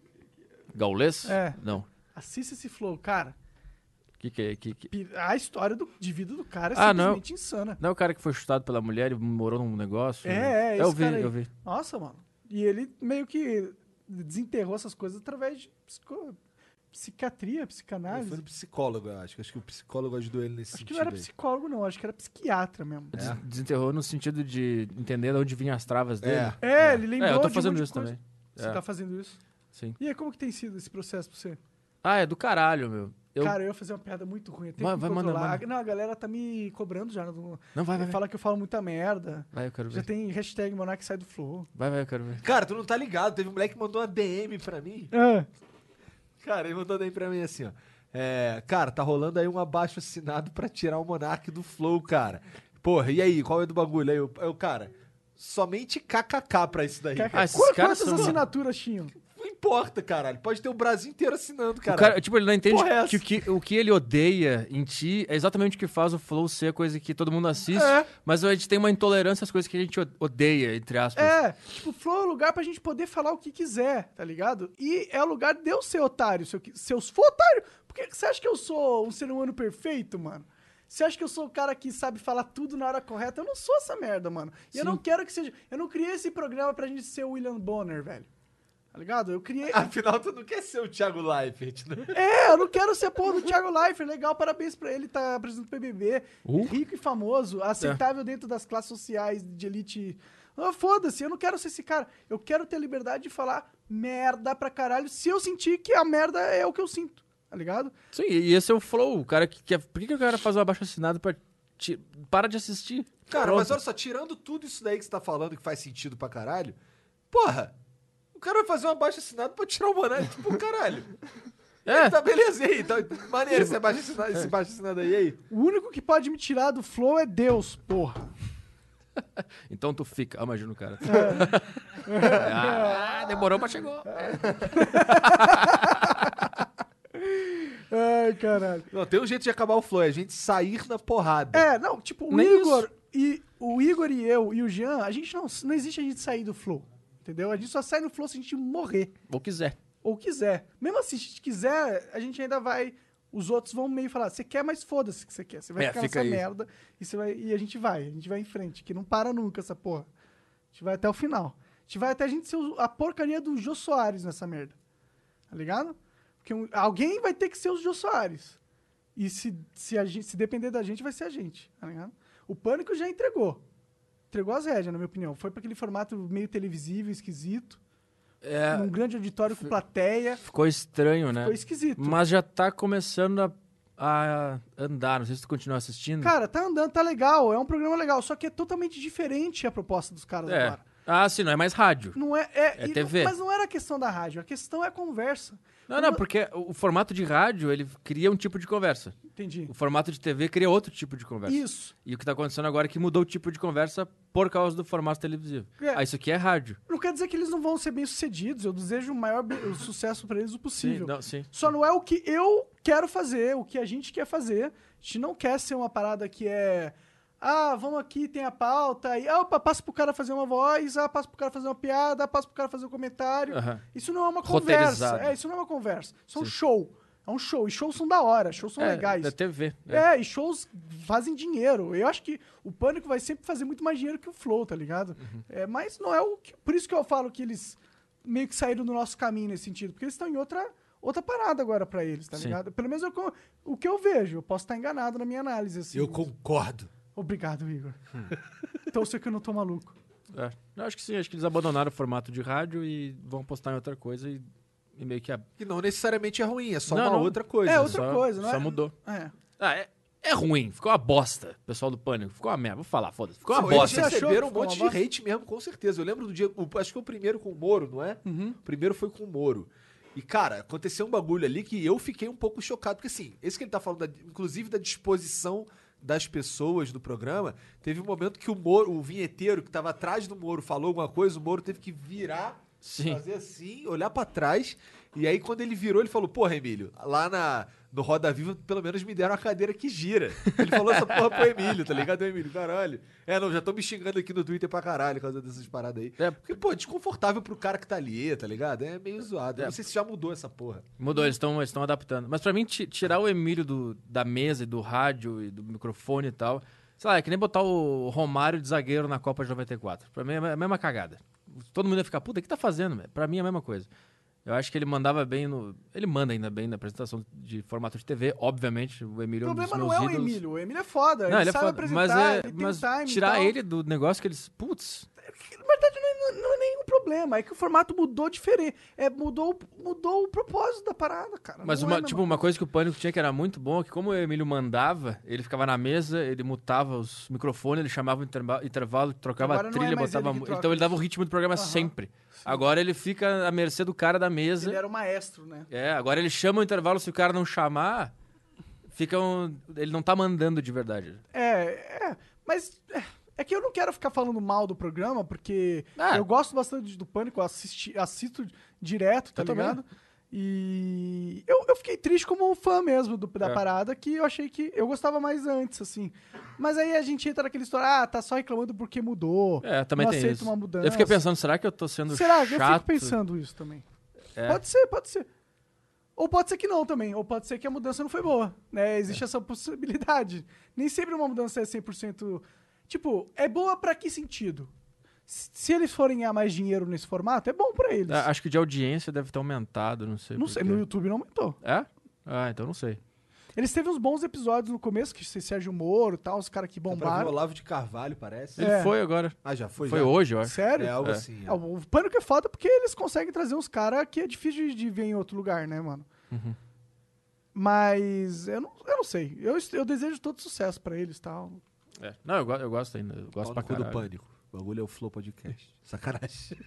Gaulês? É. Não. Assista esse Flow, cara. Que que é? Que, que... Pi- A história do, de vida do cara é Ah, não. simplesmente insana. Não é o cara que foi chutado pela mulher e morou num negócio? né? É, é, Eu esse vi, cara aí. eu vi. Nossa, mano. E ele meio que desenterrou essas coisas através de psico... psiquiatria, Ele foi psicanálise. no psicólogo, eu acho. Acho que o psicólogo ajudou ele nesse Acho que sentido. não era aí. psicólogo, não. Acho que era psiquiatra mesmo. Des- Desenterrou no sentido de entender de onde vinham as travas dele. É. É, ele lembrou É, eu tô de um fazendo monte de isso coisa. também. Você É. tá fazendo isso? Sim. E aí, como que tem sido esse processo pra você? Ah, é do caralho, meu. Eu... Cara, eu ia fazer uma piada muito ruim. Eu tenho Vai- que vai, me manda, controlar. manda. A- Não, a galera tá me cobrando já. Não... Não, vai, vai, vai. Fala que eu falo muita merda. Vai, eu quero Já ver. tem hashtag Monark sai do flow. Vai, vai, eu quero ver. Cara, tu não tá ligado. Teve um moleque que mandou uma DM pra mim. Cara, ele mandou daí pra mim assim, ó. É, cara, tá rolando aí um abaixo assinado pra tirar o Monark do Flow, cara. Porra, e aí, qual é do bagulho? Aí eu, eu, cara, somente KKK pra isso daí. Ah, Qu- esses Quantas caras são- assinaturas tinham? Não importa, caralho. Pode ter o Brasil inteiro assinando, O cara. cara, tipo, ele não entende Porra, é essa? que, o que o que ele odeia em ti é exatamente o que faz o Flow ser a coisa que todo mundo assiste, É. mas a gente tem uma intolerância às coisas que a gente o- odeia, entre aspas. É, tipo, flow é o lugar pra gente poder falar o que quiser, tá ligado? E é o lugar de eu ser otário. Se eu, qui- se eu for otário, por que que você acha que eu sou um ser humano perfeito, mano? Você acha que eu sou o cara que sabe falar tudo na hora correta? Eu não sou essa merda, mano. E eu não quero que seja. Eu não criei esse programa pra gente ser o William Bonner, velho. Tá ligado? Eu criei. Ah, Afinal, tu não quer ser o Thiago Leifert, né? É, eu não quero ser porra do Thiago Leifert. Legal, parabéns pra ele, tá apresentando o BBB. Rico e famoso, aceitável dentro das classes sociais de elite. Ah, Foda-se, eu não quero ser esse cara. Eu quero ter liberdade de falar merda pra caralho se eu sentir que a merda é o que eu sinto, tá ligado? Sim, e esse é o Flow. O cara que quer. Por que, que o cara faz o abaixo assinado pra. ti- Para de assistir. Cara, Pronto. mas olha só, tirando tudo isso daí que você tá falando, que faz sentido pra caralho, porra, o cara vai fazer um abaixo assinado pra tirar o Monark, tipo, caralho. É. Tá beleza, e aí? Tá maneiro esse abaixo assinado, esse abaixo assinado aí, e aí? O único que pode me tirar do flow é Deus, porra. Então tu fica. Ah, imagina o cara. É. ah, demorou, mas chegou. Ai, caralho. Não, tem um jeito de acabar o flow, é a gente sair na porrada. É, não, tipo, o Nem Igor e o Igor e eu e o Jean, a gente não não existe a gente sair do flow, entendeu? A gente só sai do flow se a gente morrer. Ou quiser. ou quiser. Mesmo assim, se quiser, a gente ainda vai. Os outros vão meio falar, você quer, mas foda-se o que você quer. Você vai É, ficar fica nessa aí. merda e, você vai, e a gente vai. A gente vai em frente, que não para nunca essa porra. A gente vai até o final. A gente vai até a gente ser o- a porcaria do Jô Soares nessa merda. Tá ligado? Porque um- alguém vai ter que ser os Jô Soares. E se, se, a gente, se depender da gente, vai ser a gente. Tá ligado? O Pânico já entregou. Entregou as rédeas, na minha opinião. Foi para aquele formato meio televisivo, esquisito. É, num grande auditório com plateia. ficou estranho, né? Ficou esquisito. Mas já tá começando a, a andar. Não sei se tu continua assistindo. Cara, tá andando, tá legal, é um programa legal, só que é totalmente diferente a proposta dos caras é. agora. Ah, sim, não é mais rádio. Não é, é, É e TV. não- mas não era a questão da rádio, a questão é a conversa. Não, não, porque o o formato de rádio, ele cria um tipo de conversa. Entendi. O formato de TV cria outro tipo de conversa. Isso. E o que tá acontecendo agora é que mudou o tipo de conversa por causa do formato televisivo. É. Ah, isso aqui é rádio. Não quer dizer que eles não vão ser bem-sucedidos, eu desejo o maior be- o sucesso pra eles o Sim, possível. não, sim. Só não é o que eu quero fazer, o que a gente quer fazer. A gente não quer ser uma parada que é. Ah, vamos aqui, tem a pauta. E, ah, opa, passa pro cara fazer uma voz, ah, passa pro cara fazer uma piada, ah, passa pro cara fazer um comentário. Aham. Isso não é uma Roteirizado. conversa. É, isso não é uma conversa. Isso é um show. É um show. E shows são da hora, shows são é, legais. Da TV. É. É, e shows fazem dinheiro. Eu acho que o Pânico vai sempre fazer muito mais dinheiro que o Flow, tá ligado? Uhum. É, mas não é o que. Por isso que eu falo que eles meio que saíram do nosso caminho nesse sentido, porque eles estão em outra, outra parada agora pra eles, tá Sim. ligado? Pelo menos é o que eu- o que eu vejo. Eu posso estar enganado na minha análise, assim. Eu concordo. Obrigado, Igor. Hum. então eu sei que eu não tô maluco. É. Eu acho que sim, acho que eles abandonaram o formato de rádio e vão postar em outra coisa e, e meio que a. Que não necessariamente é ruim, é só Não, uma não. outra coisa. É, outra só, coisa, não Só é- mudou. É. Ah, é, é ruim, ficou uma bosta. Pessoal do Pânico, ficou uma merda. Vou falar, foda-se. Ficou uma Não, bosta. Você Eles achou receberam um que ficou monte de uma bosta? hate mesmo, com certeza. Eu lembro do dia. o- acho que foi o primeiro com o Moro, não é? Uhum. O primeiro foi com o Moro. E, cara, aconteceu um bagulho ali que eu fiquei um pouco chocado. Porque, assim, esse que ele tá falando, da- inclusive da disposição das pessoas do programa, teve um momento que o Moro, o vinheteiro que tava atrás do Moro, falou alguma coisa, o Moro teve que virar, Sim. fazer assim, olhar pra trás. E aí, quando ele virou, ele falou: Porra, Emílio, lá na. No Roda Viva, pelo menos me deram uma cadeira que gira. Ele falou essa porra pro Emílio, tá ligado, Emílio? Caralho. É, não, já tô me xingando aqui no Twitter pra caralho por causa dessas paradas aí. É. Porque, pô, é desconfortável pro cara que tá ali, tá ligado? É meio zoado. Eu Não sei se já mudou essa porra. É Mudou, eles estão eles tão adaptando. Mas pra mim, ti- tirar o Emílio do- da mesa e do rádio e do microfone e tal, sei lá, é que nem botar o Romário de zagueiro na Copa de 94. Pra mim é a mesma cagada. Todo mundo ia ficar, puta, o que tá fazendo? velho?" Pra mim é a mesma coisa. Eu acho que ele mandava bem no. Ele manda ainda bem na apresentação de formato de TV, obviamente. O O Emílio é um dos problema não meus é o ídolos. Emílio. O Emílio é foda. Não, ele, ele é sabe foda. apresentar, Mas, é, ele tem mas um time. e tirar tal. ele do negócio que eles. Putz, Na verdade, não é, não é nenhum problema. É que o formato mudou diferente. É, mudou, mudou o propósito da parada, cara. Mas Não é a uma, mesma tipo, uma coisa que o Pânico tinha que era muito bom é que como o Emílio mandava, ele ficava na mesa, ele mutava os microfones, ele chamava o interva- intervalo, trocava Agora a não é trilha, mais botava... ele que mu- troca então ele dava o ritmo do programa sempre. Agora ele fica à mercê do cara da mesa. Ele era o maestro, né? É, agora ele chama o intervalo, se o cara não chamar, fica um... ele não tá mandando de verdade. É, é. Mas é, é que eu não quero ficar falando mal do programa, porque Ah. eu gosto bastante do Pânico, eu assisti, assisto direto, tá Eu também. ligado? E eu, eu fiquei triste como um fã mesmo do- da É. parada, que eu achei que eu gostava mais antes, assim. Mas aí a gente entra naquela história, ah, tá só reclamando porque mudou. É, também não tem aceito isso. uma mudança. Eu fiquei pensando, será que eu tô sendo Será? chato? Eu fico pensando isso também. É. Pode ser, pode ser. Ou pode ser que não também. Ou pode ser que a mudança não foi boa. Né? Existe É. essa possibilidade. Nem sempre uma mudança é 100%. Tipo, é boa pra que sentido? S- Se eles forem ganhar mais dinheiro nesse formato, é bom pra eles. Ah, Acho que de audiência deve ter aumentado, não sei não por sei, quê. no YouTube não aumentou. É? Ah, então não sei. Eles teve uns bons episódios no começo, que esse Sérgio Moro e tal, os caras que Dá pra ver o bombaram. Olavo de Carvalho, parece. Ele É. foi agora. Ah, já foi? Foi já? hoje, eu acho. Sério? É algo É. assim. É, o pânico é foda porque eles conseguem trazer uns caras que é difícil de, de ver em outro lugar, né, mano? Uhum. Mas eu não, eu não sei. Eu, est- eu desejo todo sucesso pra eles e tal. É. Não, eu, go- eu gosto ainda. Eu gosto Pau no pra cu do caralho. pânico. O bagulho é o Flow Podcast. Sacanagem.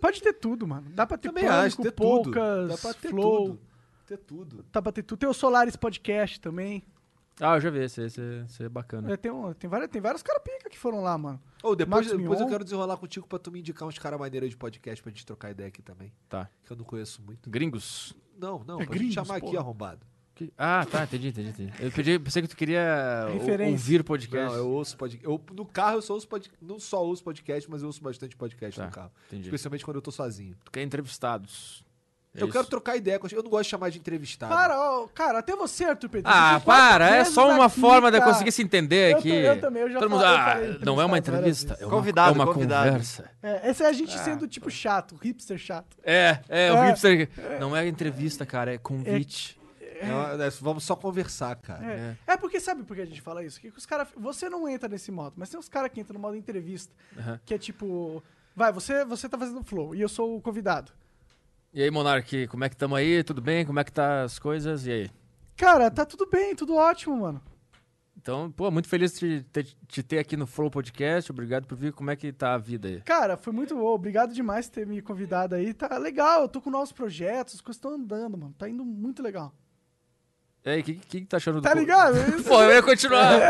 Pode ter tudo, mano. Dá pra ter Também pânico, acho, ter tudo. poucas, Dá pra ter flow. tudo. Ter tudo. Dá pra ter tudo. Tem o Solaris Podcast também. Ah, eu já vi. Esse, esse, esse é bacana. É, tem, um, tem, várias, tem vários caras pica que foram lá, mano. Ou depois, Marcos depois eu Mion. quero desenrolar contigo pra tu me indicar uns caras maneiros de podcast pra gente trocar ideia aqui também. Tá. Que eu não conheço muito. Gringos. Não, não, É pra gente gringos, chamar aqui porra. arrombado. Que- Ah, tá. Entendi, entendi, entendi. Eu pedi, pensei que tu queria o- Referência. ouvir podcast. Não, eu ouço podcast. Eu, no carro eu só ouço podcast. Não só ouço podcast, mas eu ouço bastante podcast Tá, no carro. entendi. Especialmente quando eu tô sozinho. Tu quer entrevistados. É eu isso. quero trocar ideia com as- Eu não gosto de chamar de entrevistado. Para, ó, cara, até você, Arthur Pedro. Ah, Você foi para! É quatro só vezes uma aqui, forma de eu cara. conseguir se entender Eu aqui. tam- eu também, eu já Todo mundo, falei- eu ah, falei não é uma entrevistado entrevista, várias é uma, Convidado, é uma convidado. conversa. É, essa é a Ah, gente sendo, tipo, tá. chato, hipster chato. É, é, o É. hipster. Não é entrevista, cara, é convite. É uma- é- vamos só conversar, cara. É. É porque sabe por que a gente fala isso? Que os cara, você não entra nesse modo, mas tem uns caras que entram no modo entrevista, que é tipo, vai, você você tá fazendo flow e eu sou o convidado. E aí, Monark, como é que tamo aí? Tudo bem? Como é que tá as coisas? E aí? Cara, tá tudo bem, tudo ótimo, mano. Então, pô, muito feliz de te, te ter aqui no Flow Podcast. Obrigado por vir. Como é que tá a vida aí? Cara, foi muito bom, obrigado demais por ter me convidado aí. Tá legal, eu tô com novos projetos, as coisas estão andando, mano. Tá indo muito legal. E aí, o que, que que tá achando do Tá co- ligado? Isso- Pô, eu ia continuar.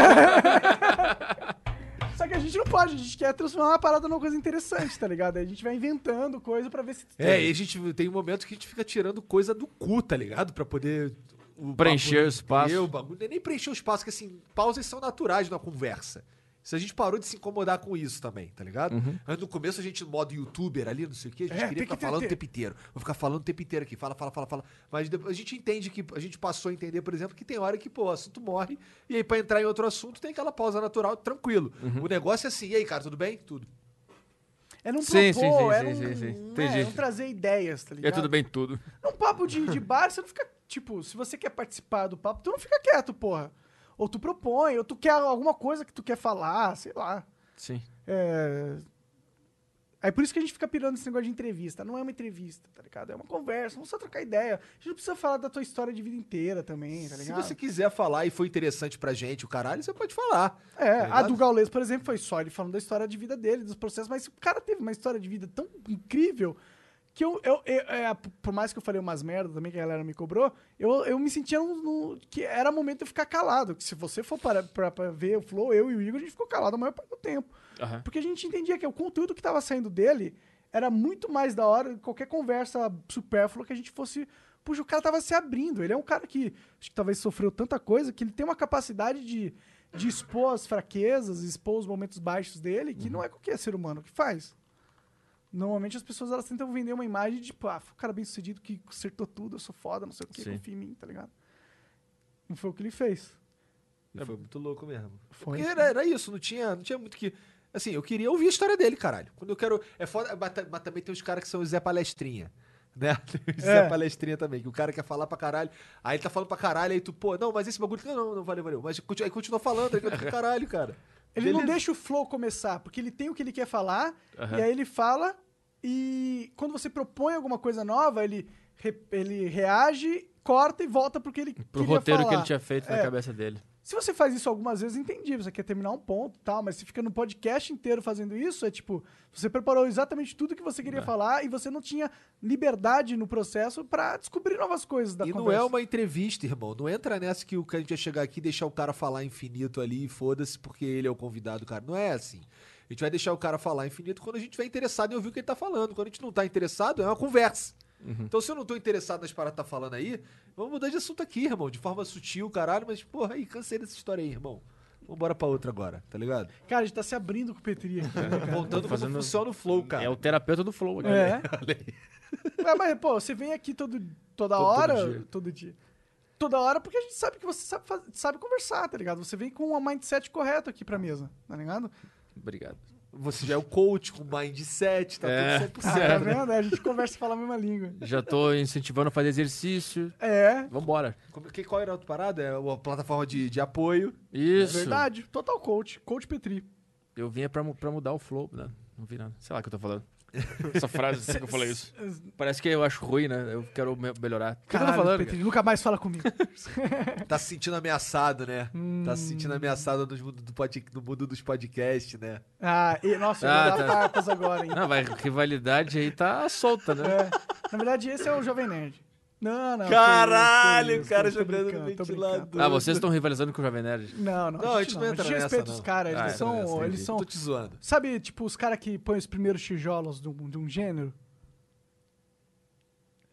Só que a gente não pode, a gente quer transformar uma parada numa coisa interessante, tá ligado? Aí a gente vai inventando coisa pra ver se é É, e a gente tem um momento que a gente fica tirando coisa do cu, tá ligado? Pra poder o Preencher papo o espaço. inteiro, o bagulho. é Nem preencher o espaço, que assim, pausas são naturais na conversa. Se a gente parou de se incomodar com isso também, tá ligado? Antes, no começo a gente, no modo youtuber ali, não sei o quê, a gente Uhum. É, queria tem que ficar falando o ter- tempo inteiro. Vou ficar falando o tempo inteiro aqui, fala, fala, fala, fala. Mas depois a gente entende que, a gente passou a entender, por exemplo, que tem hora que, pô, o assunto morre, e aí pra entrar em outro assunto tem aquela pausa natural, tranquilo. Uhum. O negócio é assim, e aí, cara, tudo bem? Tudo. É não Sim, sim, propor, sim, é sim, não, sim, sim. é, Entendi. não trazer ideias, tá E é ligado? tudo bem tudo. Num um papo de, de bar, você não fica. Tipo, se você quer participar do papo, tu não fica quieto, porra. Ou tu propõe, ou tu quer alguma coisa que tu quer falar, sei lá. Sim. É. Aí por isso que a gente fica pirando nesse negócio de entrevista. Não é uma entrevista, tá ligado? É uma conversa, vamos só trocar ideia. A gente não precisa falar da tua história de vida inteira também, tá Se ligado? você quiser falar e foi interessante pra gente, o caralho, você pode falar. É, tá a ligado? do Gaules, por exemplo, foi só ele falando da história de vida dele, dos processos, mas o cara teve uma história de vida tão incrível que eu, eu- eu- é, por mais que eu falei umas merdas também que a galera me cobrou, eu, eu me sentia no, no- que era momento de eu ficar calado. Que se você for para, pra, pra ver o Flow, eu e o Igor, a gente ficou calado a maior parte do tempo. Aham. Porque a gente entendia que o conteúdo que tava saindo dele era muito mais da hora que qualquer conversa supérflua que a gente fosse. Puxa, o cara tava se abrindo. Ele é um cara que acho que talvez sofreu tanta coisa que ele tem uma capacidade de, de expor as fraquezas, expor os momentos baixos dele, que Uhum. não é qualquer ser humano que faz. Normalmente as pessoas elas tentam vender uma imagem de, tipo, ah, foi um cara bem sucedido que acertou tudo, eu sou foda, não sei o que, Sim. confia em mim, tá ligado? Não foi o que ele fez. E foi muito louco mesmo. É Foi. Porque Era, era isso, não tinha, não tinha muito que. Assim, eu queria ouvir a história dele, caralho. Quando eu quero. É foda, mas, ta- mas também tem os caras que são o Zé Palestrinha. Né? Tem o Zé É. Palestrinha também, que o cara quer falar pra caralho. Aí ele tá falando pra caralho, aí tu, pô, não, mas esse bagulho. Não, não, não valeu, valeu. Mas continua- aí continua falando, aí continua, caralho, cara. Ele não Beleza. deixa o flow começar, porque ele tem o que ele quer falar, Aham. e aí ele fala, e quando você propõe alguma coisa nova, ele, re- ele reage, corta e volta pro que ele Pro queria roteiro que falar. ele tinha feito É. na cabeça dele. Se você faz isso algumas vezes, entendi, você quer terminar um ponto e tal, mas se fica no podcast inteiro fazendo isso, é tipo, você preparou exatamente tudo que você queria falar e você não tinha liberdade no processo pra descobrir novas coisas da E conversa. não é uma entrevista, irmão. Não entra nessa que o que a gente vai chegar aqui e deixar o cara falar infinito ali, foda-se, porque ele é o convidado, cara. Não é assim. A gente vai deixar o cara falar infinito quando a gente vai interessado em ouvir o que ele tá falando. Quando a gente não tá interessado, é uma conversa. Uhum. Então, se eu não tô interessado nas paradas que tá falando aí, vamos mudar de assunto aqui, irmão. De forma sutil, caralho, mas, porra, aí, cansei dessa história aí, irmão. Vambora pra outra agora, tá ligado? Cara, a gente tá se abrindo com o Petri aqui, né, cara? Contando como fazendo- funciona o flow, cara. É o terapeuta do Flow, né? É. Ué, mas, pô, você vem aqui todo, toda Todo- todo hora. Todo dia. dia. Toda hora, porque a gente sabe que você sabe, faz- sabe conversar, tá ligado? Você vem com o mindset correto aqui pra mesa, tá ligado? Obrigado. Você já é o coach com mindset, tá É. tudo 100%. Ah, tá vendo? É, A gente conversa e fala a mesma língua. Já tô incentivando a fazer exercício. É, Vambora. Como- que- qual era a outra parada? É uma plataforma de, de apoio. Isso. é verdade. Total coach. Coach Petri. Eu vinha pra, mu- pra mudar o flow, né? Não vi nada. Sei lá o que eu tô falando. Essa frase, sei que eu falei isso. Parece que eu acho ruim, né? Eu quero me- melhorar. O que eu tô Caralho, falando? Petri, nunca mais fala comigo. Tá se sentindo ameaçado, né? Tá se Hum. sentindo ameaçado no mundo, do pod- no mundo dos podcasts, né? Ah, e, nossa, eu Ah, vou dar tá. farpas agora, hein? cara? Não, vai, rivalidade aí tá solta, né? É. Na verdade, esse é o Jovem Nerd. Não, não. que Caralho, isso, que isso, o cara tô jogando no brincando, tô ventilador. brincando. Ah, vocês estão rivalizando com o Jovem Nerd. Não, não. Não, a gente não entra A gente nessa, respeita não. os caras. Ah, Eles entra são. nessa, Eles entendi. são Tô te zoando. Sabe, tipo, os caras que põem os primeiros tijolos de um, de um gênero?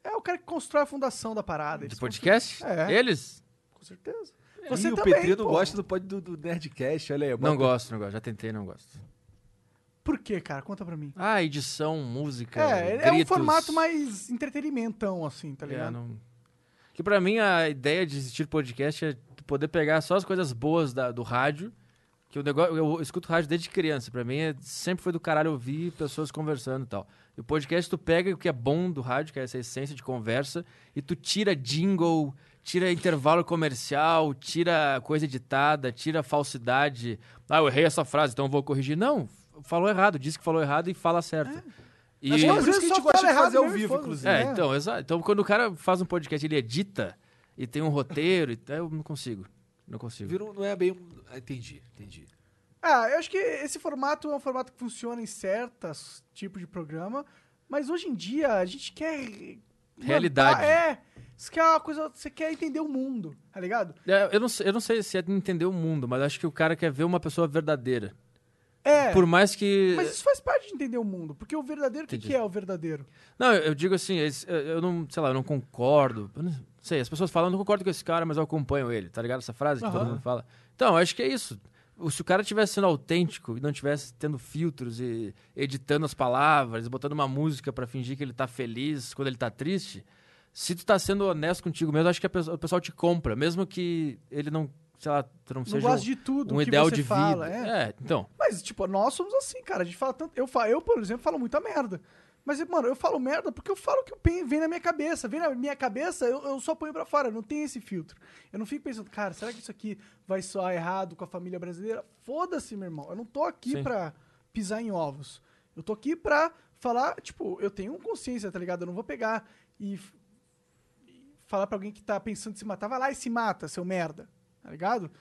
É o cara que constrói a fundação da parada. De eles podcast? É. Eles? constroem- Com certeza. e o também, Petri não pô. gosta do, pod- do, do Nerdcast, olha aí. é Não bota- gosto, não gosto. Já tentei, não gosto. Por quê, cara? Conta pra mim. Ah, edição, música. É, ele é um gritos. formato mais entretenimentão, assim, tá ligado? É, não... Que pra mim a ideia de existir podcast é tu poder pegar só as coisas boas da- do rádio. Que o negócio, eu escuto rádio desde criança. Pra mim é- sempre foi do caralho ouvir pessoas conversando e tal. E o podcast tu pega o que é bom do rádio, que é essa essência de conversa, e tu tira jingle, tira intervalo comercial, tira coisa editada, tira falsidade. Ah, eu errei essa frase, então eu vou corrigir. Não, falou errado, disse que falou errado e fala certo. E... Mas É Às por isso vezes que a só gente gosta fala de errado fazer ao mesmo, vivo, foda-se. inclusive. É, né? então, exato. Então, quando o cara faz um podcast, ele edita e tem um roteiro, e tal, eu não consigo. Não consigo. Vira um- não é bem... um- ah, Entendi, entendi. Ah, eu acho que esse formato é um formato que funciona em certos tipos de programa, mas hoje em dia a gente quer. Realidade. levantar- É. Você quer uma coisa. Você quer entender o mundo, tá ligado? É, eu, não, sei- eu não sei se é entender o mundo, mas acho que o cara quer ver uma pessoa verdadeira. É. Por mais que. Mas isso faz parte de entender o mundo, porque o verdadeiro, o que, Entendi. que é o verdadeiro? Não, eu eu digo assim, esse- eu eu não, sei lá, eu não concordo. eu não- sei, as pessoas falam, não concordo com esse cara, mas eu acompanho ele, tá ligado? Essa frase que todo Aham. mundo fala. Então, eu acho que é isso. O- Se o cara tivesse sendo autêntico e não tivesse tendo filtros e editando as palavras, botando uma música pra fingir que ele tá feliz quando ele tá triste, se tu tá sendo honesto contigo mesmo, acho que a pessoa- o pessoal te compra, mesmo que ele não, sei lá, tu não, Não seja gosto um, de tudo um o que ideal você de fala. vida. é. É, então. Mas, tipo, nós somos assim, cara. A gente fala tanto. Eu, falo, eu, por exemplo, falo muita merda. Mas, mano, eu falo merda porque eu falo o que pen- vem na minha cabeça. Vem na minha cabeça, eu, eu só ponho pra fora. Não tem esse filtro. Eu não fico pensando, cara, será que isso aqui vai soar errado com a família brasileira? Foda-se, meu irmão. Eu não tô aqui Sim. pra pisar em ovos. Eu tô aqui pra falar, tipo, eu tenho consciência, tá ligado? Eu não vou pegar e f- e falar pra alguém que tá pensando em se matar, vai lá e se mata, seu merda. Tá ligado?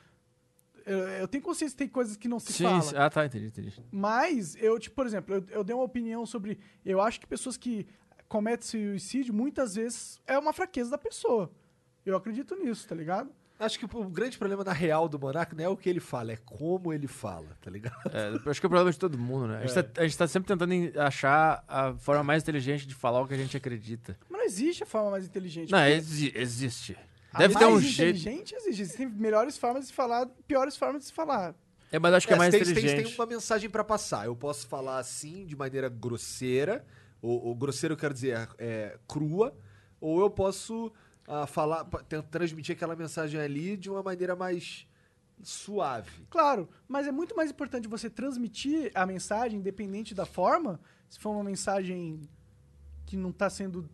Eu, eu tenho consciência que tem coisas que não se Sim, fala. sim. Ah, tá, entendi, entendi. Mas eu, tipo, por exemplo, eu, eu dei uma opinião sobre. Eu acho que pessoas que cometem suicídio muitas vezes é uma fraqueza da pessoa. Eu acredito nisso, tá ligado? Acho que o grande problema na real do Monark não é o que ele fala, é como ele fala, tá ligado? É, eu acho que é o problema de todo mundo, né? A É. gente, tá, a gente tá sempre tentando em- achar a forma mais inteligente de falar o que a gente acredita. Mas não existe a forma mais inteligente. Não, exi- existe. A Deve ter um mais jeito. inteligente existe. Existem melhores formas de falar, piores formas de se falar. É, mas acho que é, mais tem, tem- inteligente. tem uma mensagem pra passar. Eu posso falar assim, de maneira grosseira, ou, ou grosseiro eu quero dizer é, crua, ou eu posso ah, falar, pa- ten- transmitir aquela mensagem ali de uma maneira mais suave. Claro, mas é muito mais importante você transmitir a mensagem, independente da forma, se for uma mensagem que não está sendo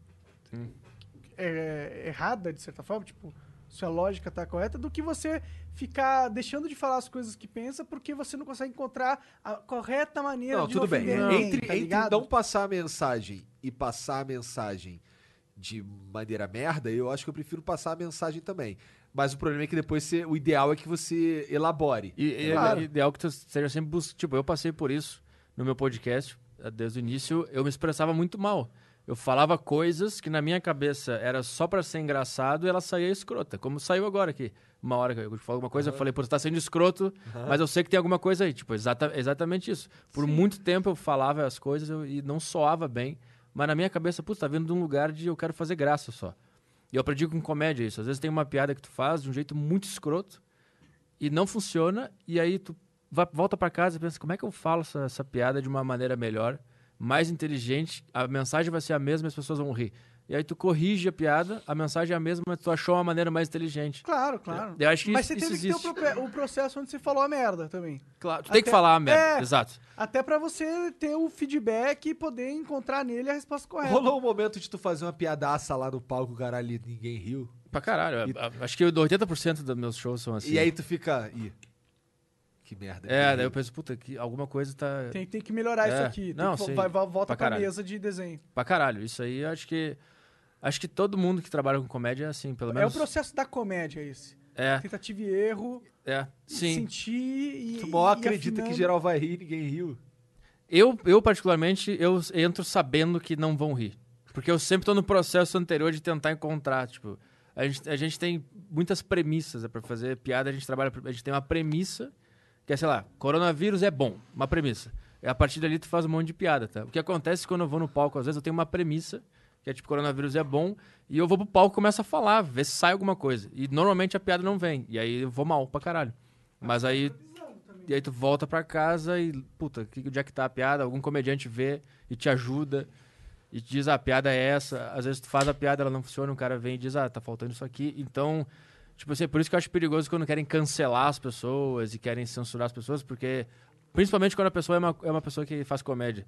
é, errada, de certa forma, tipo, se a lógica está correta, do que você ficar deixando de falar as coisas que pensa porque você não consegue encontrar a correta maneira não, de tudo bem. ofender É, ninguém, entre, tá entre ligado? não passar a mensagem e passar a mensagem de maneira merda, eu acho que eu prefiro passar a mensagem também. Mas o problema é que depois você- o ideal é que você elabore. E, é, e- Claro. e ideal que tu seja sempre bus- Tipo, eu passei por isso no meu podcast. eh, Desde o início, eu me expressava muito mal. Eu falava coisas que na minha cabeça era só pra ser engraçado e ela saía escrota. Como saiu agora aqui. Uma hora que eu falo alguma coisa, eu falei, pô, você tá sendo escroto, mas eu sei que tem alguma coisa aí. Tipo, exata, exatamente isso. Por muito tempo eu falava as coisas eu- e não soava bem. Mas na minha cabeça, putz, tá vindo de um lugar de eu quero fazer graça só. E eu aprendi com comédia isso. Às vezes tem uma piada que tu faz de um jeito muito escroto e não funciona, e aí tu va- volta pra casa e pensa, como é que eu falo essa, essa piada de uma maneira melhor, mais inteligente, a mensagem vai ser a mesma e as pessoas vão rir. E aí tu corrige a piada, a mensagem é a mesma, mas tu achou uma maneira mais inteligente. Claro, claro. Eu acho que mas isso- você teve isso que ter o existe. prope- o processo onde você falou a merda também. Claro, tu Até- tem que falar a É. merda, exato. Até pra você ter o feedback e poder encontrar nele a resposta correta. Rolou um momento de tu fazer uma piadaça lá no palco, caralho, e ninguém riu. Pra caralho. a- a- Acho que 80% dos meus shows são assim. E aí tu fica. Ih, que merda. É, ninguém daí eu riu." penso, puta, que alguma coisa tá... Tem, tem que melhorar isso É. aqui. Tem Não, que, vo- sim. vai, vai- volta Pra pra, caralho. mesa de desenho. Pra caralho. Isso aí, eu acho que... Acho que todo mundo que trabalha com comédia é assim, pelo É o menos... processo da comédia esse. É, Tentativa e erro, é. Sim. sentir e. Tu mal e acredita afinando. que geral vai rir e ninguém riu. Eu, eu, particularmente, eu entro sabendo que não vão rir. Porque eu sempre tô no processo anterior de tentar encontrar, tipo... A gente, a gente tem muitas premissas né, pra fazer piada, a gente trabalha... A gente tem uma premissa, que é, sei lá, coronavírus é bom, uma premissa. E a partir dali tu faz um monte de piada, tá? O que acontece quando eu vou no palco, às vezes eu tenho uma premissa, que é tipo, coronavírus é bom, e eu vou pro palco e começo a falar, ver se sai alguma coisa. E normalmente a piada não vem, e aí eu vou mal pra caralho. Mas aí... E aí tu volta pra casa e, puta, que- onde é que tá a piada? Algum comediante vê e te ajuda e te diz, ah, a piada é essa. Às vezes tu faz a piada, ela não funciona, um cara vem e diz, ah, tá faltando isso aqui. Então, tipo assim, por isso que eu acho perigoso quando querem cancelar as pessoas e querem censurar as pessoas, porque, principalmente quando a pessoa é uma, é uma pessoa que faz comédia,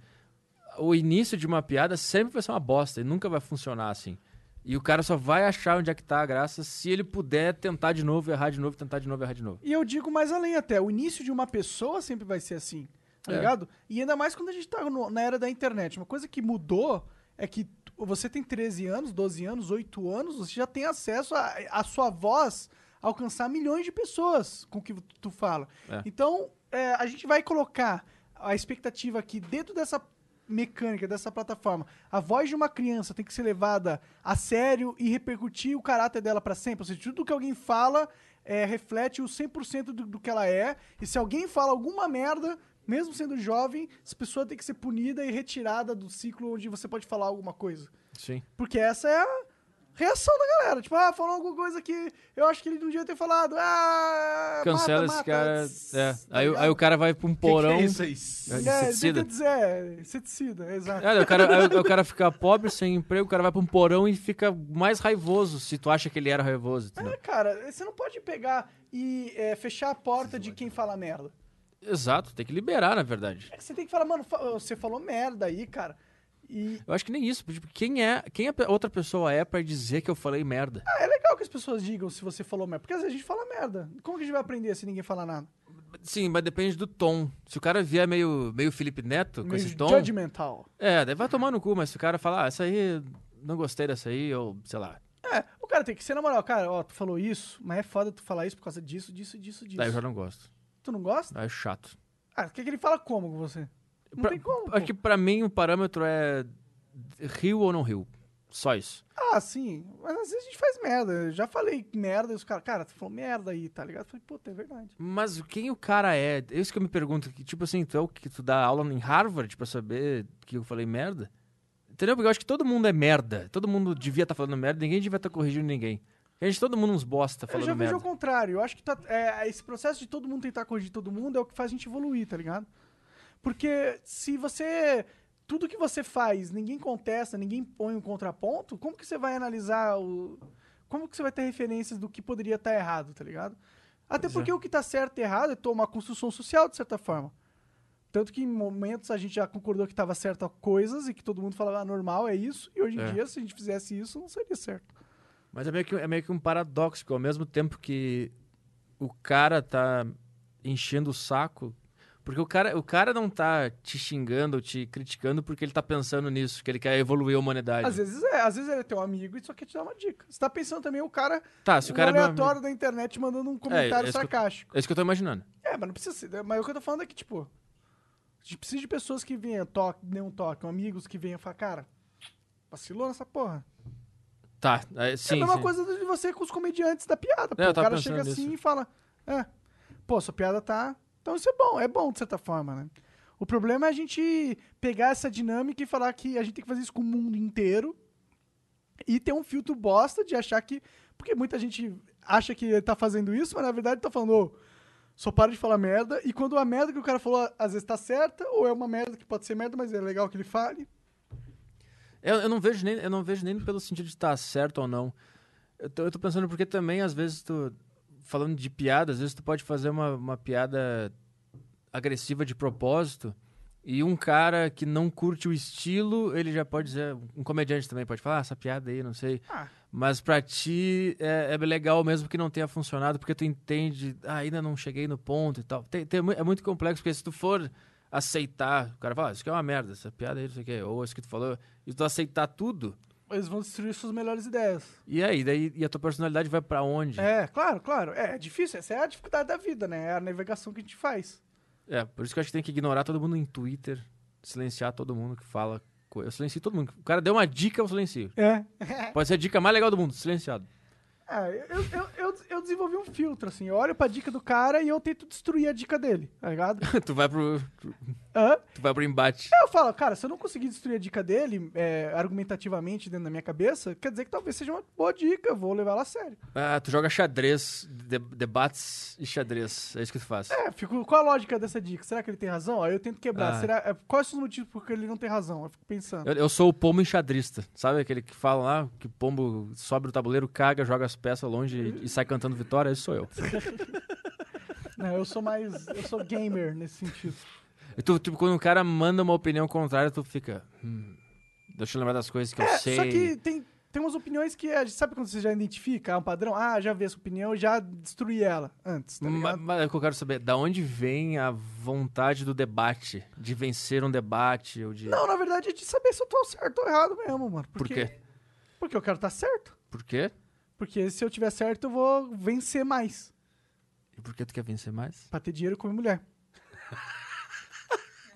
o início de uma piada sempre vai ser uma bosta e nunca vai funcionar assim. E o cara só vai achar onde é que tá a graça se ele puder tentar de novo, errar de novo, tentar de novo, errar de novo. E eu digo mais além até, o início de uma pessoa sempre vai ser assim, tá É. ligado? E ainda mais quando a gente tá no- na era da internet. Uma coisa que mudou é que t- você tem 13 anos, 12 anos, 8 anos, você já tem acesso à à sua voz alcançar milhões de pessoas com o que tu fala. É. Então, é, a gente vai colocar a expectativa que dentro dessa mecânica, dessa plataforma, a voz de uma criança tem que ser levada a sério e repercutir o caráter dela pra sempre. Ou seja, tudo que alguém fala é, reflete o 100% do, do que ela é. E se alguém fala alguma merda, mesmo sendo jovem, essa pessoa tem que ser punida e retirada do ciclo onde você pode falar alguma coisa. Sim. Porque essa é a, reação da galera. Tipo, ah, falou alguma coisa que eu acho que ele não devia ter falado. Ah, mata, Cancela esse mata. cara. Tss, É. tá Aí, o- ligado? aí o cara vai pra um Que porão. Que é isso aí? de É, inseticida. inseticida. É, inseticida, exato. É, o cara, aí o- aí o cara fica pobre, sem emprego, o cara vai pra um porão e fica mais raivoso se tu acha que ele era raivoso. entendeu? É, cara, você não pode pegar e é, fechar a porta de quem fala merda. Exato, tem que liberar, na verdade. É que Você tem que falar, mano, fa- você falou merda aí, cara. E Eu acho que nem isso. Tipo, quem é, quem a pe- outra pessoa é pra dizer que eu falei merda? ah, é legal que as pessoas digam se você falou merda, porque às vezes a gente fala merda. Como que a gente vai aprender se ninguém falar nada? Sim, mas depende do tom. Se o cara vier meio, meio Felipe Neto com Meio esse tom. judgmental. É, daí vai tomar no cu, mas se o cara falar, ah, essa aí, não gostei dessa aí, ou sei lá. É, o cara tem que ser na moral, cara, ó, tu falou isso, mas é foda tu falar isso por causa disso, disso, disso, disso. Daí eu já não gosto. Tu não gosta? Aí é chato. Ah, quer que ele fala como com você? Não Pra- tem como. pô. Acho É que pra mim o parâmetro é riu ou não riu. Só isso. Ah, sim. Mas às vezes a gente faz merda. Eu já falei merda e os caras, cara, tu falou merda aí, tá ligado? Eu falei, puta, é verdade. Mas quem o cara é? É Isso que eu me pergunto. Que, tipo assim, tu é o que tu dá aula em Harvard pra saber que eu falei merda? Entendeu? Porque eu acho que todo mundo é merda. Todo mundo devia estar falando merda, ninguém devia estar corrigindo ninguém. A gente, todo mundo uns bosta Eu tá falando já vejo merda. ao contrário. Eu acho que tá- é, esse processo de todo mundo tentar corrigir todo mundo é o que faz a gente evoluir, tá ligado? Porque se você. Tudo que você faz, ninguém contesta, ninguém põe um contraponto, como que você vai analisar o. Como que você vai ter referências do que poderia estar errado, tá ligado? Até porque o que tá certo e errado é uma construção social, de certa forma. Tanto que em momentos a gente já concordou que estava certo a coisas e que todo mundo falava "Ah, normal, é isso. E hoje em É. dia, se a gente fizesse isso, não seria certo. Mas é meio, que, é meio que um paradoxo, porque ao mesmo tempo que o cara tá enchendo o saco. Porque o cara, o cara não tá te xingando ou te criticando porque ele tá pensando nisso, que ele quer evoluir a humanidade. Às vezes é, às vezes ele é teu amigo e só quer te dar uma dica. Você tá pensando também o cara, tá, se o um cara é meu aleatório amigo- da internet mandando um comentário é isso que eu- sarcástico. É isso que eu tô imaginando. É, mas não precisa ser. Mas o que eu tô falando é que, tipo, a gente precisa de pessoas que venham, toque, dê um toque, amigos que venham e falar, cara, vacilou nessa porra. Tá, é, é sim. a mesma sim. É, coisa de você com os comediantes da piada. pô. eu o tava cara chega pensando assim nisso. e fala, é, pô, sua piada tá. Então isso é bom, é bom de certa forma, né? O problema é a gente pegar essa dinâmica e falar que a gente tem que fazer isso com o mundo inteiro e ter um filtro bosta de achar que. Porque muita gente acha que tá fazendo isso, mas na verdade tá falando, ô, só para de falar merda. E quando a merda que o cara falou às vezes tá certa, ou é uma merda que pode ser merda, mas é legal que ele fale. Eu, eu não vejo nem, eu não vejo nem pelo sentido de estar certo ou não. Eu tô, eu tô pensando porque também, às vezes, tu. Falando de piada, às vezes tu pode fazer uma, uma piada agressiva de propósito. E um cara que não curte o estilo, ele já pode dizer. Um comediante também pode falar, ah, essa piada aí, não sei. Ah. Mas pra ti é, é legal mesmo que não tenha funcionado, porque tu entende, ah, ainda não cheguei no ponto e tal. Tem- tem mu- é muito complexo, porque se tu for aceitar, o cara fala, ah, isso aqui é uma merda, essa piada aí, não sei o quê, ou isso que tu falou, e tu aceitar tudo, Eles vão destruir suas melhores ideias. e aí? Daí, e a tua personalidade vai pra onde? É, claro, claro. É, é difícil, essa é a dificuldade da vida, né? É a navegação que a gente faz. É, por isso que eu acho que tem que ignorar todo mundo em Twitter, silenciar todo mundo que fala. co- Eu silencio todo mundo. O cara deu uma dica, eu silencio. É. Pode ser a dica mais legal do mundo, silenciado. eu, eu, eu, eu desenvolvi um filtro, assim. Eu olho pra dica do cara e eu tento destruir a dica dele, tá ligado? tu, vai pro, Hã? tu vai pro embate. Eu falo, cara, se eu não conseguir destruir a dica dele é, argumentativamente dentro da minha cabeça, quer dizer que talvez seja uma boa dica, eu vou levar ela a sério. Ah, tu joga xadrez, de- debates e xadrez. É isso que tu faz. É, fico, qual a lógica dessa dica? Será que ele tem razão? Aí eu tento quebrar. Ah. Será, é, quais são os motivos por que ele não tem razão? Eu fico pensando. Eu, eu sou o pombo enxadrista. Sabe aquele que fala lá que o pombo sobe o tabuleiro, caga, joga as peças longe e, e sai cantando vitória? Esse sou eu. Não, né? eu sou mais. Eu sou gamer nesse sentido. E tu, tipo, quando o cara manda uma opinião contrária, tu fica. "Hum, deixa eu lembrar das coisas que eu É, sei. Só que tem, tem umas opiniões que, é, sabe quando você já identifica um padrão? Ah, já vi essa opinião, já destruí ela antes, tá Ma- ligado? Mas é o que eu quero saber, da onde vem a vontade do debate? De vencer um debate ou de. Não, na verdade é de saber se eu tô certo ou errado mesmo, mano. Por Porque, quê? Porque eu quero estar certo. Por quê? Porque se eu tiver certo, eu vou vencer mais. E por que tu quer vencer mais? Pra ter dinheiro com minha mulher.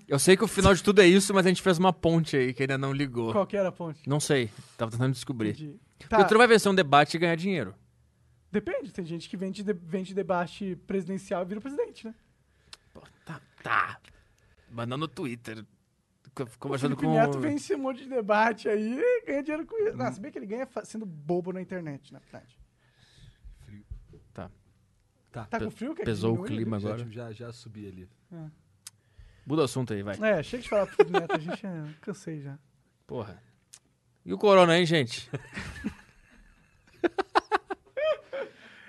Eu sei que o final de tudo é isso, mas a gente fez uma ponte aí que ainda não ligou. Qual que era a ponte? Não sei, tava tentando descobrir. Entendi. Porque Tá, tu não vai vencer um debate e ganhar dinheiro. depende. Tem gente que vende, de- vende debate presidencial e vira presidente, né? Tá. Mas não no Twitter. conversando Felipe com. Neto vence um monte de debate aí e ganha dinheiro com isso. Ah, se bem que ele ganha fa- sendo bobo na internet, né, na verdade. Tá. Tá Pe- com frio? Quer que pesou o diminua? clima Já- agora. Já, já subi ali. Muda o assunto aí, vai. É, chega de falar pro Felipe Neto, a gente é, cansei já. Porra. E o corona, hein, gente?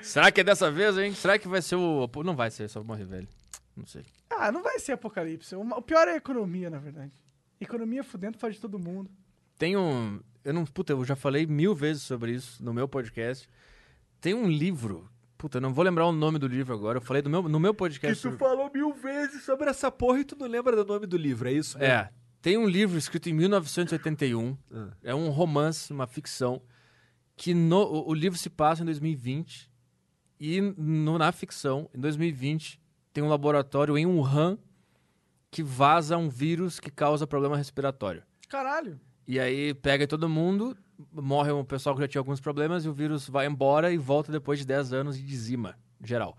Será que é dessa vez, hein? Será que vai ser o. Pô, Não vai ser, só morre velho. Não sei. Ah, não vai ser apocalipse. O ma- o pior é a economia, na verdade. Economia fudendo faz de todo mundo. Tem um. Eu não. Puta, eu já falei mil vezes sobre isso no meu podcast. Tem um livro. Puta, eu não vou lembrar o nome do livro agora. Eu falei do meu, no meu podcast. sobre- falou mil vezes sobre essa porra e tu não lembra do nome do livro, é isso? mesmo? É. Tem um livro escrito em 1981. Ah. É um romance, uma ficção. Que no- o, o livro se passa em 2020. E no- na ficção, em 2020, tem um laboratório em Wuhan que vaza um vírus que causa problema respiratório. Caralho. E aí pega todo mundo, morre um pessoal que já tinha alguns problemas e o vírus vai embora e volta depois de 10 anos e dizima, geral.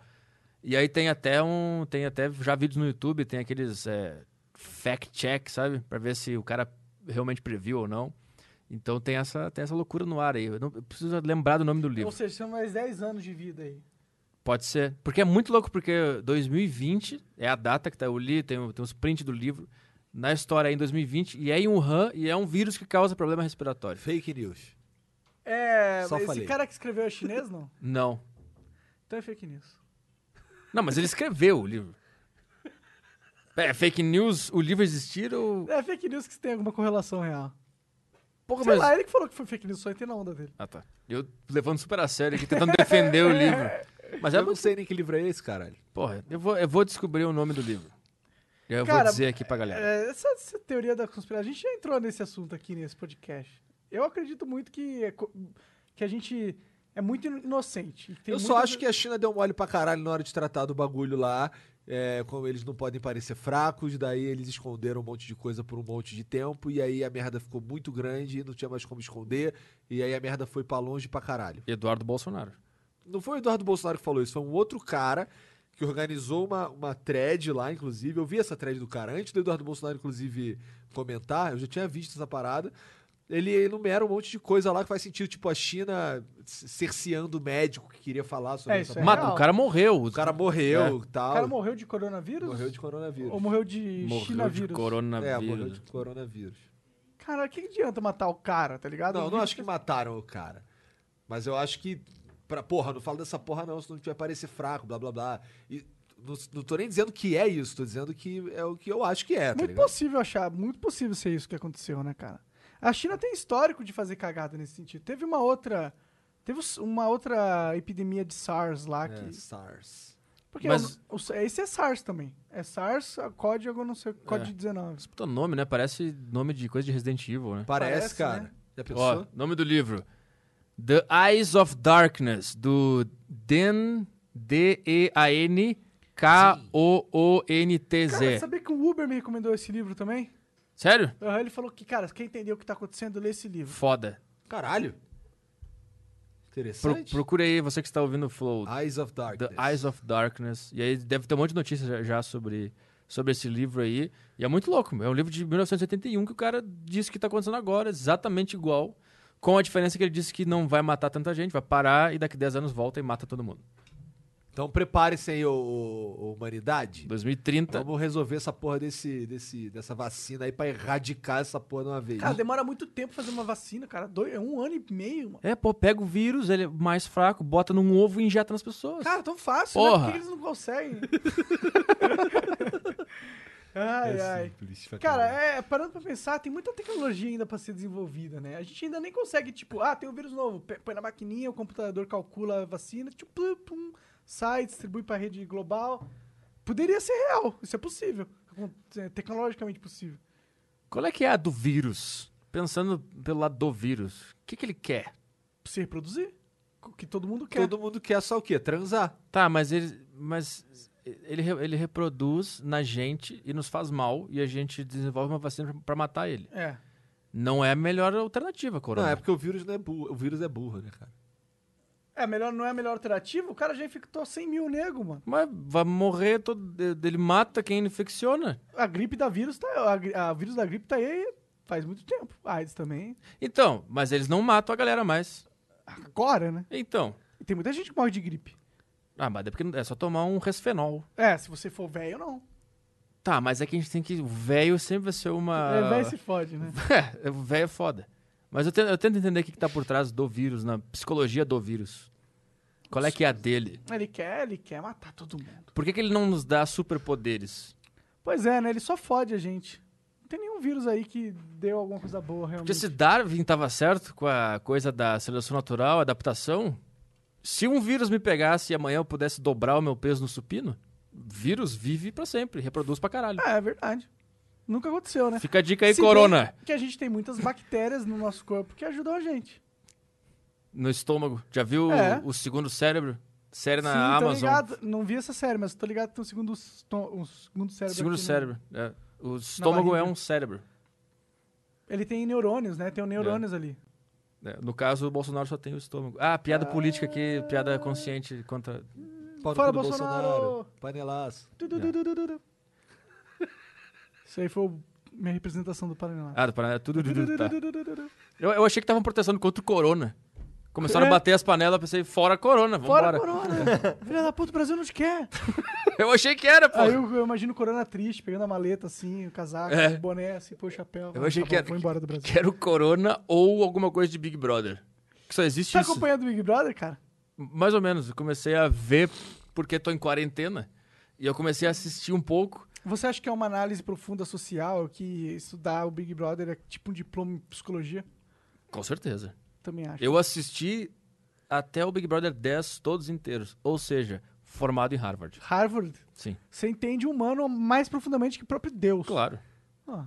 E aí tem até um, tem até já vídeos no YouTube, tem aqueles é, fact check, sabe, Pra ver se o cara realmente previu ou não. Então tem essa, tem essa loucura no ar aí. Eu, não, eu preciso lembrar do nome do livro. Ou seja, são mais 10 anos de vida aí. Pode ser. Porque é muito louco, porque 2020 é a data que tá, eu li, tem, o- tem uns prints do livro, na história aí em 2020, e é em Wuhan, e é um vírus que causa problema respiratório. Fake news. É, Só esse falei. cara que escreveu é chinês, não? Não. Então é fake news. Não, mas ele escreveu o livro. É, fake news, o livro existir ou. É fake news que tem alguma correlação real. Pouco Sei mais. lá, ele que falou que foi fake news, só entendo a onda dele. Ah, tá. Eu levando super a sério aqui, tentando defender o livro. Mas é Eu não muito. sei nem que livro é esse, caralho. Porra, eu vou, eu vou descobrir o nome do livro. E aí Eu Cara, vou dizer aqui pra galera. É, essa, essa teoria da conspiração, a gente já entrou nesse assunto aqui nesse podcast. Eu acredito muito que, é co- que a gente é muito inocente. e tem eu só muita- acho que a China deu mole pra caralho na hora de tratar do bagulho lá. É, como eles não podem parecer fracos, daí eles esconderam um monte de coisa por um monte de tempo, e aí a merda ficou muito grande e não tinha mais como esconder, e aí a merda foi pra longe pra caralho. Eduardo Bolsonaro. Não foi o Eduardo Bolsonaro que falou isso, foi um outro cara que organizou uma, uma thread lá, inclusive. Eu vi essa thread do cara antes do Eduardo Bolsonaro, inclusive, comentar. Eu já tinha visto essa parada. Ele enumera um monte de coisa lá que faz sentido, tipo a China c- cerceando o médico que queria falar sobre É, essa isso é parada. Mas real. o cara morreu. O cara morreu e tal. O cara morreu de coronavírus? Morreu de coronavírus. Ou morreu de morreu de chinavírus? coronavírus. É, morreu de coronavírus. Cara, que adianta matar o cara, tá ligado? Não, O eu não vírus acho que é, mataram o cara. Mas eu acho que. Pra, porra, não fala dessa porra não, senão a gente vai parecer fraco, blá blá blá. E não, não tô nem dizendo que é isso, tô dizendo que é o que eu acho que é, tá Muito ligado? possível achar, muito possível ser isso que aconteceu, né, cara? A China tem histórico de fazer cagada nesse sentido. Teve uma outra. Teve os- uma outra epidemia de SARS lá É, que. SARS. Porque Mas- o- o- esse é SARS também. É SARS, código, não sei, código É. 19. Puta nome, né? Parece nome de coisa de Resident Evil, né? Parece, Parece, cara. né? Já Ó, pensou? nome do livro. The Eyes of Darkness, do Dan D-E-A-N Cara, K-O-O-N-T-Z. sabia que o Uber me recomendou esse livro também? Sério? Aham, ele falou que, cara, quem entendeu o que tá acontecendo, lê esse livro. Foda. Caralho. Pro, Interessante. procura aí, você que está ouvindo o Flow. Eyes of The Darkness. Eyes of Darkness. E aí deve ter um monte de notícias já, já sobre, sobre esse livro aí. E é muito louco, meu. é um livro de 1981 que o cara disse que tá acontecendo agora, exatamente igual. Com a diferença que ele disse que não vai matar tanta gente, vai parar e daqui 10 anos volta e mata todo mundo. Então prepare-se aí, ô, ô- ô humanidade. Né? 2030. Então Vamos resolver essa porra desse, desse, dessa vacina aí pra erradicar essa porra de uma vez. Cara, demora muito tempo fazer uma vacina, cara. Dois, é um ano e meio, mano. É, pô, pega o vírus, ele é mais fraco, bota num ovo e injeta nas pessoas. Cara, tão fácil, né? Por Porra. que que eles não conseguem? ai, ai. simples pra É Cara, caralho. é, parando pra pensar, tem muita tecnologia ainda pra ser desenvolvida, né? A gente ainda nem consegue, tipo, ah, tem um vírus novo, pe- põe na maquininha, o computador calcula a vacina, tipo, plum, plum, sai, distribui pra rede global. Poderia ser real, isso é possível. Acon- é Tecnologicamente possível. Qual é que é a do vírus? Pensando pelo lado do vírus, o que, que ele quer? Se reproduzir, co- que todo mundo quer. Todo mundo quer só o quê? Transar. Tá, mas ele, mas ele, re- ele reproduz na gente e nos faz mal e a gente desenvolve uma vacina pra- pra matar ele. É. Não é a melhor alternativa, Não, corona. é porque o vírus não é burro. O vírus é burro, né, cara? É, melhor, não é a melhor alternativa? O cara já infectou 100 mil nego, mano. Mas vai morrer todo. Ele mata quem infecciona. A gripe da vírus tá. A, gri- a vírus da gripe tá aí faz muito tempo. A AIDS também. Então, mas eles não matam a galera mais. Agora, né? Então. E Tem muita gente que morre de gripe. Ah, mas é porque é só tomar um resfenol. É, se você for velho, não. Tá, mas é que a gente tem que. O velho sempre vai ser uma. É, velho se fode, né? É, o velho é foda. Mas eu, te- eu tento entender o que, que tá por trás do vírus, na psicologia do vírus. Qual é que é a dele? Ele quer, ele quer matar todo mundo. Por que, que ele não nos dá superpoderes? Pois é, né? Ele só fode a gente. Não tem nenhum vírus aí que deu alguma coisa boa, Porque realmente. se Darwin tava certo com a coisa da seleção natural, adaptação, se um vírus me pegasse e amanhã eu pudesse dobrar o meu peso no supino, vírus vive pra sempre, reproduz pra caralho. É, é verdade. Nunca aconteceu, né? Fica a dica aí, Se bem Corona, Que a gente tem muitas bactérias no nosso corpo que ajudam a gente. no estômago. Já viu É. o, o segundo cérebro? Série na Sim, tô Amazon. ligado. Não vi essa série, mas tô ligado que tem um segundo, esto- um segundo cérebro. Segundo aqui, né? cérebro. é. O estômago é barriga. um cérebro. Ele tem neurônios, né? Tem um neurônios ali. É, No caso, o Bolsonaro só tem o estômago. Ah, piada política aqui, piada consciente contra. Pau no Fala, cu do Bolsonaro! Panelaço. Du, du, du, du, du, du, du. Isso aí foi o- minha representação do Paraná. Ah, do Paraná. Tudo, Du, du, du, tá. du, du, du, du. eu, eu achei que estavam protestando contra o corona. Começaram a É. bater as panelas, eu pensei, fora corona, Fora vambora. Corona! Filha da puta, o Brasil não te quer! Eu achei que era, pô. Aí eu, eu imagino o Corona triste, pegando a maleta assim, o casaco, É. o boné assim, pô, o chapéu. Eu achei Tá que bom, era- Vou embora do Brasil. Quero corona ou alguma coisa de Big Brother. Que só existe Tá isso. acompanhando o Big Brother, cara? Mais ou menos. Eu comecei a ver porque tô em quarentena. E eu comecei a assistir um pouco. Você acha que é uma análise profunda social, que estudar o Big Brother é tipo um diploma em psicologia? Com certeza. Também acho. Eu assisti até o Big Brother 10 todos inteiros. Ou seja, formado em Harvard. Harvard, Sim. você entende o humano mais profundamente que o próprio Deus. Claro. Ah.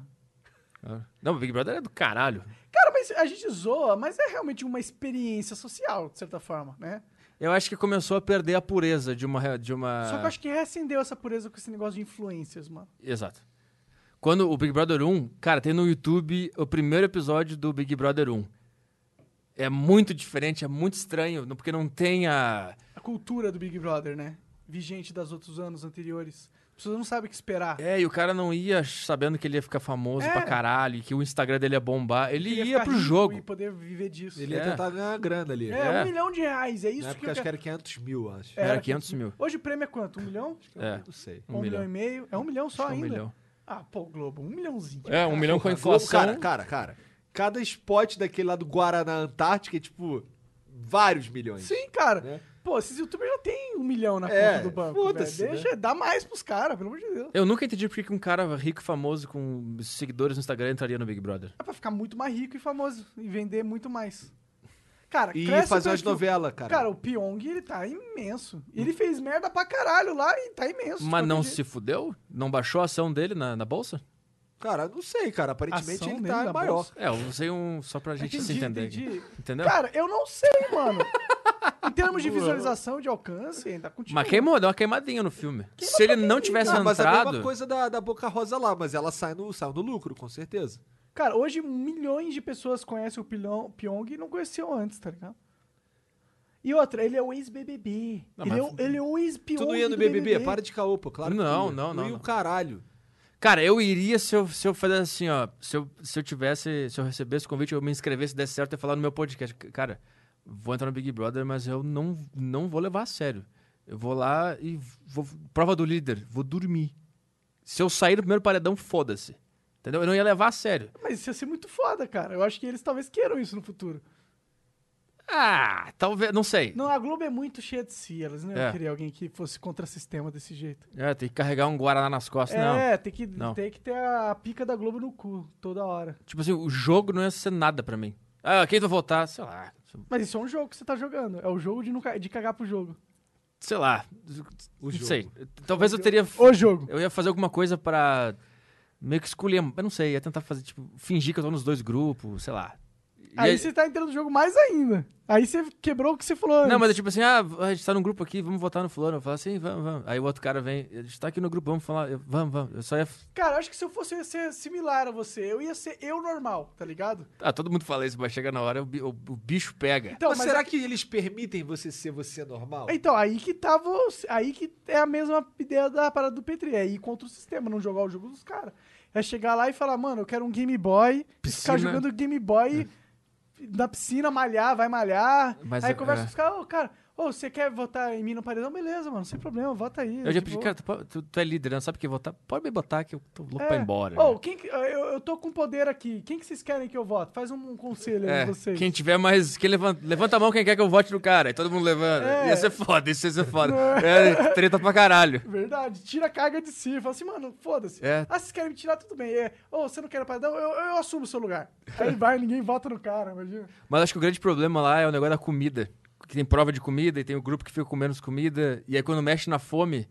Ah. Não, o Big Brother é do caralho. Cara, mas a gente zoa, mas é realmente uma experiência social, de certa forma, né? Eu acho que começou a perder a pureza de uma. re- De uma... Só que eu acho que reacendeu essa pureza com esse negócio de influências, mano. Exato. Quando o Big Brother 1, cara, tem no YouTube o primeiro episódio do Big Brother 1. É muito diferente, é muito estranho, não- porque não tem a. A cultura do Big Brother, né? Vigente das outros anos anteriores. As pessoas não sabem o que esperar. É, e o cara não ia sabendo que ele ia ficar famoso É. pra caralho, e que o Instagram dele ia bombar. Ele, Queria ia ficar pro rico jogo. E poder viver disso. Ele É. ia tentar ganhar grana ali. É, Na É. um milhão de reais, é isso época que eu acho que quero. era 500 mil, acho. Era Era 500 mil. Hoje o prêmio é quanto? Um milhão? É, Não sei. um, milhão. e meio? É um milhão só Acho que é um ainda? milhão. Ah, pô, Globo, um milhãozinho. É, um milhão com a A Globo, inflação. cara, cara, cara. Cada spot daquele lá do Guaraná Antártica é tipo vários milhões. Sim, cara. É. Né? Pô, esses youtubers já tem um milhão na É, conta do banco. velho. foda-se, né? Deixa, dá mais pros caras, pelo amor de Deus. Eu nunca entendi porque que um cara rico e famoso com seguidores no Instagram entraria no Big Brother. É pra ficar muito mais rico e famoso e vender muito mais. Cara, E cresce o fazer umas perfil. novelas, cara. Cara, o Pyong, ele tá imenso. Ele fez merda pra caralho lá e tá imenso. Mas de não qualquer jeito. se fudeu? Não baixou a ação dele na, na bolsa? Cara, não sei, cara. Aparentemente Ação ele dentro tá da maior. bolsa? É, eu usei um só pra gente se Entendi, entender. aqui. entendi. Entendeu? Cara, eu não sei, mano. em termos de visualização, de alcance, ainda continua. mas queimou, deu uma queimadinha no filme. Se ele não tivesse Ah, mas é a mesma entrado. coisa da, da Boca Rosa lá, mas ela sai no, sai no lucro, com certeza. Cara, hoje milhões de pessoas conhecem o Pilon- Pyong e não conheciam antes, tá ligado? E outra, ele é o ex-BBB. Não, Ele, é mas- o- ele é o ex-Pyong Tu não ia no do BBB? Para de caô, pô. Claro que tu Não, ia. não, Tu não, ia não. o caralho. Cara, eu iria se eu, se eu fizesse assim, ó. Se eu, se eu tivesse. Se eu recebesse o convite, eu me inscrevesse, desse certo, eu ia falar no meu podcast. C- Cara, vou entrar no Big Brother, mas eu não, não vou levar a sério. Eu vou lá e vou. Prova do líder, vou dormir. Se eu sair do primeiro paredão, foda-se. Entendeu? Eu não ia levar a sério. Mas isso ia ser muito foda, cara. Eu acho que eles talvez queiram isso no futuro. Ah, talvez. Não sei. Não, a Globo é muito cheia de si. Elas não É. iam querer alguém que fosse contra-sistema desse jeito. É, tem que carregar um Guaraná nas costas, não. é, tem que, não. tem que ter a pica da Globo no cu toda hora. Tipo assim, o jogo não ia ser nada pra mim. Ah, quem tu vai votar? Sei lá. Mas isso é um jogo que você tá jogando. É o jogo de, não ca- de cagar pro jogo. Sei lá. O não jogo. sei. Talvez eu teria. O jogo. Eu ia fazer alguma coisa pra. Meio que escolher. Eu não sei. Ia tentar fazer, tipo, fingir que eu tô nos dois grupos, sei lá. E Aí você tá entrando no jogo mais ainda. Aí você quebrou o que você falou antes. Não, mas é tipo assim, ah, a gente tá num grupo aqui, vamos votar no fulano. Eu falo assim, vamos, vamos. Aí o outro cara vem, a gente tá aqui no grupo, vamos falar, eu, vamos, vamos. Eu só ia... Cara, acho que se eu fosse eu ia ser similar a você, eu ia ser eu normal, tá ligado? Ah, todo mundo fala isso, mas chega na hora, o, bi- o- o bicho pega. Então, mas, mas será é- que eles permitem você ser você normal? Então, aí que tava. os- Aí que é a mesma ideia da parada do Petri. É ir contra o sistema, não jogar o jogo dos caras. É chegar lá e falar, mano, eu quero um Game Boy, Piscina. ficar É. jogando Game Boy na piscina, malhar, vai malhar. Mas é- aí conversa é. com os caras, ô, cara, ô, você quer votar em mim no paredão? Beleza, mano, sem problema, vota aí. Eu de já pedi, boa. cara, tu, po- tu- tu é líder, não sabe quem votar? Pode me botar que eu tô louco pra ir embora. É. né?" Ô, quem que- eu, eu tô com poder aqui. Quem que vocês querem que eu vote? Faz um, conselho aí É, pra vocês. quem tiver mais. Quem levanta, levanta a mão quem quer que eu vote no cara. Aí todo mundo levanta. É. Ia ser foda, isso ia ser foda. É, treta pra caralho. Verdade, tira a carga de si. Fala assim, mano, foda-se. É. Ah, vocês querem me tirar, tudo bem. É. Ô, você não quer o paredão? Eu, eu assumo o seu lugar. Aí vai, ninguém vota no cara, imagina. Mas acho que o grande problema lá é o negócio da comida. Que tem prova de comida e tem o grupo que fica com menos comida. E aí quando mexe na fome,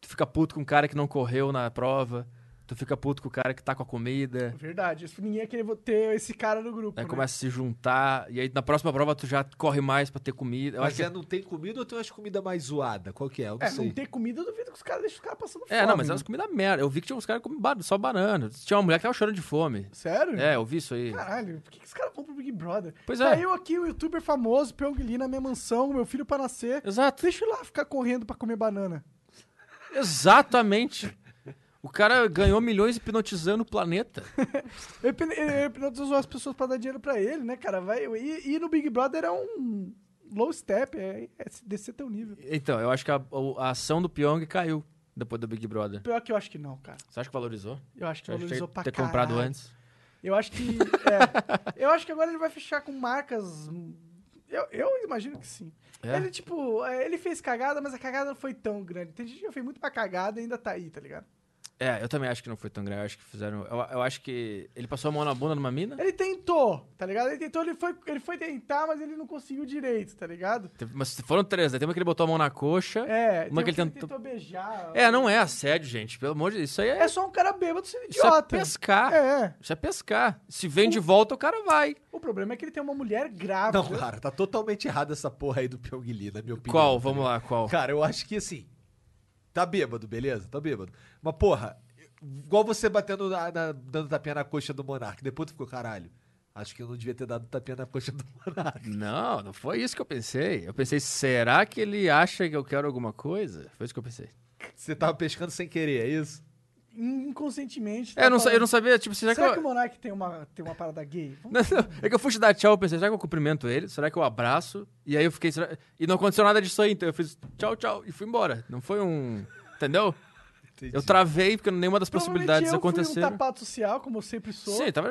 tu fica puto com o cara que não correu na prova. Tu fica puto com o cara que tá com a comida. Verdade, isso- ninguém ia querer vo- ter esse cara no grupo. Aí né? começa a se juntar. E aí na próxima prova tu já corre mais pra ter comida. Eu Mas acho é, que... não tem comida ou tem umas comidas mais zoadas? Qual que é? Eu não É, sei. não ter comida, eu duvido que os caras deixam os caras passando fome. É, não, mas né? elas comidas merda. Eu vi que tinha uns caras comendo ba- só banana. Tinha uma mulher que tava chorando de fome. Sério? É, eu vi isso aí. Caralho, por que, que os caras vão pro Big Brother? Pois Tá é. eu aqui, o youtuber famoso, Pyongyi, na minha mansão, meu filho pra nascer. Exato. Deixa eu ir lá ficar correndo pra comer banana. Exatamente. O cara ganhou milhões hipnotizando o planeta. Ele hipno- Ele hipnotizou as pessoas pra dar dinheiro pra ele, né, cara? Vai, e, e no Big Brother é um low step, é, é se- descer teu nível. Então, eu acho que a, o- a ação do Pyong caiu depois do Big Brother. Pior que eu acho que não, cara. Você acha que valorizou? Eu acho que Você acha que valorizou ter, pra ter caralho. comprado antes. Eu acho que. é. eu acho que agora ele vai fechar com marcas. hum, Eu, eu imagino que sim. É? Ele, tipo, é, ele fez cagada, mas a cagada não foi tão grande. Tem gente que já fez muito pra cagada e ainda tá aí, tá ligado? É, eu também acho que não foi tão grave. Eu acho que fizeram. Eu, eu acho que ele passou a mão na bunda numa mina. Ele tentou, tá ligado? Ele tentou, ele foi, ele foi tentar, mas ele não conseguiu direito, tá ligado? Teve- Mas foram três, né? Tem uma que ele botou a mão na coxa. É, uma que tem ele um tentou. beijar. É, não é assédio, gente. Pelo amor de Deus. Isso aí é. É só um cara bêbado sendo Isso é idiota. pescar. É. Isso é pescar. Se vem de volta, o cara vai. O problema é que ele tem uma mulher grávida. Não, cara, tá totalmente errada essa porra aí do Pyong Lee, na minha opinião. tá Qual? Vamos lá, qual? Cara, eu acho que assim. Tá bêbado, beleza? Tá bêbado. Mas, porra, igual você batendo na, na- dando tapinha na coxa do Monark. Depois tu ficou, caralho. Acho que eu não devia ter dado tapinha na coxa do Monark. Não, não foi isso que eu pensei. Eu pensei, será que ele acha que eu quero alguma coisa? Foi isso que eu pensei. Você tava pescando sem querer, é isso? Inconscientemente. É, eu não, sa- sei, eu não sabia, tipo, será, Tá Será, que, que eu... o Monark tem uma, tem uma parada gay? Vamos- Não, não, é que eu fui te dar tchau, eu pensei, será que eu cumprimento ele? Será que eu abraço? E aí eu fiquei, será- e não aconteceu nada disso aí, então eu fiz tchau, tchau, e fui embora. Não foi um... Entendeu? Eu travei, porque nenhuma das possibilidades Provavelmente eu aconteceram. Fui um tapado social, como eu sempre sou. Sim, tava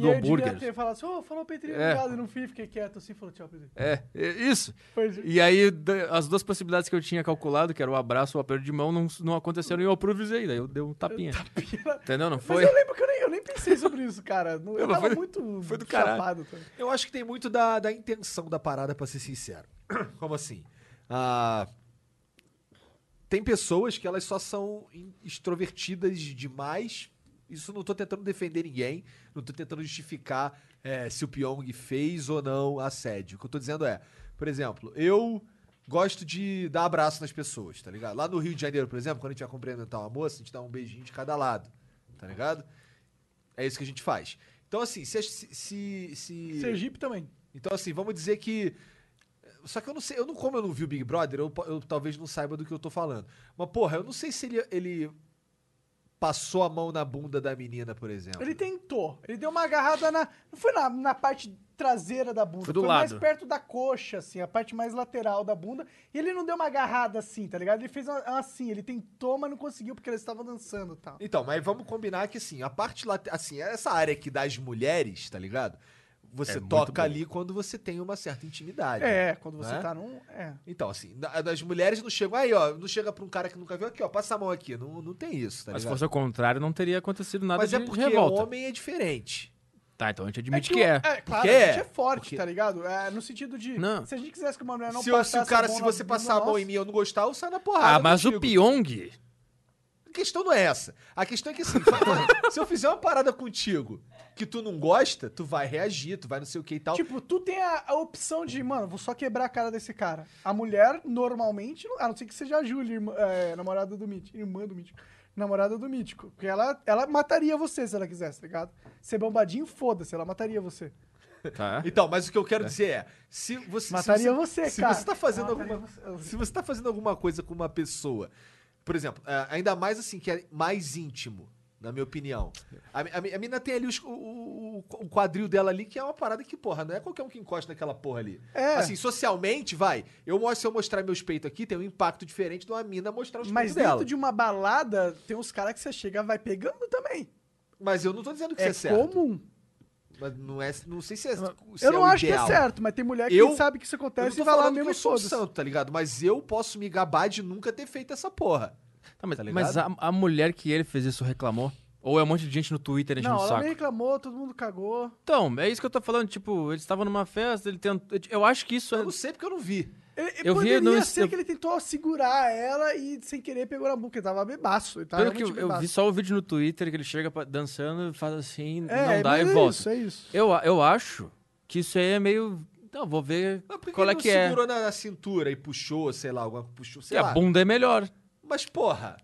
e do eu devia hambúrguer. ter falado assim, ô, falou Petri, É. obrigado, e não fui, fiquei quieto assim, falou tchau, Petri. É, é, isso. Pois é. E aí, da- as duas possibilidades que eu tinha calculado, que era o abraço ou o aperto de mão, não, não aconteceram e eu improvisei, daí eu dei um tapinha. Entendeu? Não Mas foi? eu lembro que eu nem, eu nem pensei sobre isso, cara. Não- Eu Não, mas tava foi do- muito foi do caralho. chapado. também. Eu acho que tem muito da, da intenção da parada, pra ser sincero. Como assim? Ah, tem pessoas que elas só são in- extrovertidas demais. Isso não tô tentando defender ninguém, não tô tentando justificar eh, se o Pyong fez ou não assédio. O que eu tô dizendo é, por exemplo, eu gosto de dar abraço nas pessoas, tá ligado? Lá no Rio de Janeiro, por exemplo, quando a gente vai cumprimentar uma moça, a gente dá um beijinho de cada lado, tá ligado? É isso que a gente faz. Então, assim, se. se, se- se- Sergipe também. então, assim, vamos dizer que. Só que eu não sei, eu não, como eu não vi o Big Brother, eu, po- eu talvez não saiba do que eu tô falando. Mas, porra, eu não sei se ele, ele passou a mão na bunda da menina, por exemplo. Ele tentou. Ele deu uma agarrada na. Não foi na, na parte traseira da bunda. Foi do mais lado. perto da coxa, assim, a parte mais lateral da bunda. E ele não deu uma agarrada assim, tá ligado? Ele fez uma- assim, ele tentou, mas não conseguiu porque eles estavam dançando e tal. Então, mas vamos combinar que, assim, a parte lá. Assim, essa área aqui das mulheres, tá ligado? Você É muito toca bom. ali quando você tem uma certa intimidade. É, quando você né? tá num. É. Então, assim, da- das mulheres não chega. Aí, ó, não chega pra um cara que nunca viu aqui, ó, passa a mão aqui. Não, não tem isso, tá Mas se ligado? fosse o contrário, não teria acontecido nada mas de é porque revolta. o homem é diferente. Tá, então a gente admite que que, o- é. claro, Porque a gente é. é forte, Porque- tá ligado? É, no sentido de. Não. Se a gente quisesse que uma mulher não se, eu- se passasse o cara, a mão se na você bunda passar a mão nossa- em mim e eu não gostar, eu saio na porrada. Ah, mas o contigo. Pyong questão não é essa. A questão é que assim, fa- fa- se eu fizer uma parada contigo que tu não gosta, tu vai reagir, tu vai não sei o que e tal. Tipo, tu tem a, a opção de, mano, vou só quebrar a cara desse cara. A mulher, normalmente, não- a não ser que seja a Júlia, irmã- é, namorada do Mítico, irmã do Mítico, namorada do Mítico. Porque ela, ela mataria você se ela quisesse, tá ligado? Ser bombadinho, foda-se, ela mataria você. Tá. Então, mas o que eu quero dizer é, se você Mataria se você, se cara. você tá fazendo Mataria alguma você. se você tá fazendo alguma coisa com uma pessoa, por exemplo, é, ainda mais assim que é mais íntimo, na minha opinião. A, mi- a, mi- a mina tem ali os- o, o- o quadril dela ali que é uma parada que porra não é qualquer um que encosta naquela porra ali. É. Assim, socialmente, vai. Eu mostro se eu mostrar meus peitos aqui tem um impacto diferente de uma mina mostrar os Mas peitos dela. dentro de uma balada, tem uns caras que você chega vai pegando também. Mas eu não tô dizendo que um- é isso é certo. comum. Mas não é, não sei se é, se eu é não o acho ideal. que é certo, Então, mas tem mulher que Eu- sabe que isso acontece eu e não tô vai lá falando que mesmo eu e sou um foda-se. santo, tá ligado? Mas eu posso me gabar de nunca ter feito essa porra. Tá, mas Tá ligado? mas a, a mulher que ele fez isso reclamou? Ou é um monte de gente no Twitter enchendo Não, um o ela saco? me reclamou, todo mundo cagou. Então, é isso que eu tô falando. Tipo, eles estavam numa festa, ele tentou. Eu acho que isso é. Eu não sei porque eu não vi. Ele, Eu vi poderia no- ser eu- que ele tentou segurar ela e, sem querer, pegou na boca. Ele tava bebaço. Ele tava Pelo que eu, realmente eu vi bebaço. só o vídeo no Twitter que ele chega pra- dançando, faz assim, É, não dá e mas é volta. Isso, é isso. Eu, a- eu acho que isso aí é meio. Não, vou ver Mas por que qual ele é não que é. segurou na, na cintura e puxou, sei lá, alguma puxou, sei Que a lá. bunda é melhor. Mas É porra.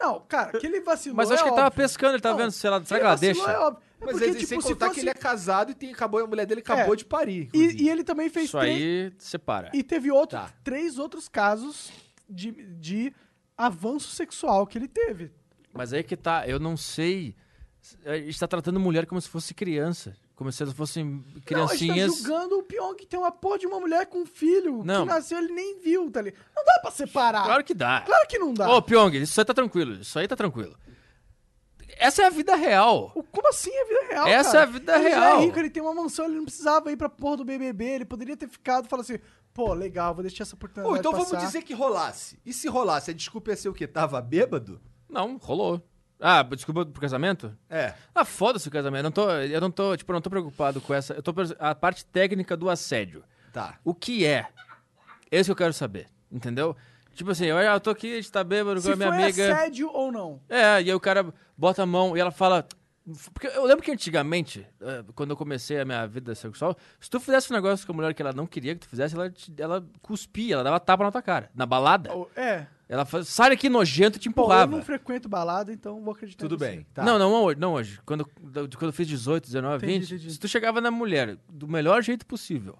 Não, cara, que ele vacilou. Mas acho é que ele tava óbvio. pescando, ele tava Não, vendo, sei lá, Que será ele que ela vacilou deixa? É óbvio. É Mas porque, ele- tipo, sem se contar fosse... que ele é casado e tem, acabou, a mulher dele acabou É. de parir. e, e ele também fez Isso três... aí separa. E teve outro, Tá. três outros casos de, de avanço sexual que ele teve. Mas aí que tá, eu não sei. A gente tá tratando mulher como se fosse criança. Como se elas fossem Não, a criancinhas. gente tá julgando o Pyong que tem uma porra de uma mulher com um filho Não. que nasceu ele nem viu, tá ligado? Não dá pra separar. claro que dá. Claro que não dá. Ô, Pyong, isso aí tá tranquilo. Isso aí tá tranquilo. Essa é a vida real. O- Como assim a vida real? Essa cara? é a vida ele já real. é rico, ele tem uma mansão, ele não precisava ir pra porra do BBB, ele poderia ter ficado e falar assim: pô, legal, vou deixar essa oportunidade. Pô, então vamos passar. dizer que rolasse. E se rolasse, a desculpa ia ser o quê? Tava bêbado? Não, rolou. Ah, desculpa pro casamento? É. Ah, foda-se o casamento. Eu não tô, eu não tô, tipo, eu não tô preocupado com essa. Eu tô pres- a parte técnica do assédio. Tá. O que é? Esse que eu quero saber, entendeu? Tipo assim, eu, eu tô aqui, a gente tá bêbado com se a minha foi amiga. assédio ou não. É, e aí o cara bota a mão e ela fala. Porque eu lembro que antigamente, eh, quando eu comecei a minha vida sexual, se tu fizesse um negócio com a mulher que ela não queria que tu fizesse, ela, te- ela cuspia, ela dava tapa na tua cara, na balada. Ou- É. Ela fala, sai daqui nojento e te Bom, eu empurrava. não frequento balada, então vou acreditar. Tudo em você. bem. Tá. Não, não hoje. Não hoje. Quando, eu- quando eu fiz 18, 19, Entendi, 20, entendi. se tu chegava na mulher do melhor jeito possível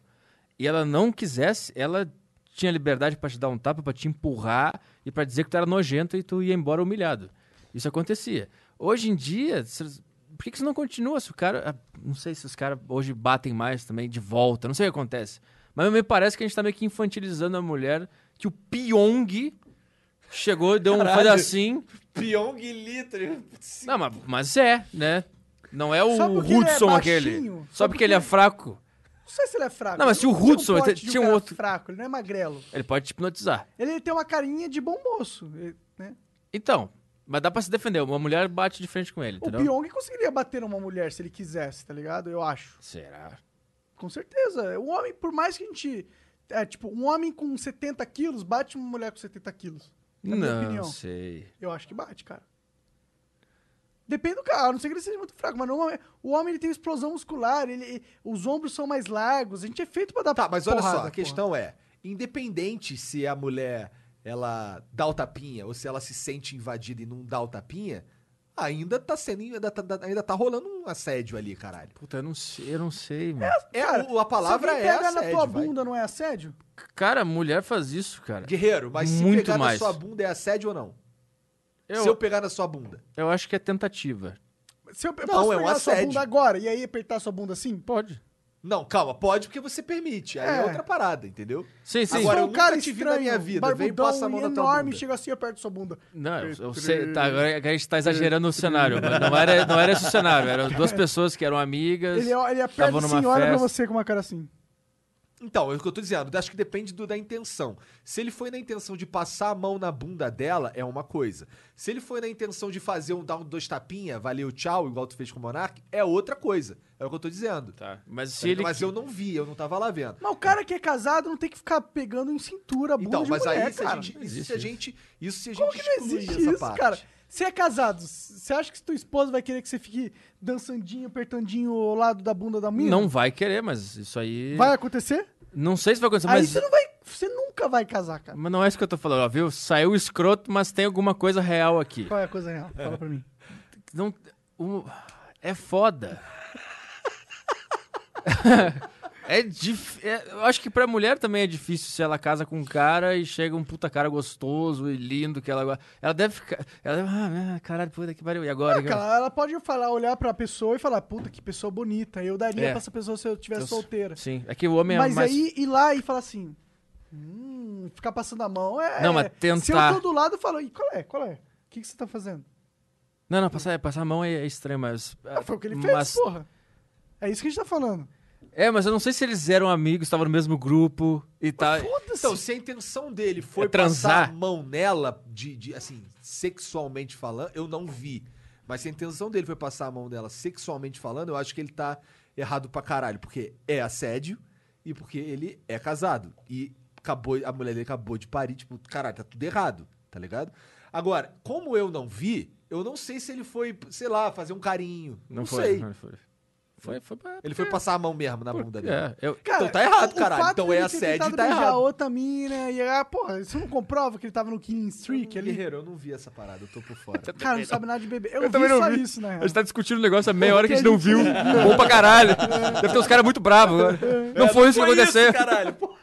e ela não quisesse, ela tinha liberdade pra te dar um tapa, pra te empurrar e pra dizer que tu era nojento e tu ia embora humilhado. Isso acontecia. Hoje em dia, cês- por que, que isso não continua? Se o cara. ah, Não sei se os caras hoje batem mais também de volta, não sei o que acontece. Mas me parece que a gente tá meio que infantilizando a mulher que o Pyong chegou e deu um Caralho. faz assim. Pyong Litre. Não, mas, mas é, né? Não é o Só porque ele é Hudson aquele. baixinho, Só porque ele é fraco. Não sei se ele é fraco. Não, mas se o Ele tem um Hudson, ele porte de tinha um cara outro- fraco, ele não é magrelo. Ele pode te hipnotizar. Ele tem uma carinha de bom moço, ele- né? Então, mas dá pra se defender. Uma mulher bate de frente com ele, O entendeu? Pyong conseguiria bater numa mulher se ele quisesse, tá ligado? Eu acho. Será? Com certeza. Um homem, por mais que a gente. É, tipo, um homem com 70 quilos bate uma mulher com 70 quilos. Na minha não opinião. sei. Eu acho que bate, cara. Depende do cara, a não sei que ele seja muito fraco, mas normalmente o homem ele tem explosão muscular, ele, os ombros são mais largos, a gente é feito pra dar Tá, mas olha porrada, só, a porra. questão é, independente se a mulher ela dá o tapinha ou se ela se sente invadida e não dá o tapinha, ainda tá sendo ainda tá, tá- ainda tá rolando um assédio ali, caralho. Puta, eu não sei, eu não sei, mano. É, Cara, o- a palavra se alguém é pegar assédio, na tua vai. bunda não é assédio? Cara, mulher faz isso, cara. Guerreiro, mas se Muito pegar mais. na sua bunda é assédio ou não? Eu, Se eu pegar na sua bunda. eu acho que é tentativa. Se eu, eu Não, posso é um pegar a sua assédio. bunda agora e aí apertar sua bunda assim? Pode. Não, calma, pode porque você permite. Aí é, É. outra parada, entendeu? Sim, sim. Se Agora, eu for nunca te vi na minha vida, vem um barbudão passar a mão e na tua enorme, bunda. chega assim e aperta sua bunda. Não, eu, eu sei. Tá, agora a gente tá exagerando o cenário. mas Não era, não era esse o cenário. Eram duas pessoas que eram amigas. Ele, ele aperta estavam assim numa e olha pra festa. você com uma cara assim. Então, é o que eu tô dizendo. Acho que depende do- da intenção. Se ele foi na intenção de passar a mão na bunda dela, é uma coisa. Se ele foi na intenção de fazer um dar um dois tapinha, valeu, tchau, igual tu fez com o Monark, é outra coisa. É o que eu tô dizendo. Tá. Mas então, se ele. Mas eu não vi, eu não tava lá vendo. Mas o cara que é casado não tem que ficar pegando em cintura a bunda Então, de mas mulher, aí se a cara. gente. Não Isso se existe a isso. gente. Isso se a gente Como que não excluir existe essa isso, parte. cara? Você é casado, você acha que sua esposa vai querer que você fique dançandinho, apertandinho ao lado da bunda da mina? Não vai querer, mas isso aí. Vai acontecer? Não sei se vai acontecer, Aí Então, mas. você não vai. Você nunca vai casar, cara. Mas não é isso que eu tô falando, ó, viu? Saiu escroto, mas tem alguma coisa real aqui. Qual é a coisa real? Fala pra mim. Não, o- é foda. é dif... é- Eu acho que pra mulher também é difícil se ela casa com um cara e chega um puta cara gostoso e lindo que ela gosta. Ela deve ficar. Ela deve. Ah, ah, caralho, puta que pariu. E agora? Que eu- Cara, ela pode falar, olhar pra pessoa e falar, puta, que pessoa bonita. Eu daria É. pra essa pessoa se eu tivesse eu- solteira. Sim. É que o homem é Mas mais. aí ir lá e falar assim. Hum, ficar passando a mão é. Não, mas Se eu tentar. tô do lado, eu falo, e qual é? Qual é? O que, que você tá fazendo? Não, não, passar, passar a mão é, é estranho, mas. Ah, foi o que ele fez, mas- porra. É isso que a gente tá falando. É, mas eu não sei se eles eram amigos, estavam no mesmo grupo e tal. Foda-se. Então, se a intenção dele foi É transar. passar a mão nela, de, de, assim, sexualmente falando, eu não vi. Mas se a intenção dele foi passar a mão dela sexualmente falando, eu acho que ele tá errado pra caralho. Porque é assédio e porque ele é casado. E acabou, a mulher dele acabou de parir, tipo, caralho, tá tudo errado, tá ligado? Agora, como eu não vi, eu não sei se ele foi, sei lá, fazer um carinho. Não, foi. Uhum. sei. Não foi. Foi, foi pra... Ele foi passar a mão mesmo na bunda dele. É, eu, Então tá errado, caralho. fato Então dele é ter assédio e tentado tá beijar errado. outra mina e, ah, porra, isso não comprova que ele tava no Killing Streak ali? é Guerreiro, eu não vi essa parada, eu tô por fora. Cara, não sabe nada de bebê. Eu, Eu vi também não só vi. isso, né? A gente tá discutindo o negócio há meia hora que a gente Porque a não viu. Bom pra caralho. Deve ter uns caras muito bravos. né? Não É, foi isso que aconteceu. caralho. Pô,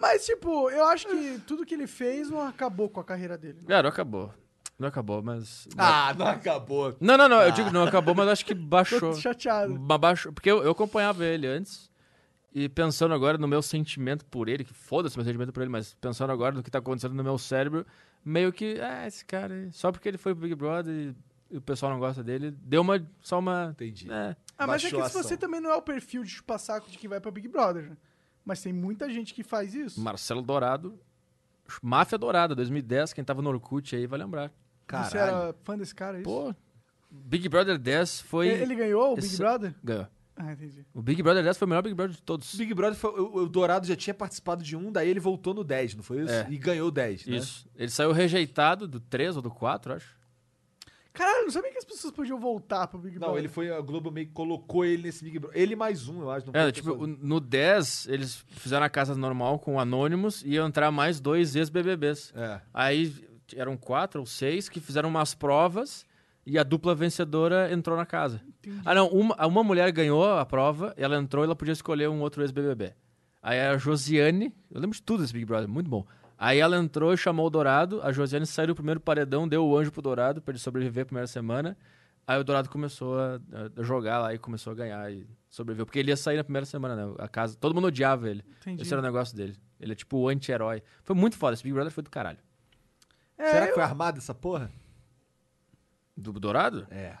Mas, tipo, eu acho que tudo que ele fez não acabou com a carreira dele. Cara, não acabou. Não acabou, mas. Ah, não acabou. Não, não, não. Eu digo não acabou, mas acho que Ah. Tô baixou. chateado. Mas baixou. Porque eu, eu acompanhava ele antes. E pensando agora no meu sentimento por ele, que foda-se meu sentimento por ele, mas pensando agora no que tá acontecendo no meu cérebro, meio que, ah, esse cara, aí, só porque ele foi pro Big Brother e o pessoal não gosta dele, deu uma, só uma... Entendi. É, Ah, mas é Baixou que a se você ação. também não é o perfil de chupar saco de quem vai pra Big Brother. né? Mas tem muita gente que faz isso. Marcelo Dourado, Máfia Dourada, 2010, quem tava no Orkut aí vai lembrar. Caralho. Você era fã desse cara, é isso? Pô, Big Brother 10 foi... ele, ele ganhou o Big Esse- Brother? Ganhou. Ah, entendi. O Big Brother 10 foi o melhor Big Brother de todos. Big Brother, foi, o, o Dourado já tinha participado de um, daí ele voltou no 10, não foi isso? É. E ganhou 10, né? Isso. Ele saiu rejeitado do 3 ou do 4, acho. Caralho, não sabia que as pessoas podiam voltar pro Big Brother. Não, ele foi, a Globo meio que colocou ele nesse Big Brother. Ele mais um, eu acho. Não foi É, tipo, pessoa- o- no 10, eles fizeram a casa normal com o Anonymous e ia entrar mais dois ex-BBBs. É. Aí eram quatro ou seis que fizeram umas provas e a dupla vencedora entrou na casa. Ah, não, uma, uma mulher ganhou a prova, ela entrou e ela podia escolher um outro ex-BBB. Aí a Josiane, eu lembro de tudo desse Big Brother, muito bom. Aí ela entrou e chamou o Dourado, a Josiane saiu do primeiro paredão, deu o anjo pro Dourado pra ele sobreviver a primeira semana. Aí o Dourado começou a, a jogar lá e começou a ganhar e sobreviveu. Porque ele ia sair na primeira semana, né? A casa, todo mundo odiava ele. Entendi. Esse era o negócio dele. Ele é tipo o anti-herói. Foi muito foda, esse Big Brother foi do caralho. É, Será que eu- foi armada essa porra? Do Dourado? É.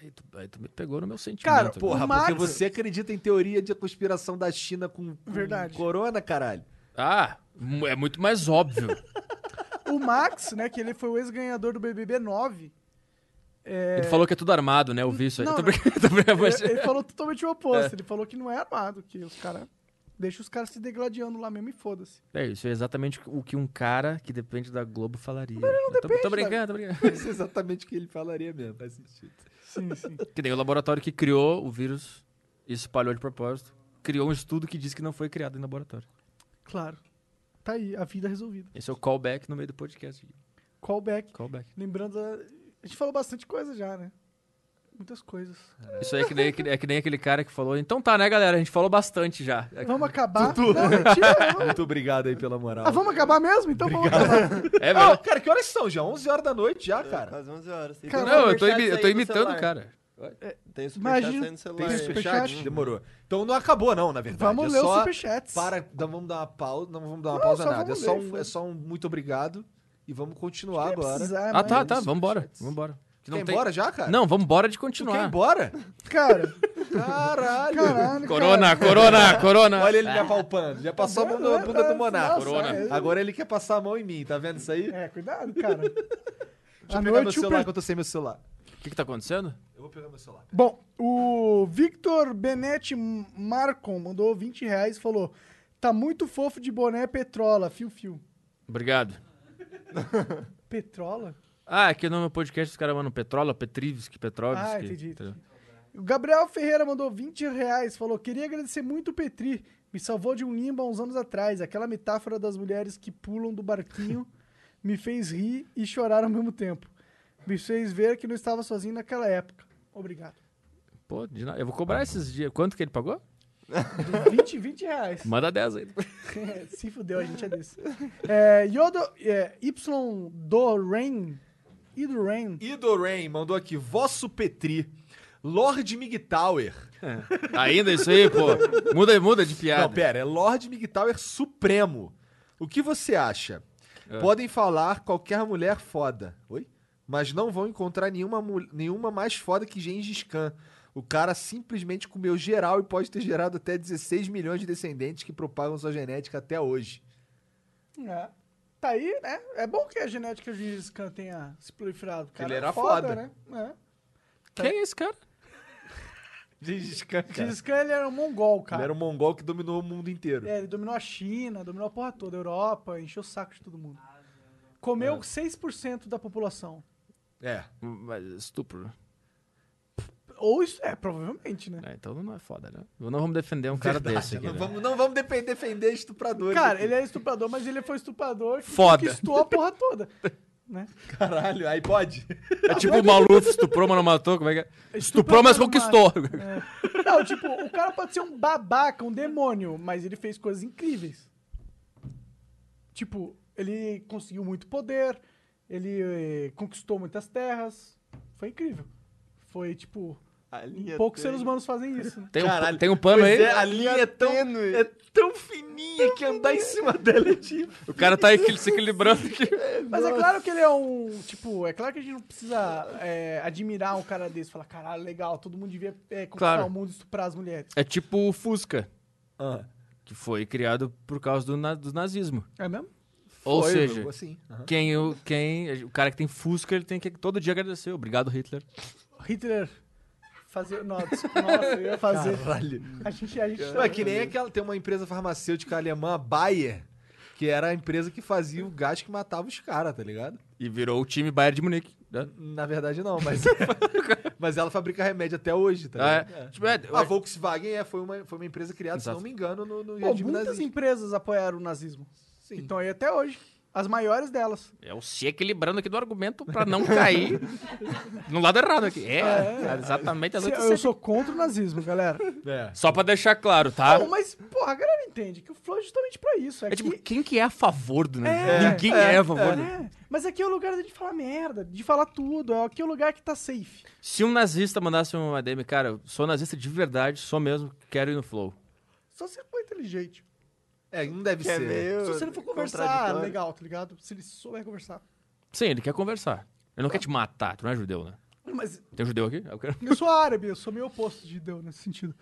Aí tu, aí tu me pegou no meu sentimento. Cara, agora. Porra, O porque Max- você acredita em teoria de conspiração da China com, com Verdade. corona, caralho. Ah, mu- é muito mais óbvio. O Max, né, que ele foi o ex-ganhador do BBB 9. É, Ele falou que é tudo armado, né? Eu vi isso aí. Não, Eu tô brincando, tô brincando, mas- ele, ele falou totalmente o oposto. Ele falou que não é armado, que os caras... Deixa os caras se degladiando lá mesmo e foda-se. É isso, é exatamente o que um cara que depende da Globo falaria. Eu tô, tô brincando, tô brincando. Isso é exatamente o que ele falaria mesmo, faz sentido. Sim, sim. Que daí o laboratório que criou o vírus e espalhou de propósito, criou um estudo que diz que não foi criado em laboratório. Claro. Tá aí, a vida resolvida. Esse é o callback no meio do podcast. Callback. Callback. Lembrando, a... a gente falou bastante coisa já, né? Muitas coisas. Isso aí é que, nem, é que nem aquele cara que falou. Então tá, né, galera? A gente falou bastante já. É, Vamos acabar. Não, mentira. vamos- Muito obrigado aí pela moral. Ah, vamos acabar mesmo? Então vamos É. acabar. É, Ah, mas... cara, que horas são já? 11 horas da noite já, cara. Quase 11 horas. E Cara, tem Então, Não, eu tô, superchat imi- eu tô saindo no imitando o celular. cara. Tem superchat Imagina- saindo no celular. Tem aí. superchat? Superchat? Demorou. Então não acabou, não, na verdade. Vamos É ler os só superchats. Para, não vamos dar uma pausa, não vamos dar uma Não, pausa só nada. É vamos só, ler, um, foi. é só um muito obrigado e vamos continuar Nem agora. precisar, Ah, mas- tá, tá. Superchats. Vambora. Vambora. Que Quer ir embora já, cara? Não, vambora de Tu quer ir continuar. embora? Cara, Caralho. caralho. Corona, corona, corona. Olha ele me apalpando. Já passou a mão na bunda do Monarca. Nossa, Corona. é. Agora ele quer passar a mão em mim, tá vendo isso aí? cara. É, cuidado, cara. Deixa À eu pegar meu noite, o celular pre- que eu tô sem meu celular. O que, que tá acontecendo? Eu vou pegar meu celular. Bom, o Victor Benetti Marcon mandou 20 reais e falou: Tá muito fofo de boné Petrola, fio, fio. Obrigado. Petrola? Ah, aqui no meu podcast os caras mandam Petrola, Petrivski, Petrovski. Ah, entendi, entendeu? entendi. O Gabriel Ferreira mandou 20 reais, falou: queria agradecer muito o Petri, me salvou de um limbo há uns anos atrás. Aquela metáfora das mulheres que pulam do barquinho me fez rir e chorar ao mesmo tempo. Me fez ver que não estava sozinho naquela época. Obrigado. Pô, de na- eu vou cobrar esses dias. Quanto que ele pagou? 20, 20 reais. Manda 10 aí. Se fudeu, a gente é desse. É, Yodo, é, y do Rain. E do Rain. Idorain mandou aqui, vosso Petri, Lord Migtower. Ainda isso aí, pô. Muda, muda de piada. Não, pera, é Lord Migtower Supremo. O que você acha? Podem falar qualquer mulher foda. Oi? Mas não vão encontrar nenhuma, mul- nenhuma mais foda que Gengis Khan. O cara simplesmente comeu geral e pode ter gerado até 16 milhões de descendentes que propagam sua genética até hoje. É. Tá aí, né? É bom que a genética de Gengis Khan tenha se proliferado. O Cara, Ele era foda. né? Quem é esse cara? Gengis Khan, É. Gengis Khan ele era um mongol, Ele cara. era um mongol que dominou o mundo inteiro. É, ele dominou a China, dominou a porra toda, a Europa, encheu o saco de todo mundo. Comeu 6% da população. É. Mas estupro. né? Ou isso, é, provavelmente, né? É, então não é foda, né? Não vamos defender um cara desse aqui. não, né? vamos, não vamos depen- defender estupradores. Cara, aqui. ele é estuprador, mas ele foi estuprador que Foda. conquistou a porra toda. Né? Caralho, aí pode? É tipo o Maluf estuprou, mas não matou. Como é que é? Estuprou, mas Estuprador, conquistou. É. Não, tipo, o cara pode ser um babaca, um demônio, mas ele fez coisas incríveis. Tipo, ele conseguiu muito poder, ele eh, conquistou muitas terras. Foi incrível. Foi, tipo, A linha poucos tênue. seres humanos fazem isso, né? Tem um, Caralho. tem um pano Pois aí? é, a linha é tão, tênue. é tão fininha que andar em cima dela é tipo... O cara tá equil- se equilibrando aqui. Mas é claro que ele é um. Tipo, é claro que a gente não precisa eh, admirar um cara desse. Falar, caralho, legal, todo mundo devia eh, conquistar Claro. o mundo e estuprar as mulheres. É tipo o Fusca, Ah, que foi criado por causa do, na- do nazismo. É mesmo? Ou foi, seja, meu, assim, aham. quem, o, quem, o cara que tem Fusca, ele tem que todo dia agradecer. Obrigado, Hitler. Hitler. Fazer. Nossa, nossa, eu ia fazer. Caralho. A gente. A gente Não, é que nem aquela... Tem uma empresa farmacêutica alemã, Bayer, que era a empresa que fazia o gás que matava os caras, tá ligado? E virou o time Bayern de Munique. né? Na verdade, não, mas... mas ela fabrica remédio até hoje, tá Ah, ligado? é. É. Tipo, é, eu A acho- Volkswagen é, foi, uma, foi uma empresa criada, Exato. se não me engano, no, no Pô, regime muitas nazista. empresas apoiaram o nazismo. Sim. Então aí até hoje. As maiores delas. É o se equilibrando aqui do argumento pra não cair no lado errado aqui. É, é exatamente a Se- luta eu sou contra o nazismo, galera. É. Só pra deixar claro, tá? Não, mas, porra, a galera entende que o Flow é justamente pra isso. Ah. É, É tipo, que- quem que é a favor do negócio? É, Ninguém é, a favor do É, mas aqui é o lugar de falar merda, de falar tudo. é Aqui é o lugar que tá safe. Se um nazista mandasse um ADM, cara, eu sou nazista de verdade, sou mesmo, quero ir no Flow. Só se você for inteligente. É, não deve Que é ser. né? meio Se você não for conversar, contraditório. legal, tá ligado? Se ele souber conversar. Sim, ele quer conversar. Ele não quer te matar, tu não é judeu, né? Mas Tem judeu aqui? Eu quero- Eu sou árabe, eu sou meio oposto de Deus nesse sentido.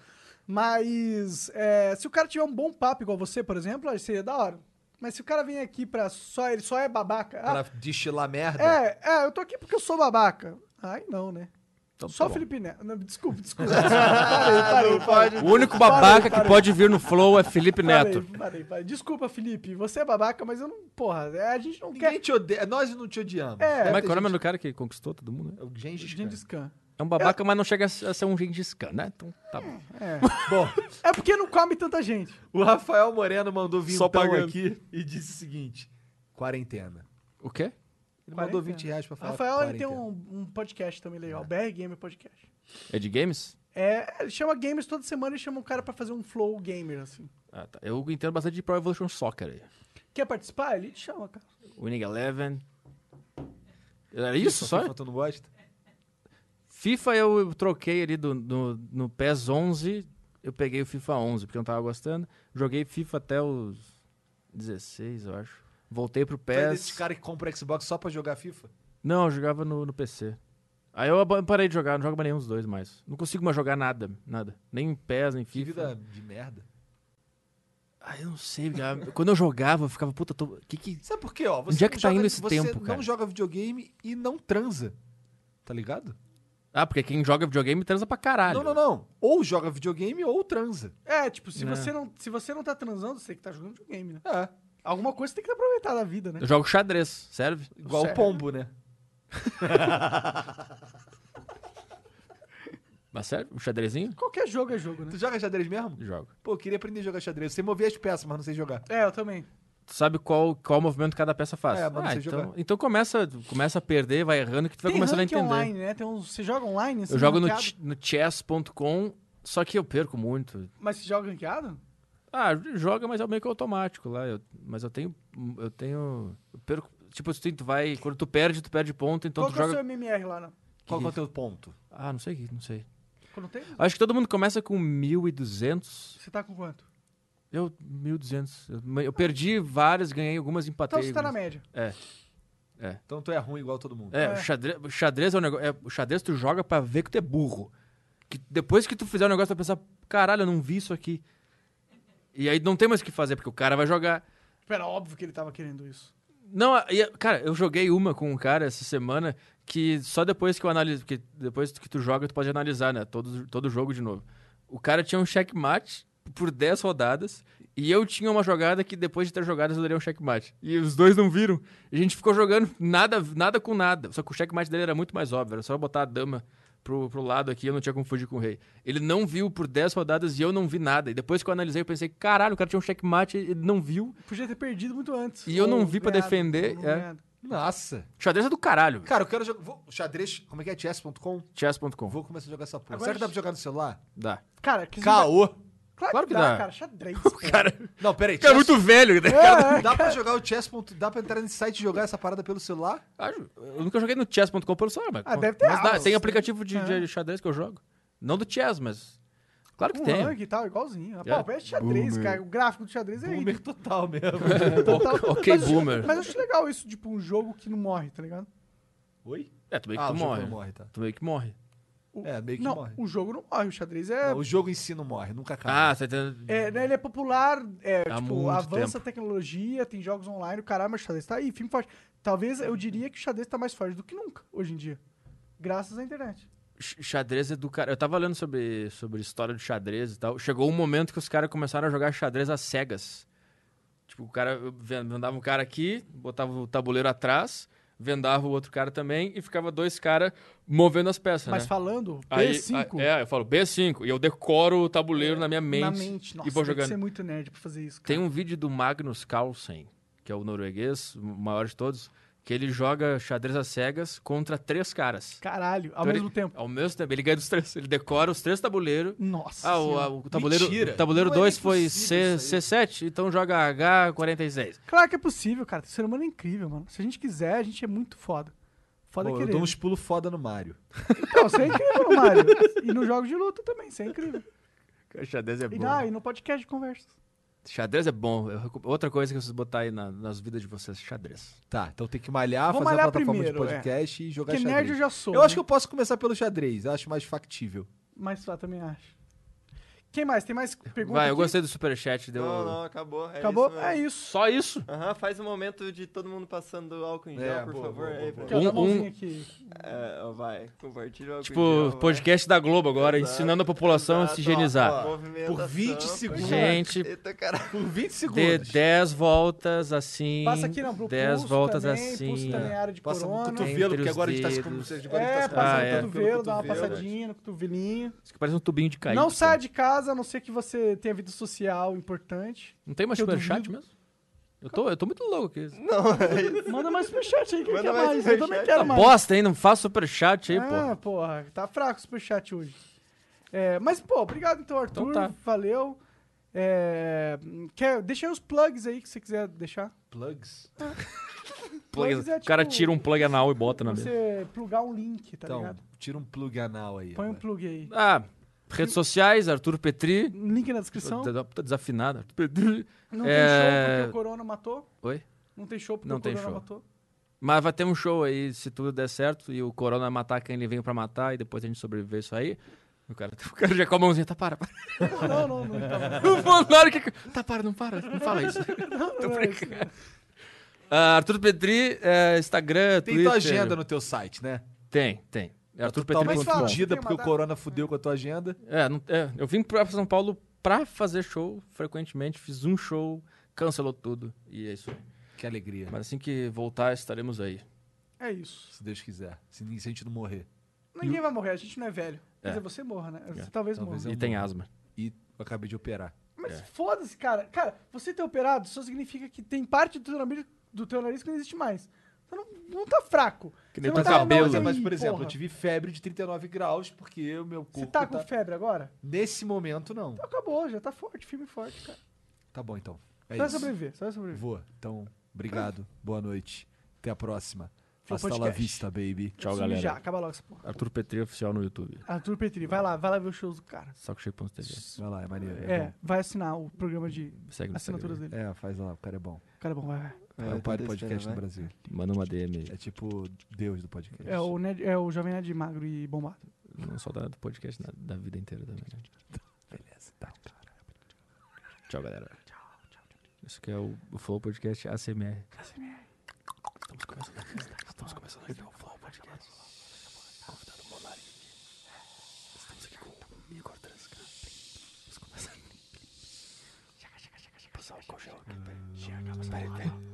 Mas é, se o cara tiver um bom papo igual você, por exemplo, aí seria da hora. Mas se o cara vem aqui pra só. Ele só é babaca. Pra Ah, destilar merda. é, é, eu tô aqui porque eu sou babaca. Ai, não, né? Então, só tá o bom. Felipe Neto. Não, desculpa, desculpa. Ah, parei, parei, parei. O único babaca Parei, parei. que pode vir no Flow é Felipe Neto. Parei, parei, parei. Desculpa, Felipe. Você é babaca, mas eu não. Porra, é, a gente não Ninguém te odeia. Nós não te odiamos. É, Como é Deve que ter é o nome gente- do cara que conquistou todo mundo? né? É o Gengis quer. Khan. Gente scan. É um babaca, mas não chega a ser a ser um Gengis Khan, né? Então tá bom. Bom, É porque não come tanta gente. o Rafael Moreno mandou Só vintão pagando. aqui e disse o seguinte: quarentena. O quê? Ele Quarentena. mandou 20 reais pra falar. Rafael, ele tem quarentena. um, um podcast também legal. BR Gamer Podcast. É de games? É, ele chama gamers toda semana e chama um cara pra fazer um flow gamer, assim. Ah, tá. Eu entendo bastante de Pro Evolution Soccer aí. Quer participar? Ele te chama, cara. Winning Eleven. Era isso só? FIFA, tu não gosta? FIFA eu troquei ali do, do- no PES 11, eu peguei o FIFA 11, porque eu não tava gostando. Joguei FIFA até os 16, eu acho. Voltei pro Tu é desses PES. caras que compram Xbox só pra jogar FIFA? Não, eu jogava no, no PC. Aí eu ab- parei de jogar, não jogo mais nenhum dos dois mais. Não consigo mais jogar nada, nada. Nem PES, nem Que FIFA. vida de merda. Ah, eu não sei, cara. Quando eu jogava, eu ficava, puta, tô... que que... Sabe por quê, ó? Você Onde é que não tá joga- indo esse você tempo, não cara? joga videogame e não transa. Tá ligado? Ah, porque quem joga videogame transa pra caralho. Não, não, não. Ou joga videogame ou transa. É, tipo, se, Não. Você, não, se você não tá transando, você tem que tá jogando videogame, né? É. Alguma coisa você tem que aproveitar da vida, né? Eu jogo xadrez, serve? Igual o Sério? pombo, né? Mas sério? Um xadrezinho? Qualquer jogo é jogo, né? Tu joga xadrez mesmo? Jogo. Pô, eu queria aprender a jogar xadrez. Você movia as peças, mas não sei jogar. É, eu também. Tu sabe qual, qual movimento cada peça faz. É, mas não ah, sei então, jogar. então começa, começa a perder, vai errando, que tu vai Tem começando a ranking entender. online, né? Tem uns, você joga online? Eu você jogo no, ranqueado? ch- no chess.com, só que eu perco muito. Mas você joga ranqueado? Ah, joga, mas é meio que automático lá. Eu- mas eu tenho. Eu tenho. Eu perco. Tipo, assim, tu vai. Quando tu perde, tu perde ponto, então Qual tu que é o joga. seu MMR lá? Não? Qual que é o que- teu ponto? Ah, não sei, não sei. Quando tem? Acho que todo mundo começa com 1.200. Você tá com quanto? Eu, 1.200. Eu, eu perdi várias, ganhei algumas, empatei. Então você tá na algumas. média. Então tu é ruim igual todo mundo. É, O, xadrez, o xadrez é um negócio. o xadrez tu joga pra ver que tu é burro. Que depois que tu fizer o negócio, tu vai pensar, caralho, eu não vi isso aqui. E aí não tem mais o que fazer, porque o cara vai jogar. Era óbvio que ele tava querendo isso. Não, a- e a- cara, eu joguei uma com um cara essa semana que só depois que eu analiso, que depois que tu joga, tu pode analisar, né? Todo, todo jogo de novo. O cara tinha um checkmate por 10 rodadas e eu tinha uma jogada que depois de ter jogadas eu daria um checkmate. E os dois não viram. E a gente ficou jogando nada, nada com nada. Só que o checkmate dele era muito mais óbvio, era só botar a dama pro, pro lado aqui, eu não tinha como fugir com o rei. Ele não viu por 10 rodadas e eu não vi nada. E depois que eu analisei, eu pensei, caralho, o cara tinha um checkmate, ele não viu. Podia ter perdido muito antes. E eu não Ou vi pra ganhado, defender, ou é. ganhado. Nossa. Xadrez é do caralho. Cara, eu quero jogar. vou- Xadrez, como é que é? Chess.com? Chess.com. Vou começar a jogar essa porra. Agora Será que dá a gente- pra jogar no celular? Dá. Cara, que Caô. Claro, Claro que que dá, dá. cara. Xadrez. pô. Cara, Não, peraí. cara é chess- muito velho. Né? Dá pra jogar o chess. ponto- Dá pra entrar nesse site e jogar essa parada pelo celular? Ah, Eu nunca joguei no chess.com pelo celular, mas, Ah, deve ter mas dá. aulas, tem né? aplicativo de, de xadrez que eu jogo. Não do chess, mas... Claro que Um tem. ranking e tal, igualzinho. A Yeah. palpete xadrez, cara. O gráfico do xadrez é ridículo. Boomer total mesmo. Total. ok, mas, eu acho- boomer. Mas eu acho legal isso, tipo, um jogo que não morre, tá ligado? Oi? É, tu meio que Ah, tu o jogo morre. não morre, tá. Tu meio que morre. O- É, meio que não, morre. o jogo não morre, o xadrez é. Não, o jogo em si não morre, nunca acaba. Ah, você tem... é, né, ele é popular, é, Há tipo, muito avança a tecnologia, tem jogos online, o caralho, mas o xadrez tá aí, firme e forte. Talvez eu diria que o xadrez tá mais forte do que nunca, hoje em dia. Graças à internet. X- Xadrez é do cara. Eu tava lendo sobre, sobre história do xadrez e tal. Chegou um momento que os caras começaram a jogar xadrez às cegas. Tipo, o cara ven- vendava um cara aqui, botava o tabuleiro atrás, vendava o outro cara também e ficava dois caras movendo as peças. Mas né? falando, Aí, P5 a- é, eu falo B5 e eu decoro o tabuleiro na minha mente, É, na mente, nossa, e vou tem que jogando. ser muito nerd pra fazer isso, cara. Tem um vídeo do Magnus Carlsen, que é o norueguês, o maior de todos, que ele joga xadrez às cegas contra três caras. Caralho, ao Então mesmo ele- tempo. Ao mesmo tempo, ele ganha dos três, ele decora os três tabuleiros. Nossa. Ah, o, senhora. a- o tabuleiro Mentira. o tabuleiro Não é 2 nem foi possível C, isso aí. C7, então joga H46. Claro que é possível, cara. O ser humano é incrível, mano. Se a gente quiser, a gente é muito foda. Foda Pô, eu querer. dou um uns pulos foda no Mario. Não, você é incrível, Mário. E no jogo de luta também, você é incrível. Xadrez é E, né? ah, e no podcast de conversas. Xadrez é bom. Eu recu- Outra coisa que vocês botar aí na- nas vidas de vocês, xadrez. Tá, então tem que malhar, Vou fazer malhar uma plataforma primeiro, de podcast e jogar Porque xadrez. nerd eu já sou. Eu né? acho que eu posso começar pelo xadrez, eu acho mais factível. Mas lá também acho. Quem mais? Tem mais perguntas? Vai, eu gostei do superchat, deu... Não, não, acabou. É Acabou? Isso Ah, é mesmo. isso. Só isso? Aham, faz um momento de todo mundo passando álcool em É, gel, por boa, favor. boa, aí, boa, Quer boa. pra- dar Um- mãozinha aqui. É, ó, vai, compartilha o álcool em Tipo, É. gel. podcast da Globo agora, Exato, ensinando a população a exato, se higienizar. ó, movimentação. Por 20 é. segundos. Gente, Eita, caralho. um Por 20 dê segundos. 10 voltas assim. Passa aqui na Blue 10 pulso voltas também, assim. Pulso também é área de Passa no corona. cotovelo, porque os agora a gente tá se dedos. como vocês agora a gente É, tá se passa Ah, no é. cotovelo, dá uma Cotovelo, passadinha no cotovelinho. Isso que parece um tubinho de caído. não saia sabe? de casa, a não ser que você tenha vida social importante. Não tem mais Eu superchat duvido. mesmo? Eu tô, eu tô muito louco aqui. Não, é isso. Manda mais superchat aí, quem Manda quer mais mais? Eu também superchat. quero Tá mais. Bosta, hein? Não faça superchat aí, Ah, pô. porra, tá fraco o superchat hoje. É, mas, pô, obrigado então, Arthur. Então tá. Valeu. É, quer, deixa aí os plugs aí que você quiser deixar. Plugs. Plug- mas é o cara tipo- tira um plug anal e bota na mesa. Você plugar um link, tá Então, ligado? tira um plug anal aí. Põe um agora. plug aí. Ah, redes sociais, Arthur Petri. Um Link na descrição. Tá tá desafinado. Arthur Petri. Não tem É. show porque o Corona matou. Oi? Não tem show porque Não o tem Corona show. matou. Mas vai ter um show aí, se tudo der certo, e o Corona matar quem ele veio pra matar, e depois a gente sobreviver isso aí. O cara, o cara já com a mãozinha, tá, para, para. Não, não, não. Então, O Bolsonaro que... Tá, para, não para, não fala isso. não, não é isso. Ah, Arthur Petri, é, Instagram, Tem Twitter. tua agenda no teu site, né? Tem, tem. É fala, Totalmente arturpetri.com. fudida, tem uma porque o data. corona fudeu com a tua agenda. É, não- é, eu vim pra São Paulo pra fazer show frequentemente, fiz um show, cancelou tudo, e é isso aí. Que alegria. Mas assim que voltar, estaremos aí. É isso. se Deus quiser. Se, ninguém- se a gente não morrer. Ninguém vai morrer, a gente não é velho. Quer É. dizer, você morra, né? Você talvez morra. Talvez eu E tem morra. asma. E eu acabei de operar. Mas É. foda-se, cara. Cara, você ter operado só significa que tem parte do teu nariz, do teu nariz que não existe mais. Você não, não tá fraco. Que nem Você teu não tá cabelo. né? enorme, mas, por exemplo, porra. eu tive febre de 39 graus porque o meu Você corpo. tá com tá- febre agora? Nesse momento, não. Acabou, já tá forte, firme e forte, cara. Tá bom, então. Você É vai isso. sobreviver, você vai sobreviver. Vou. Então, obrigado. Boa noite. Até a próxima. Flow Hasta la um Podcast. vista, baby. Tchau, Eu sumi galera. Já, acaba logo essa porra. Arthur Petri oficial no YouTube. Arthur Petri, vai lá, vai lá ver os shows do cara. Sacocheio.tv. Vai lá, é maneiro. É, É, vai assinar o programa de Segue no assinaturas Instagram. dele. bom. É, faz lá, o cara é bom. Cara, bom, vai, vai. É, o pai do podcast né? no Brasil. Manda uma DM aí. É tipo Deus do podcast. É o, nerd, é o Jovem Nerd Magro e Bombado. Não só da, do podcast, na- da vida inteira também. né? Beleza, tá, cara. Tchau, galera. Tchau, tchau, tchau. Isso que é o, o Flow Podcast ACMR. Estamos começando, estamos começando a o Flow Podcast. Convidado Monari. Estamos aqui com o Igor Transca. Vamos começar. Chega, chega, chega, chega. Passar o colchão aqui. Chega, vamos lá.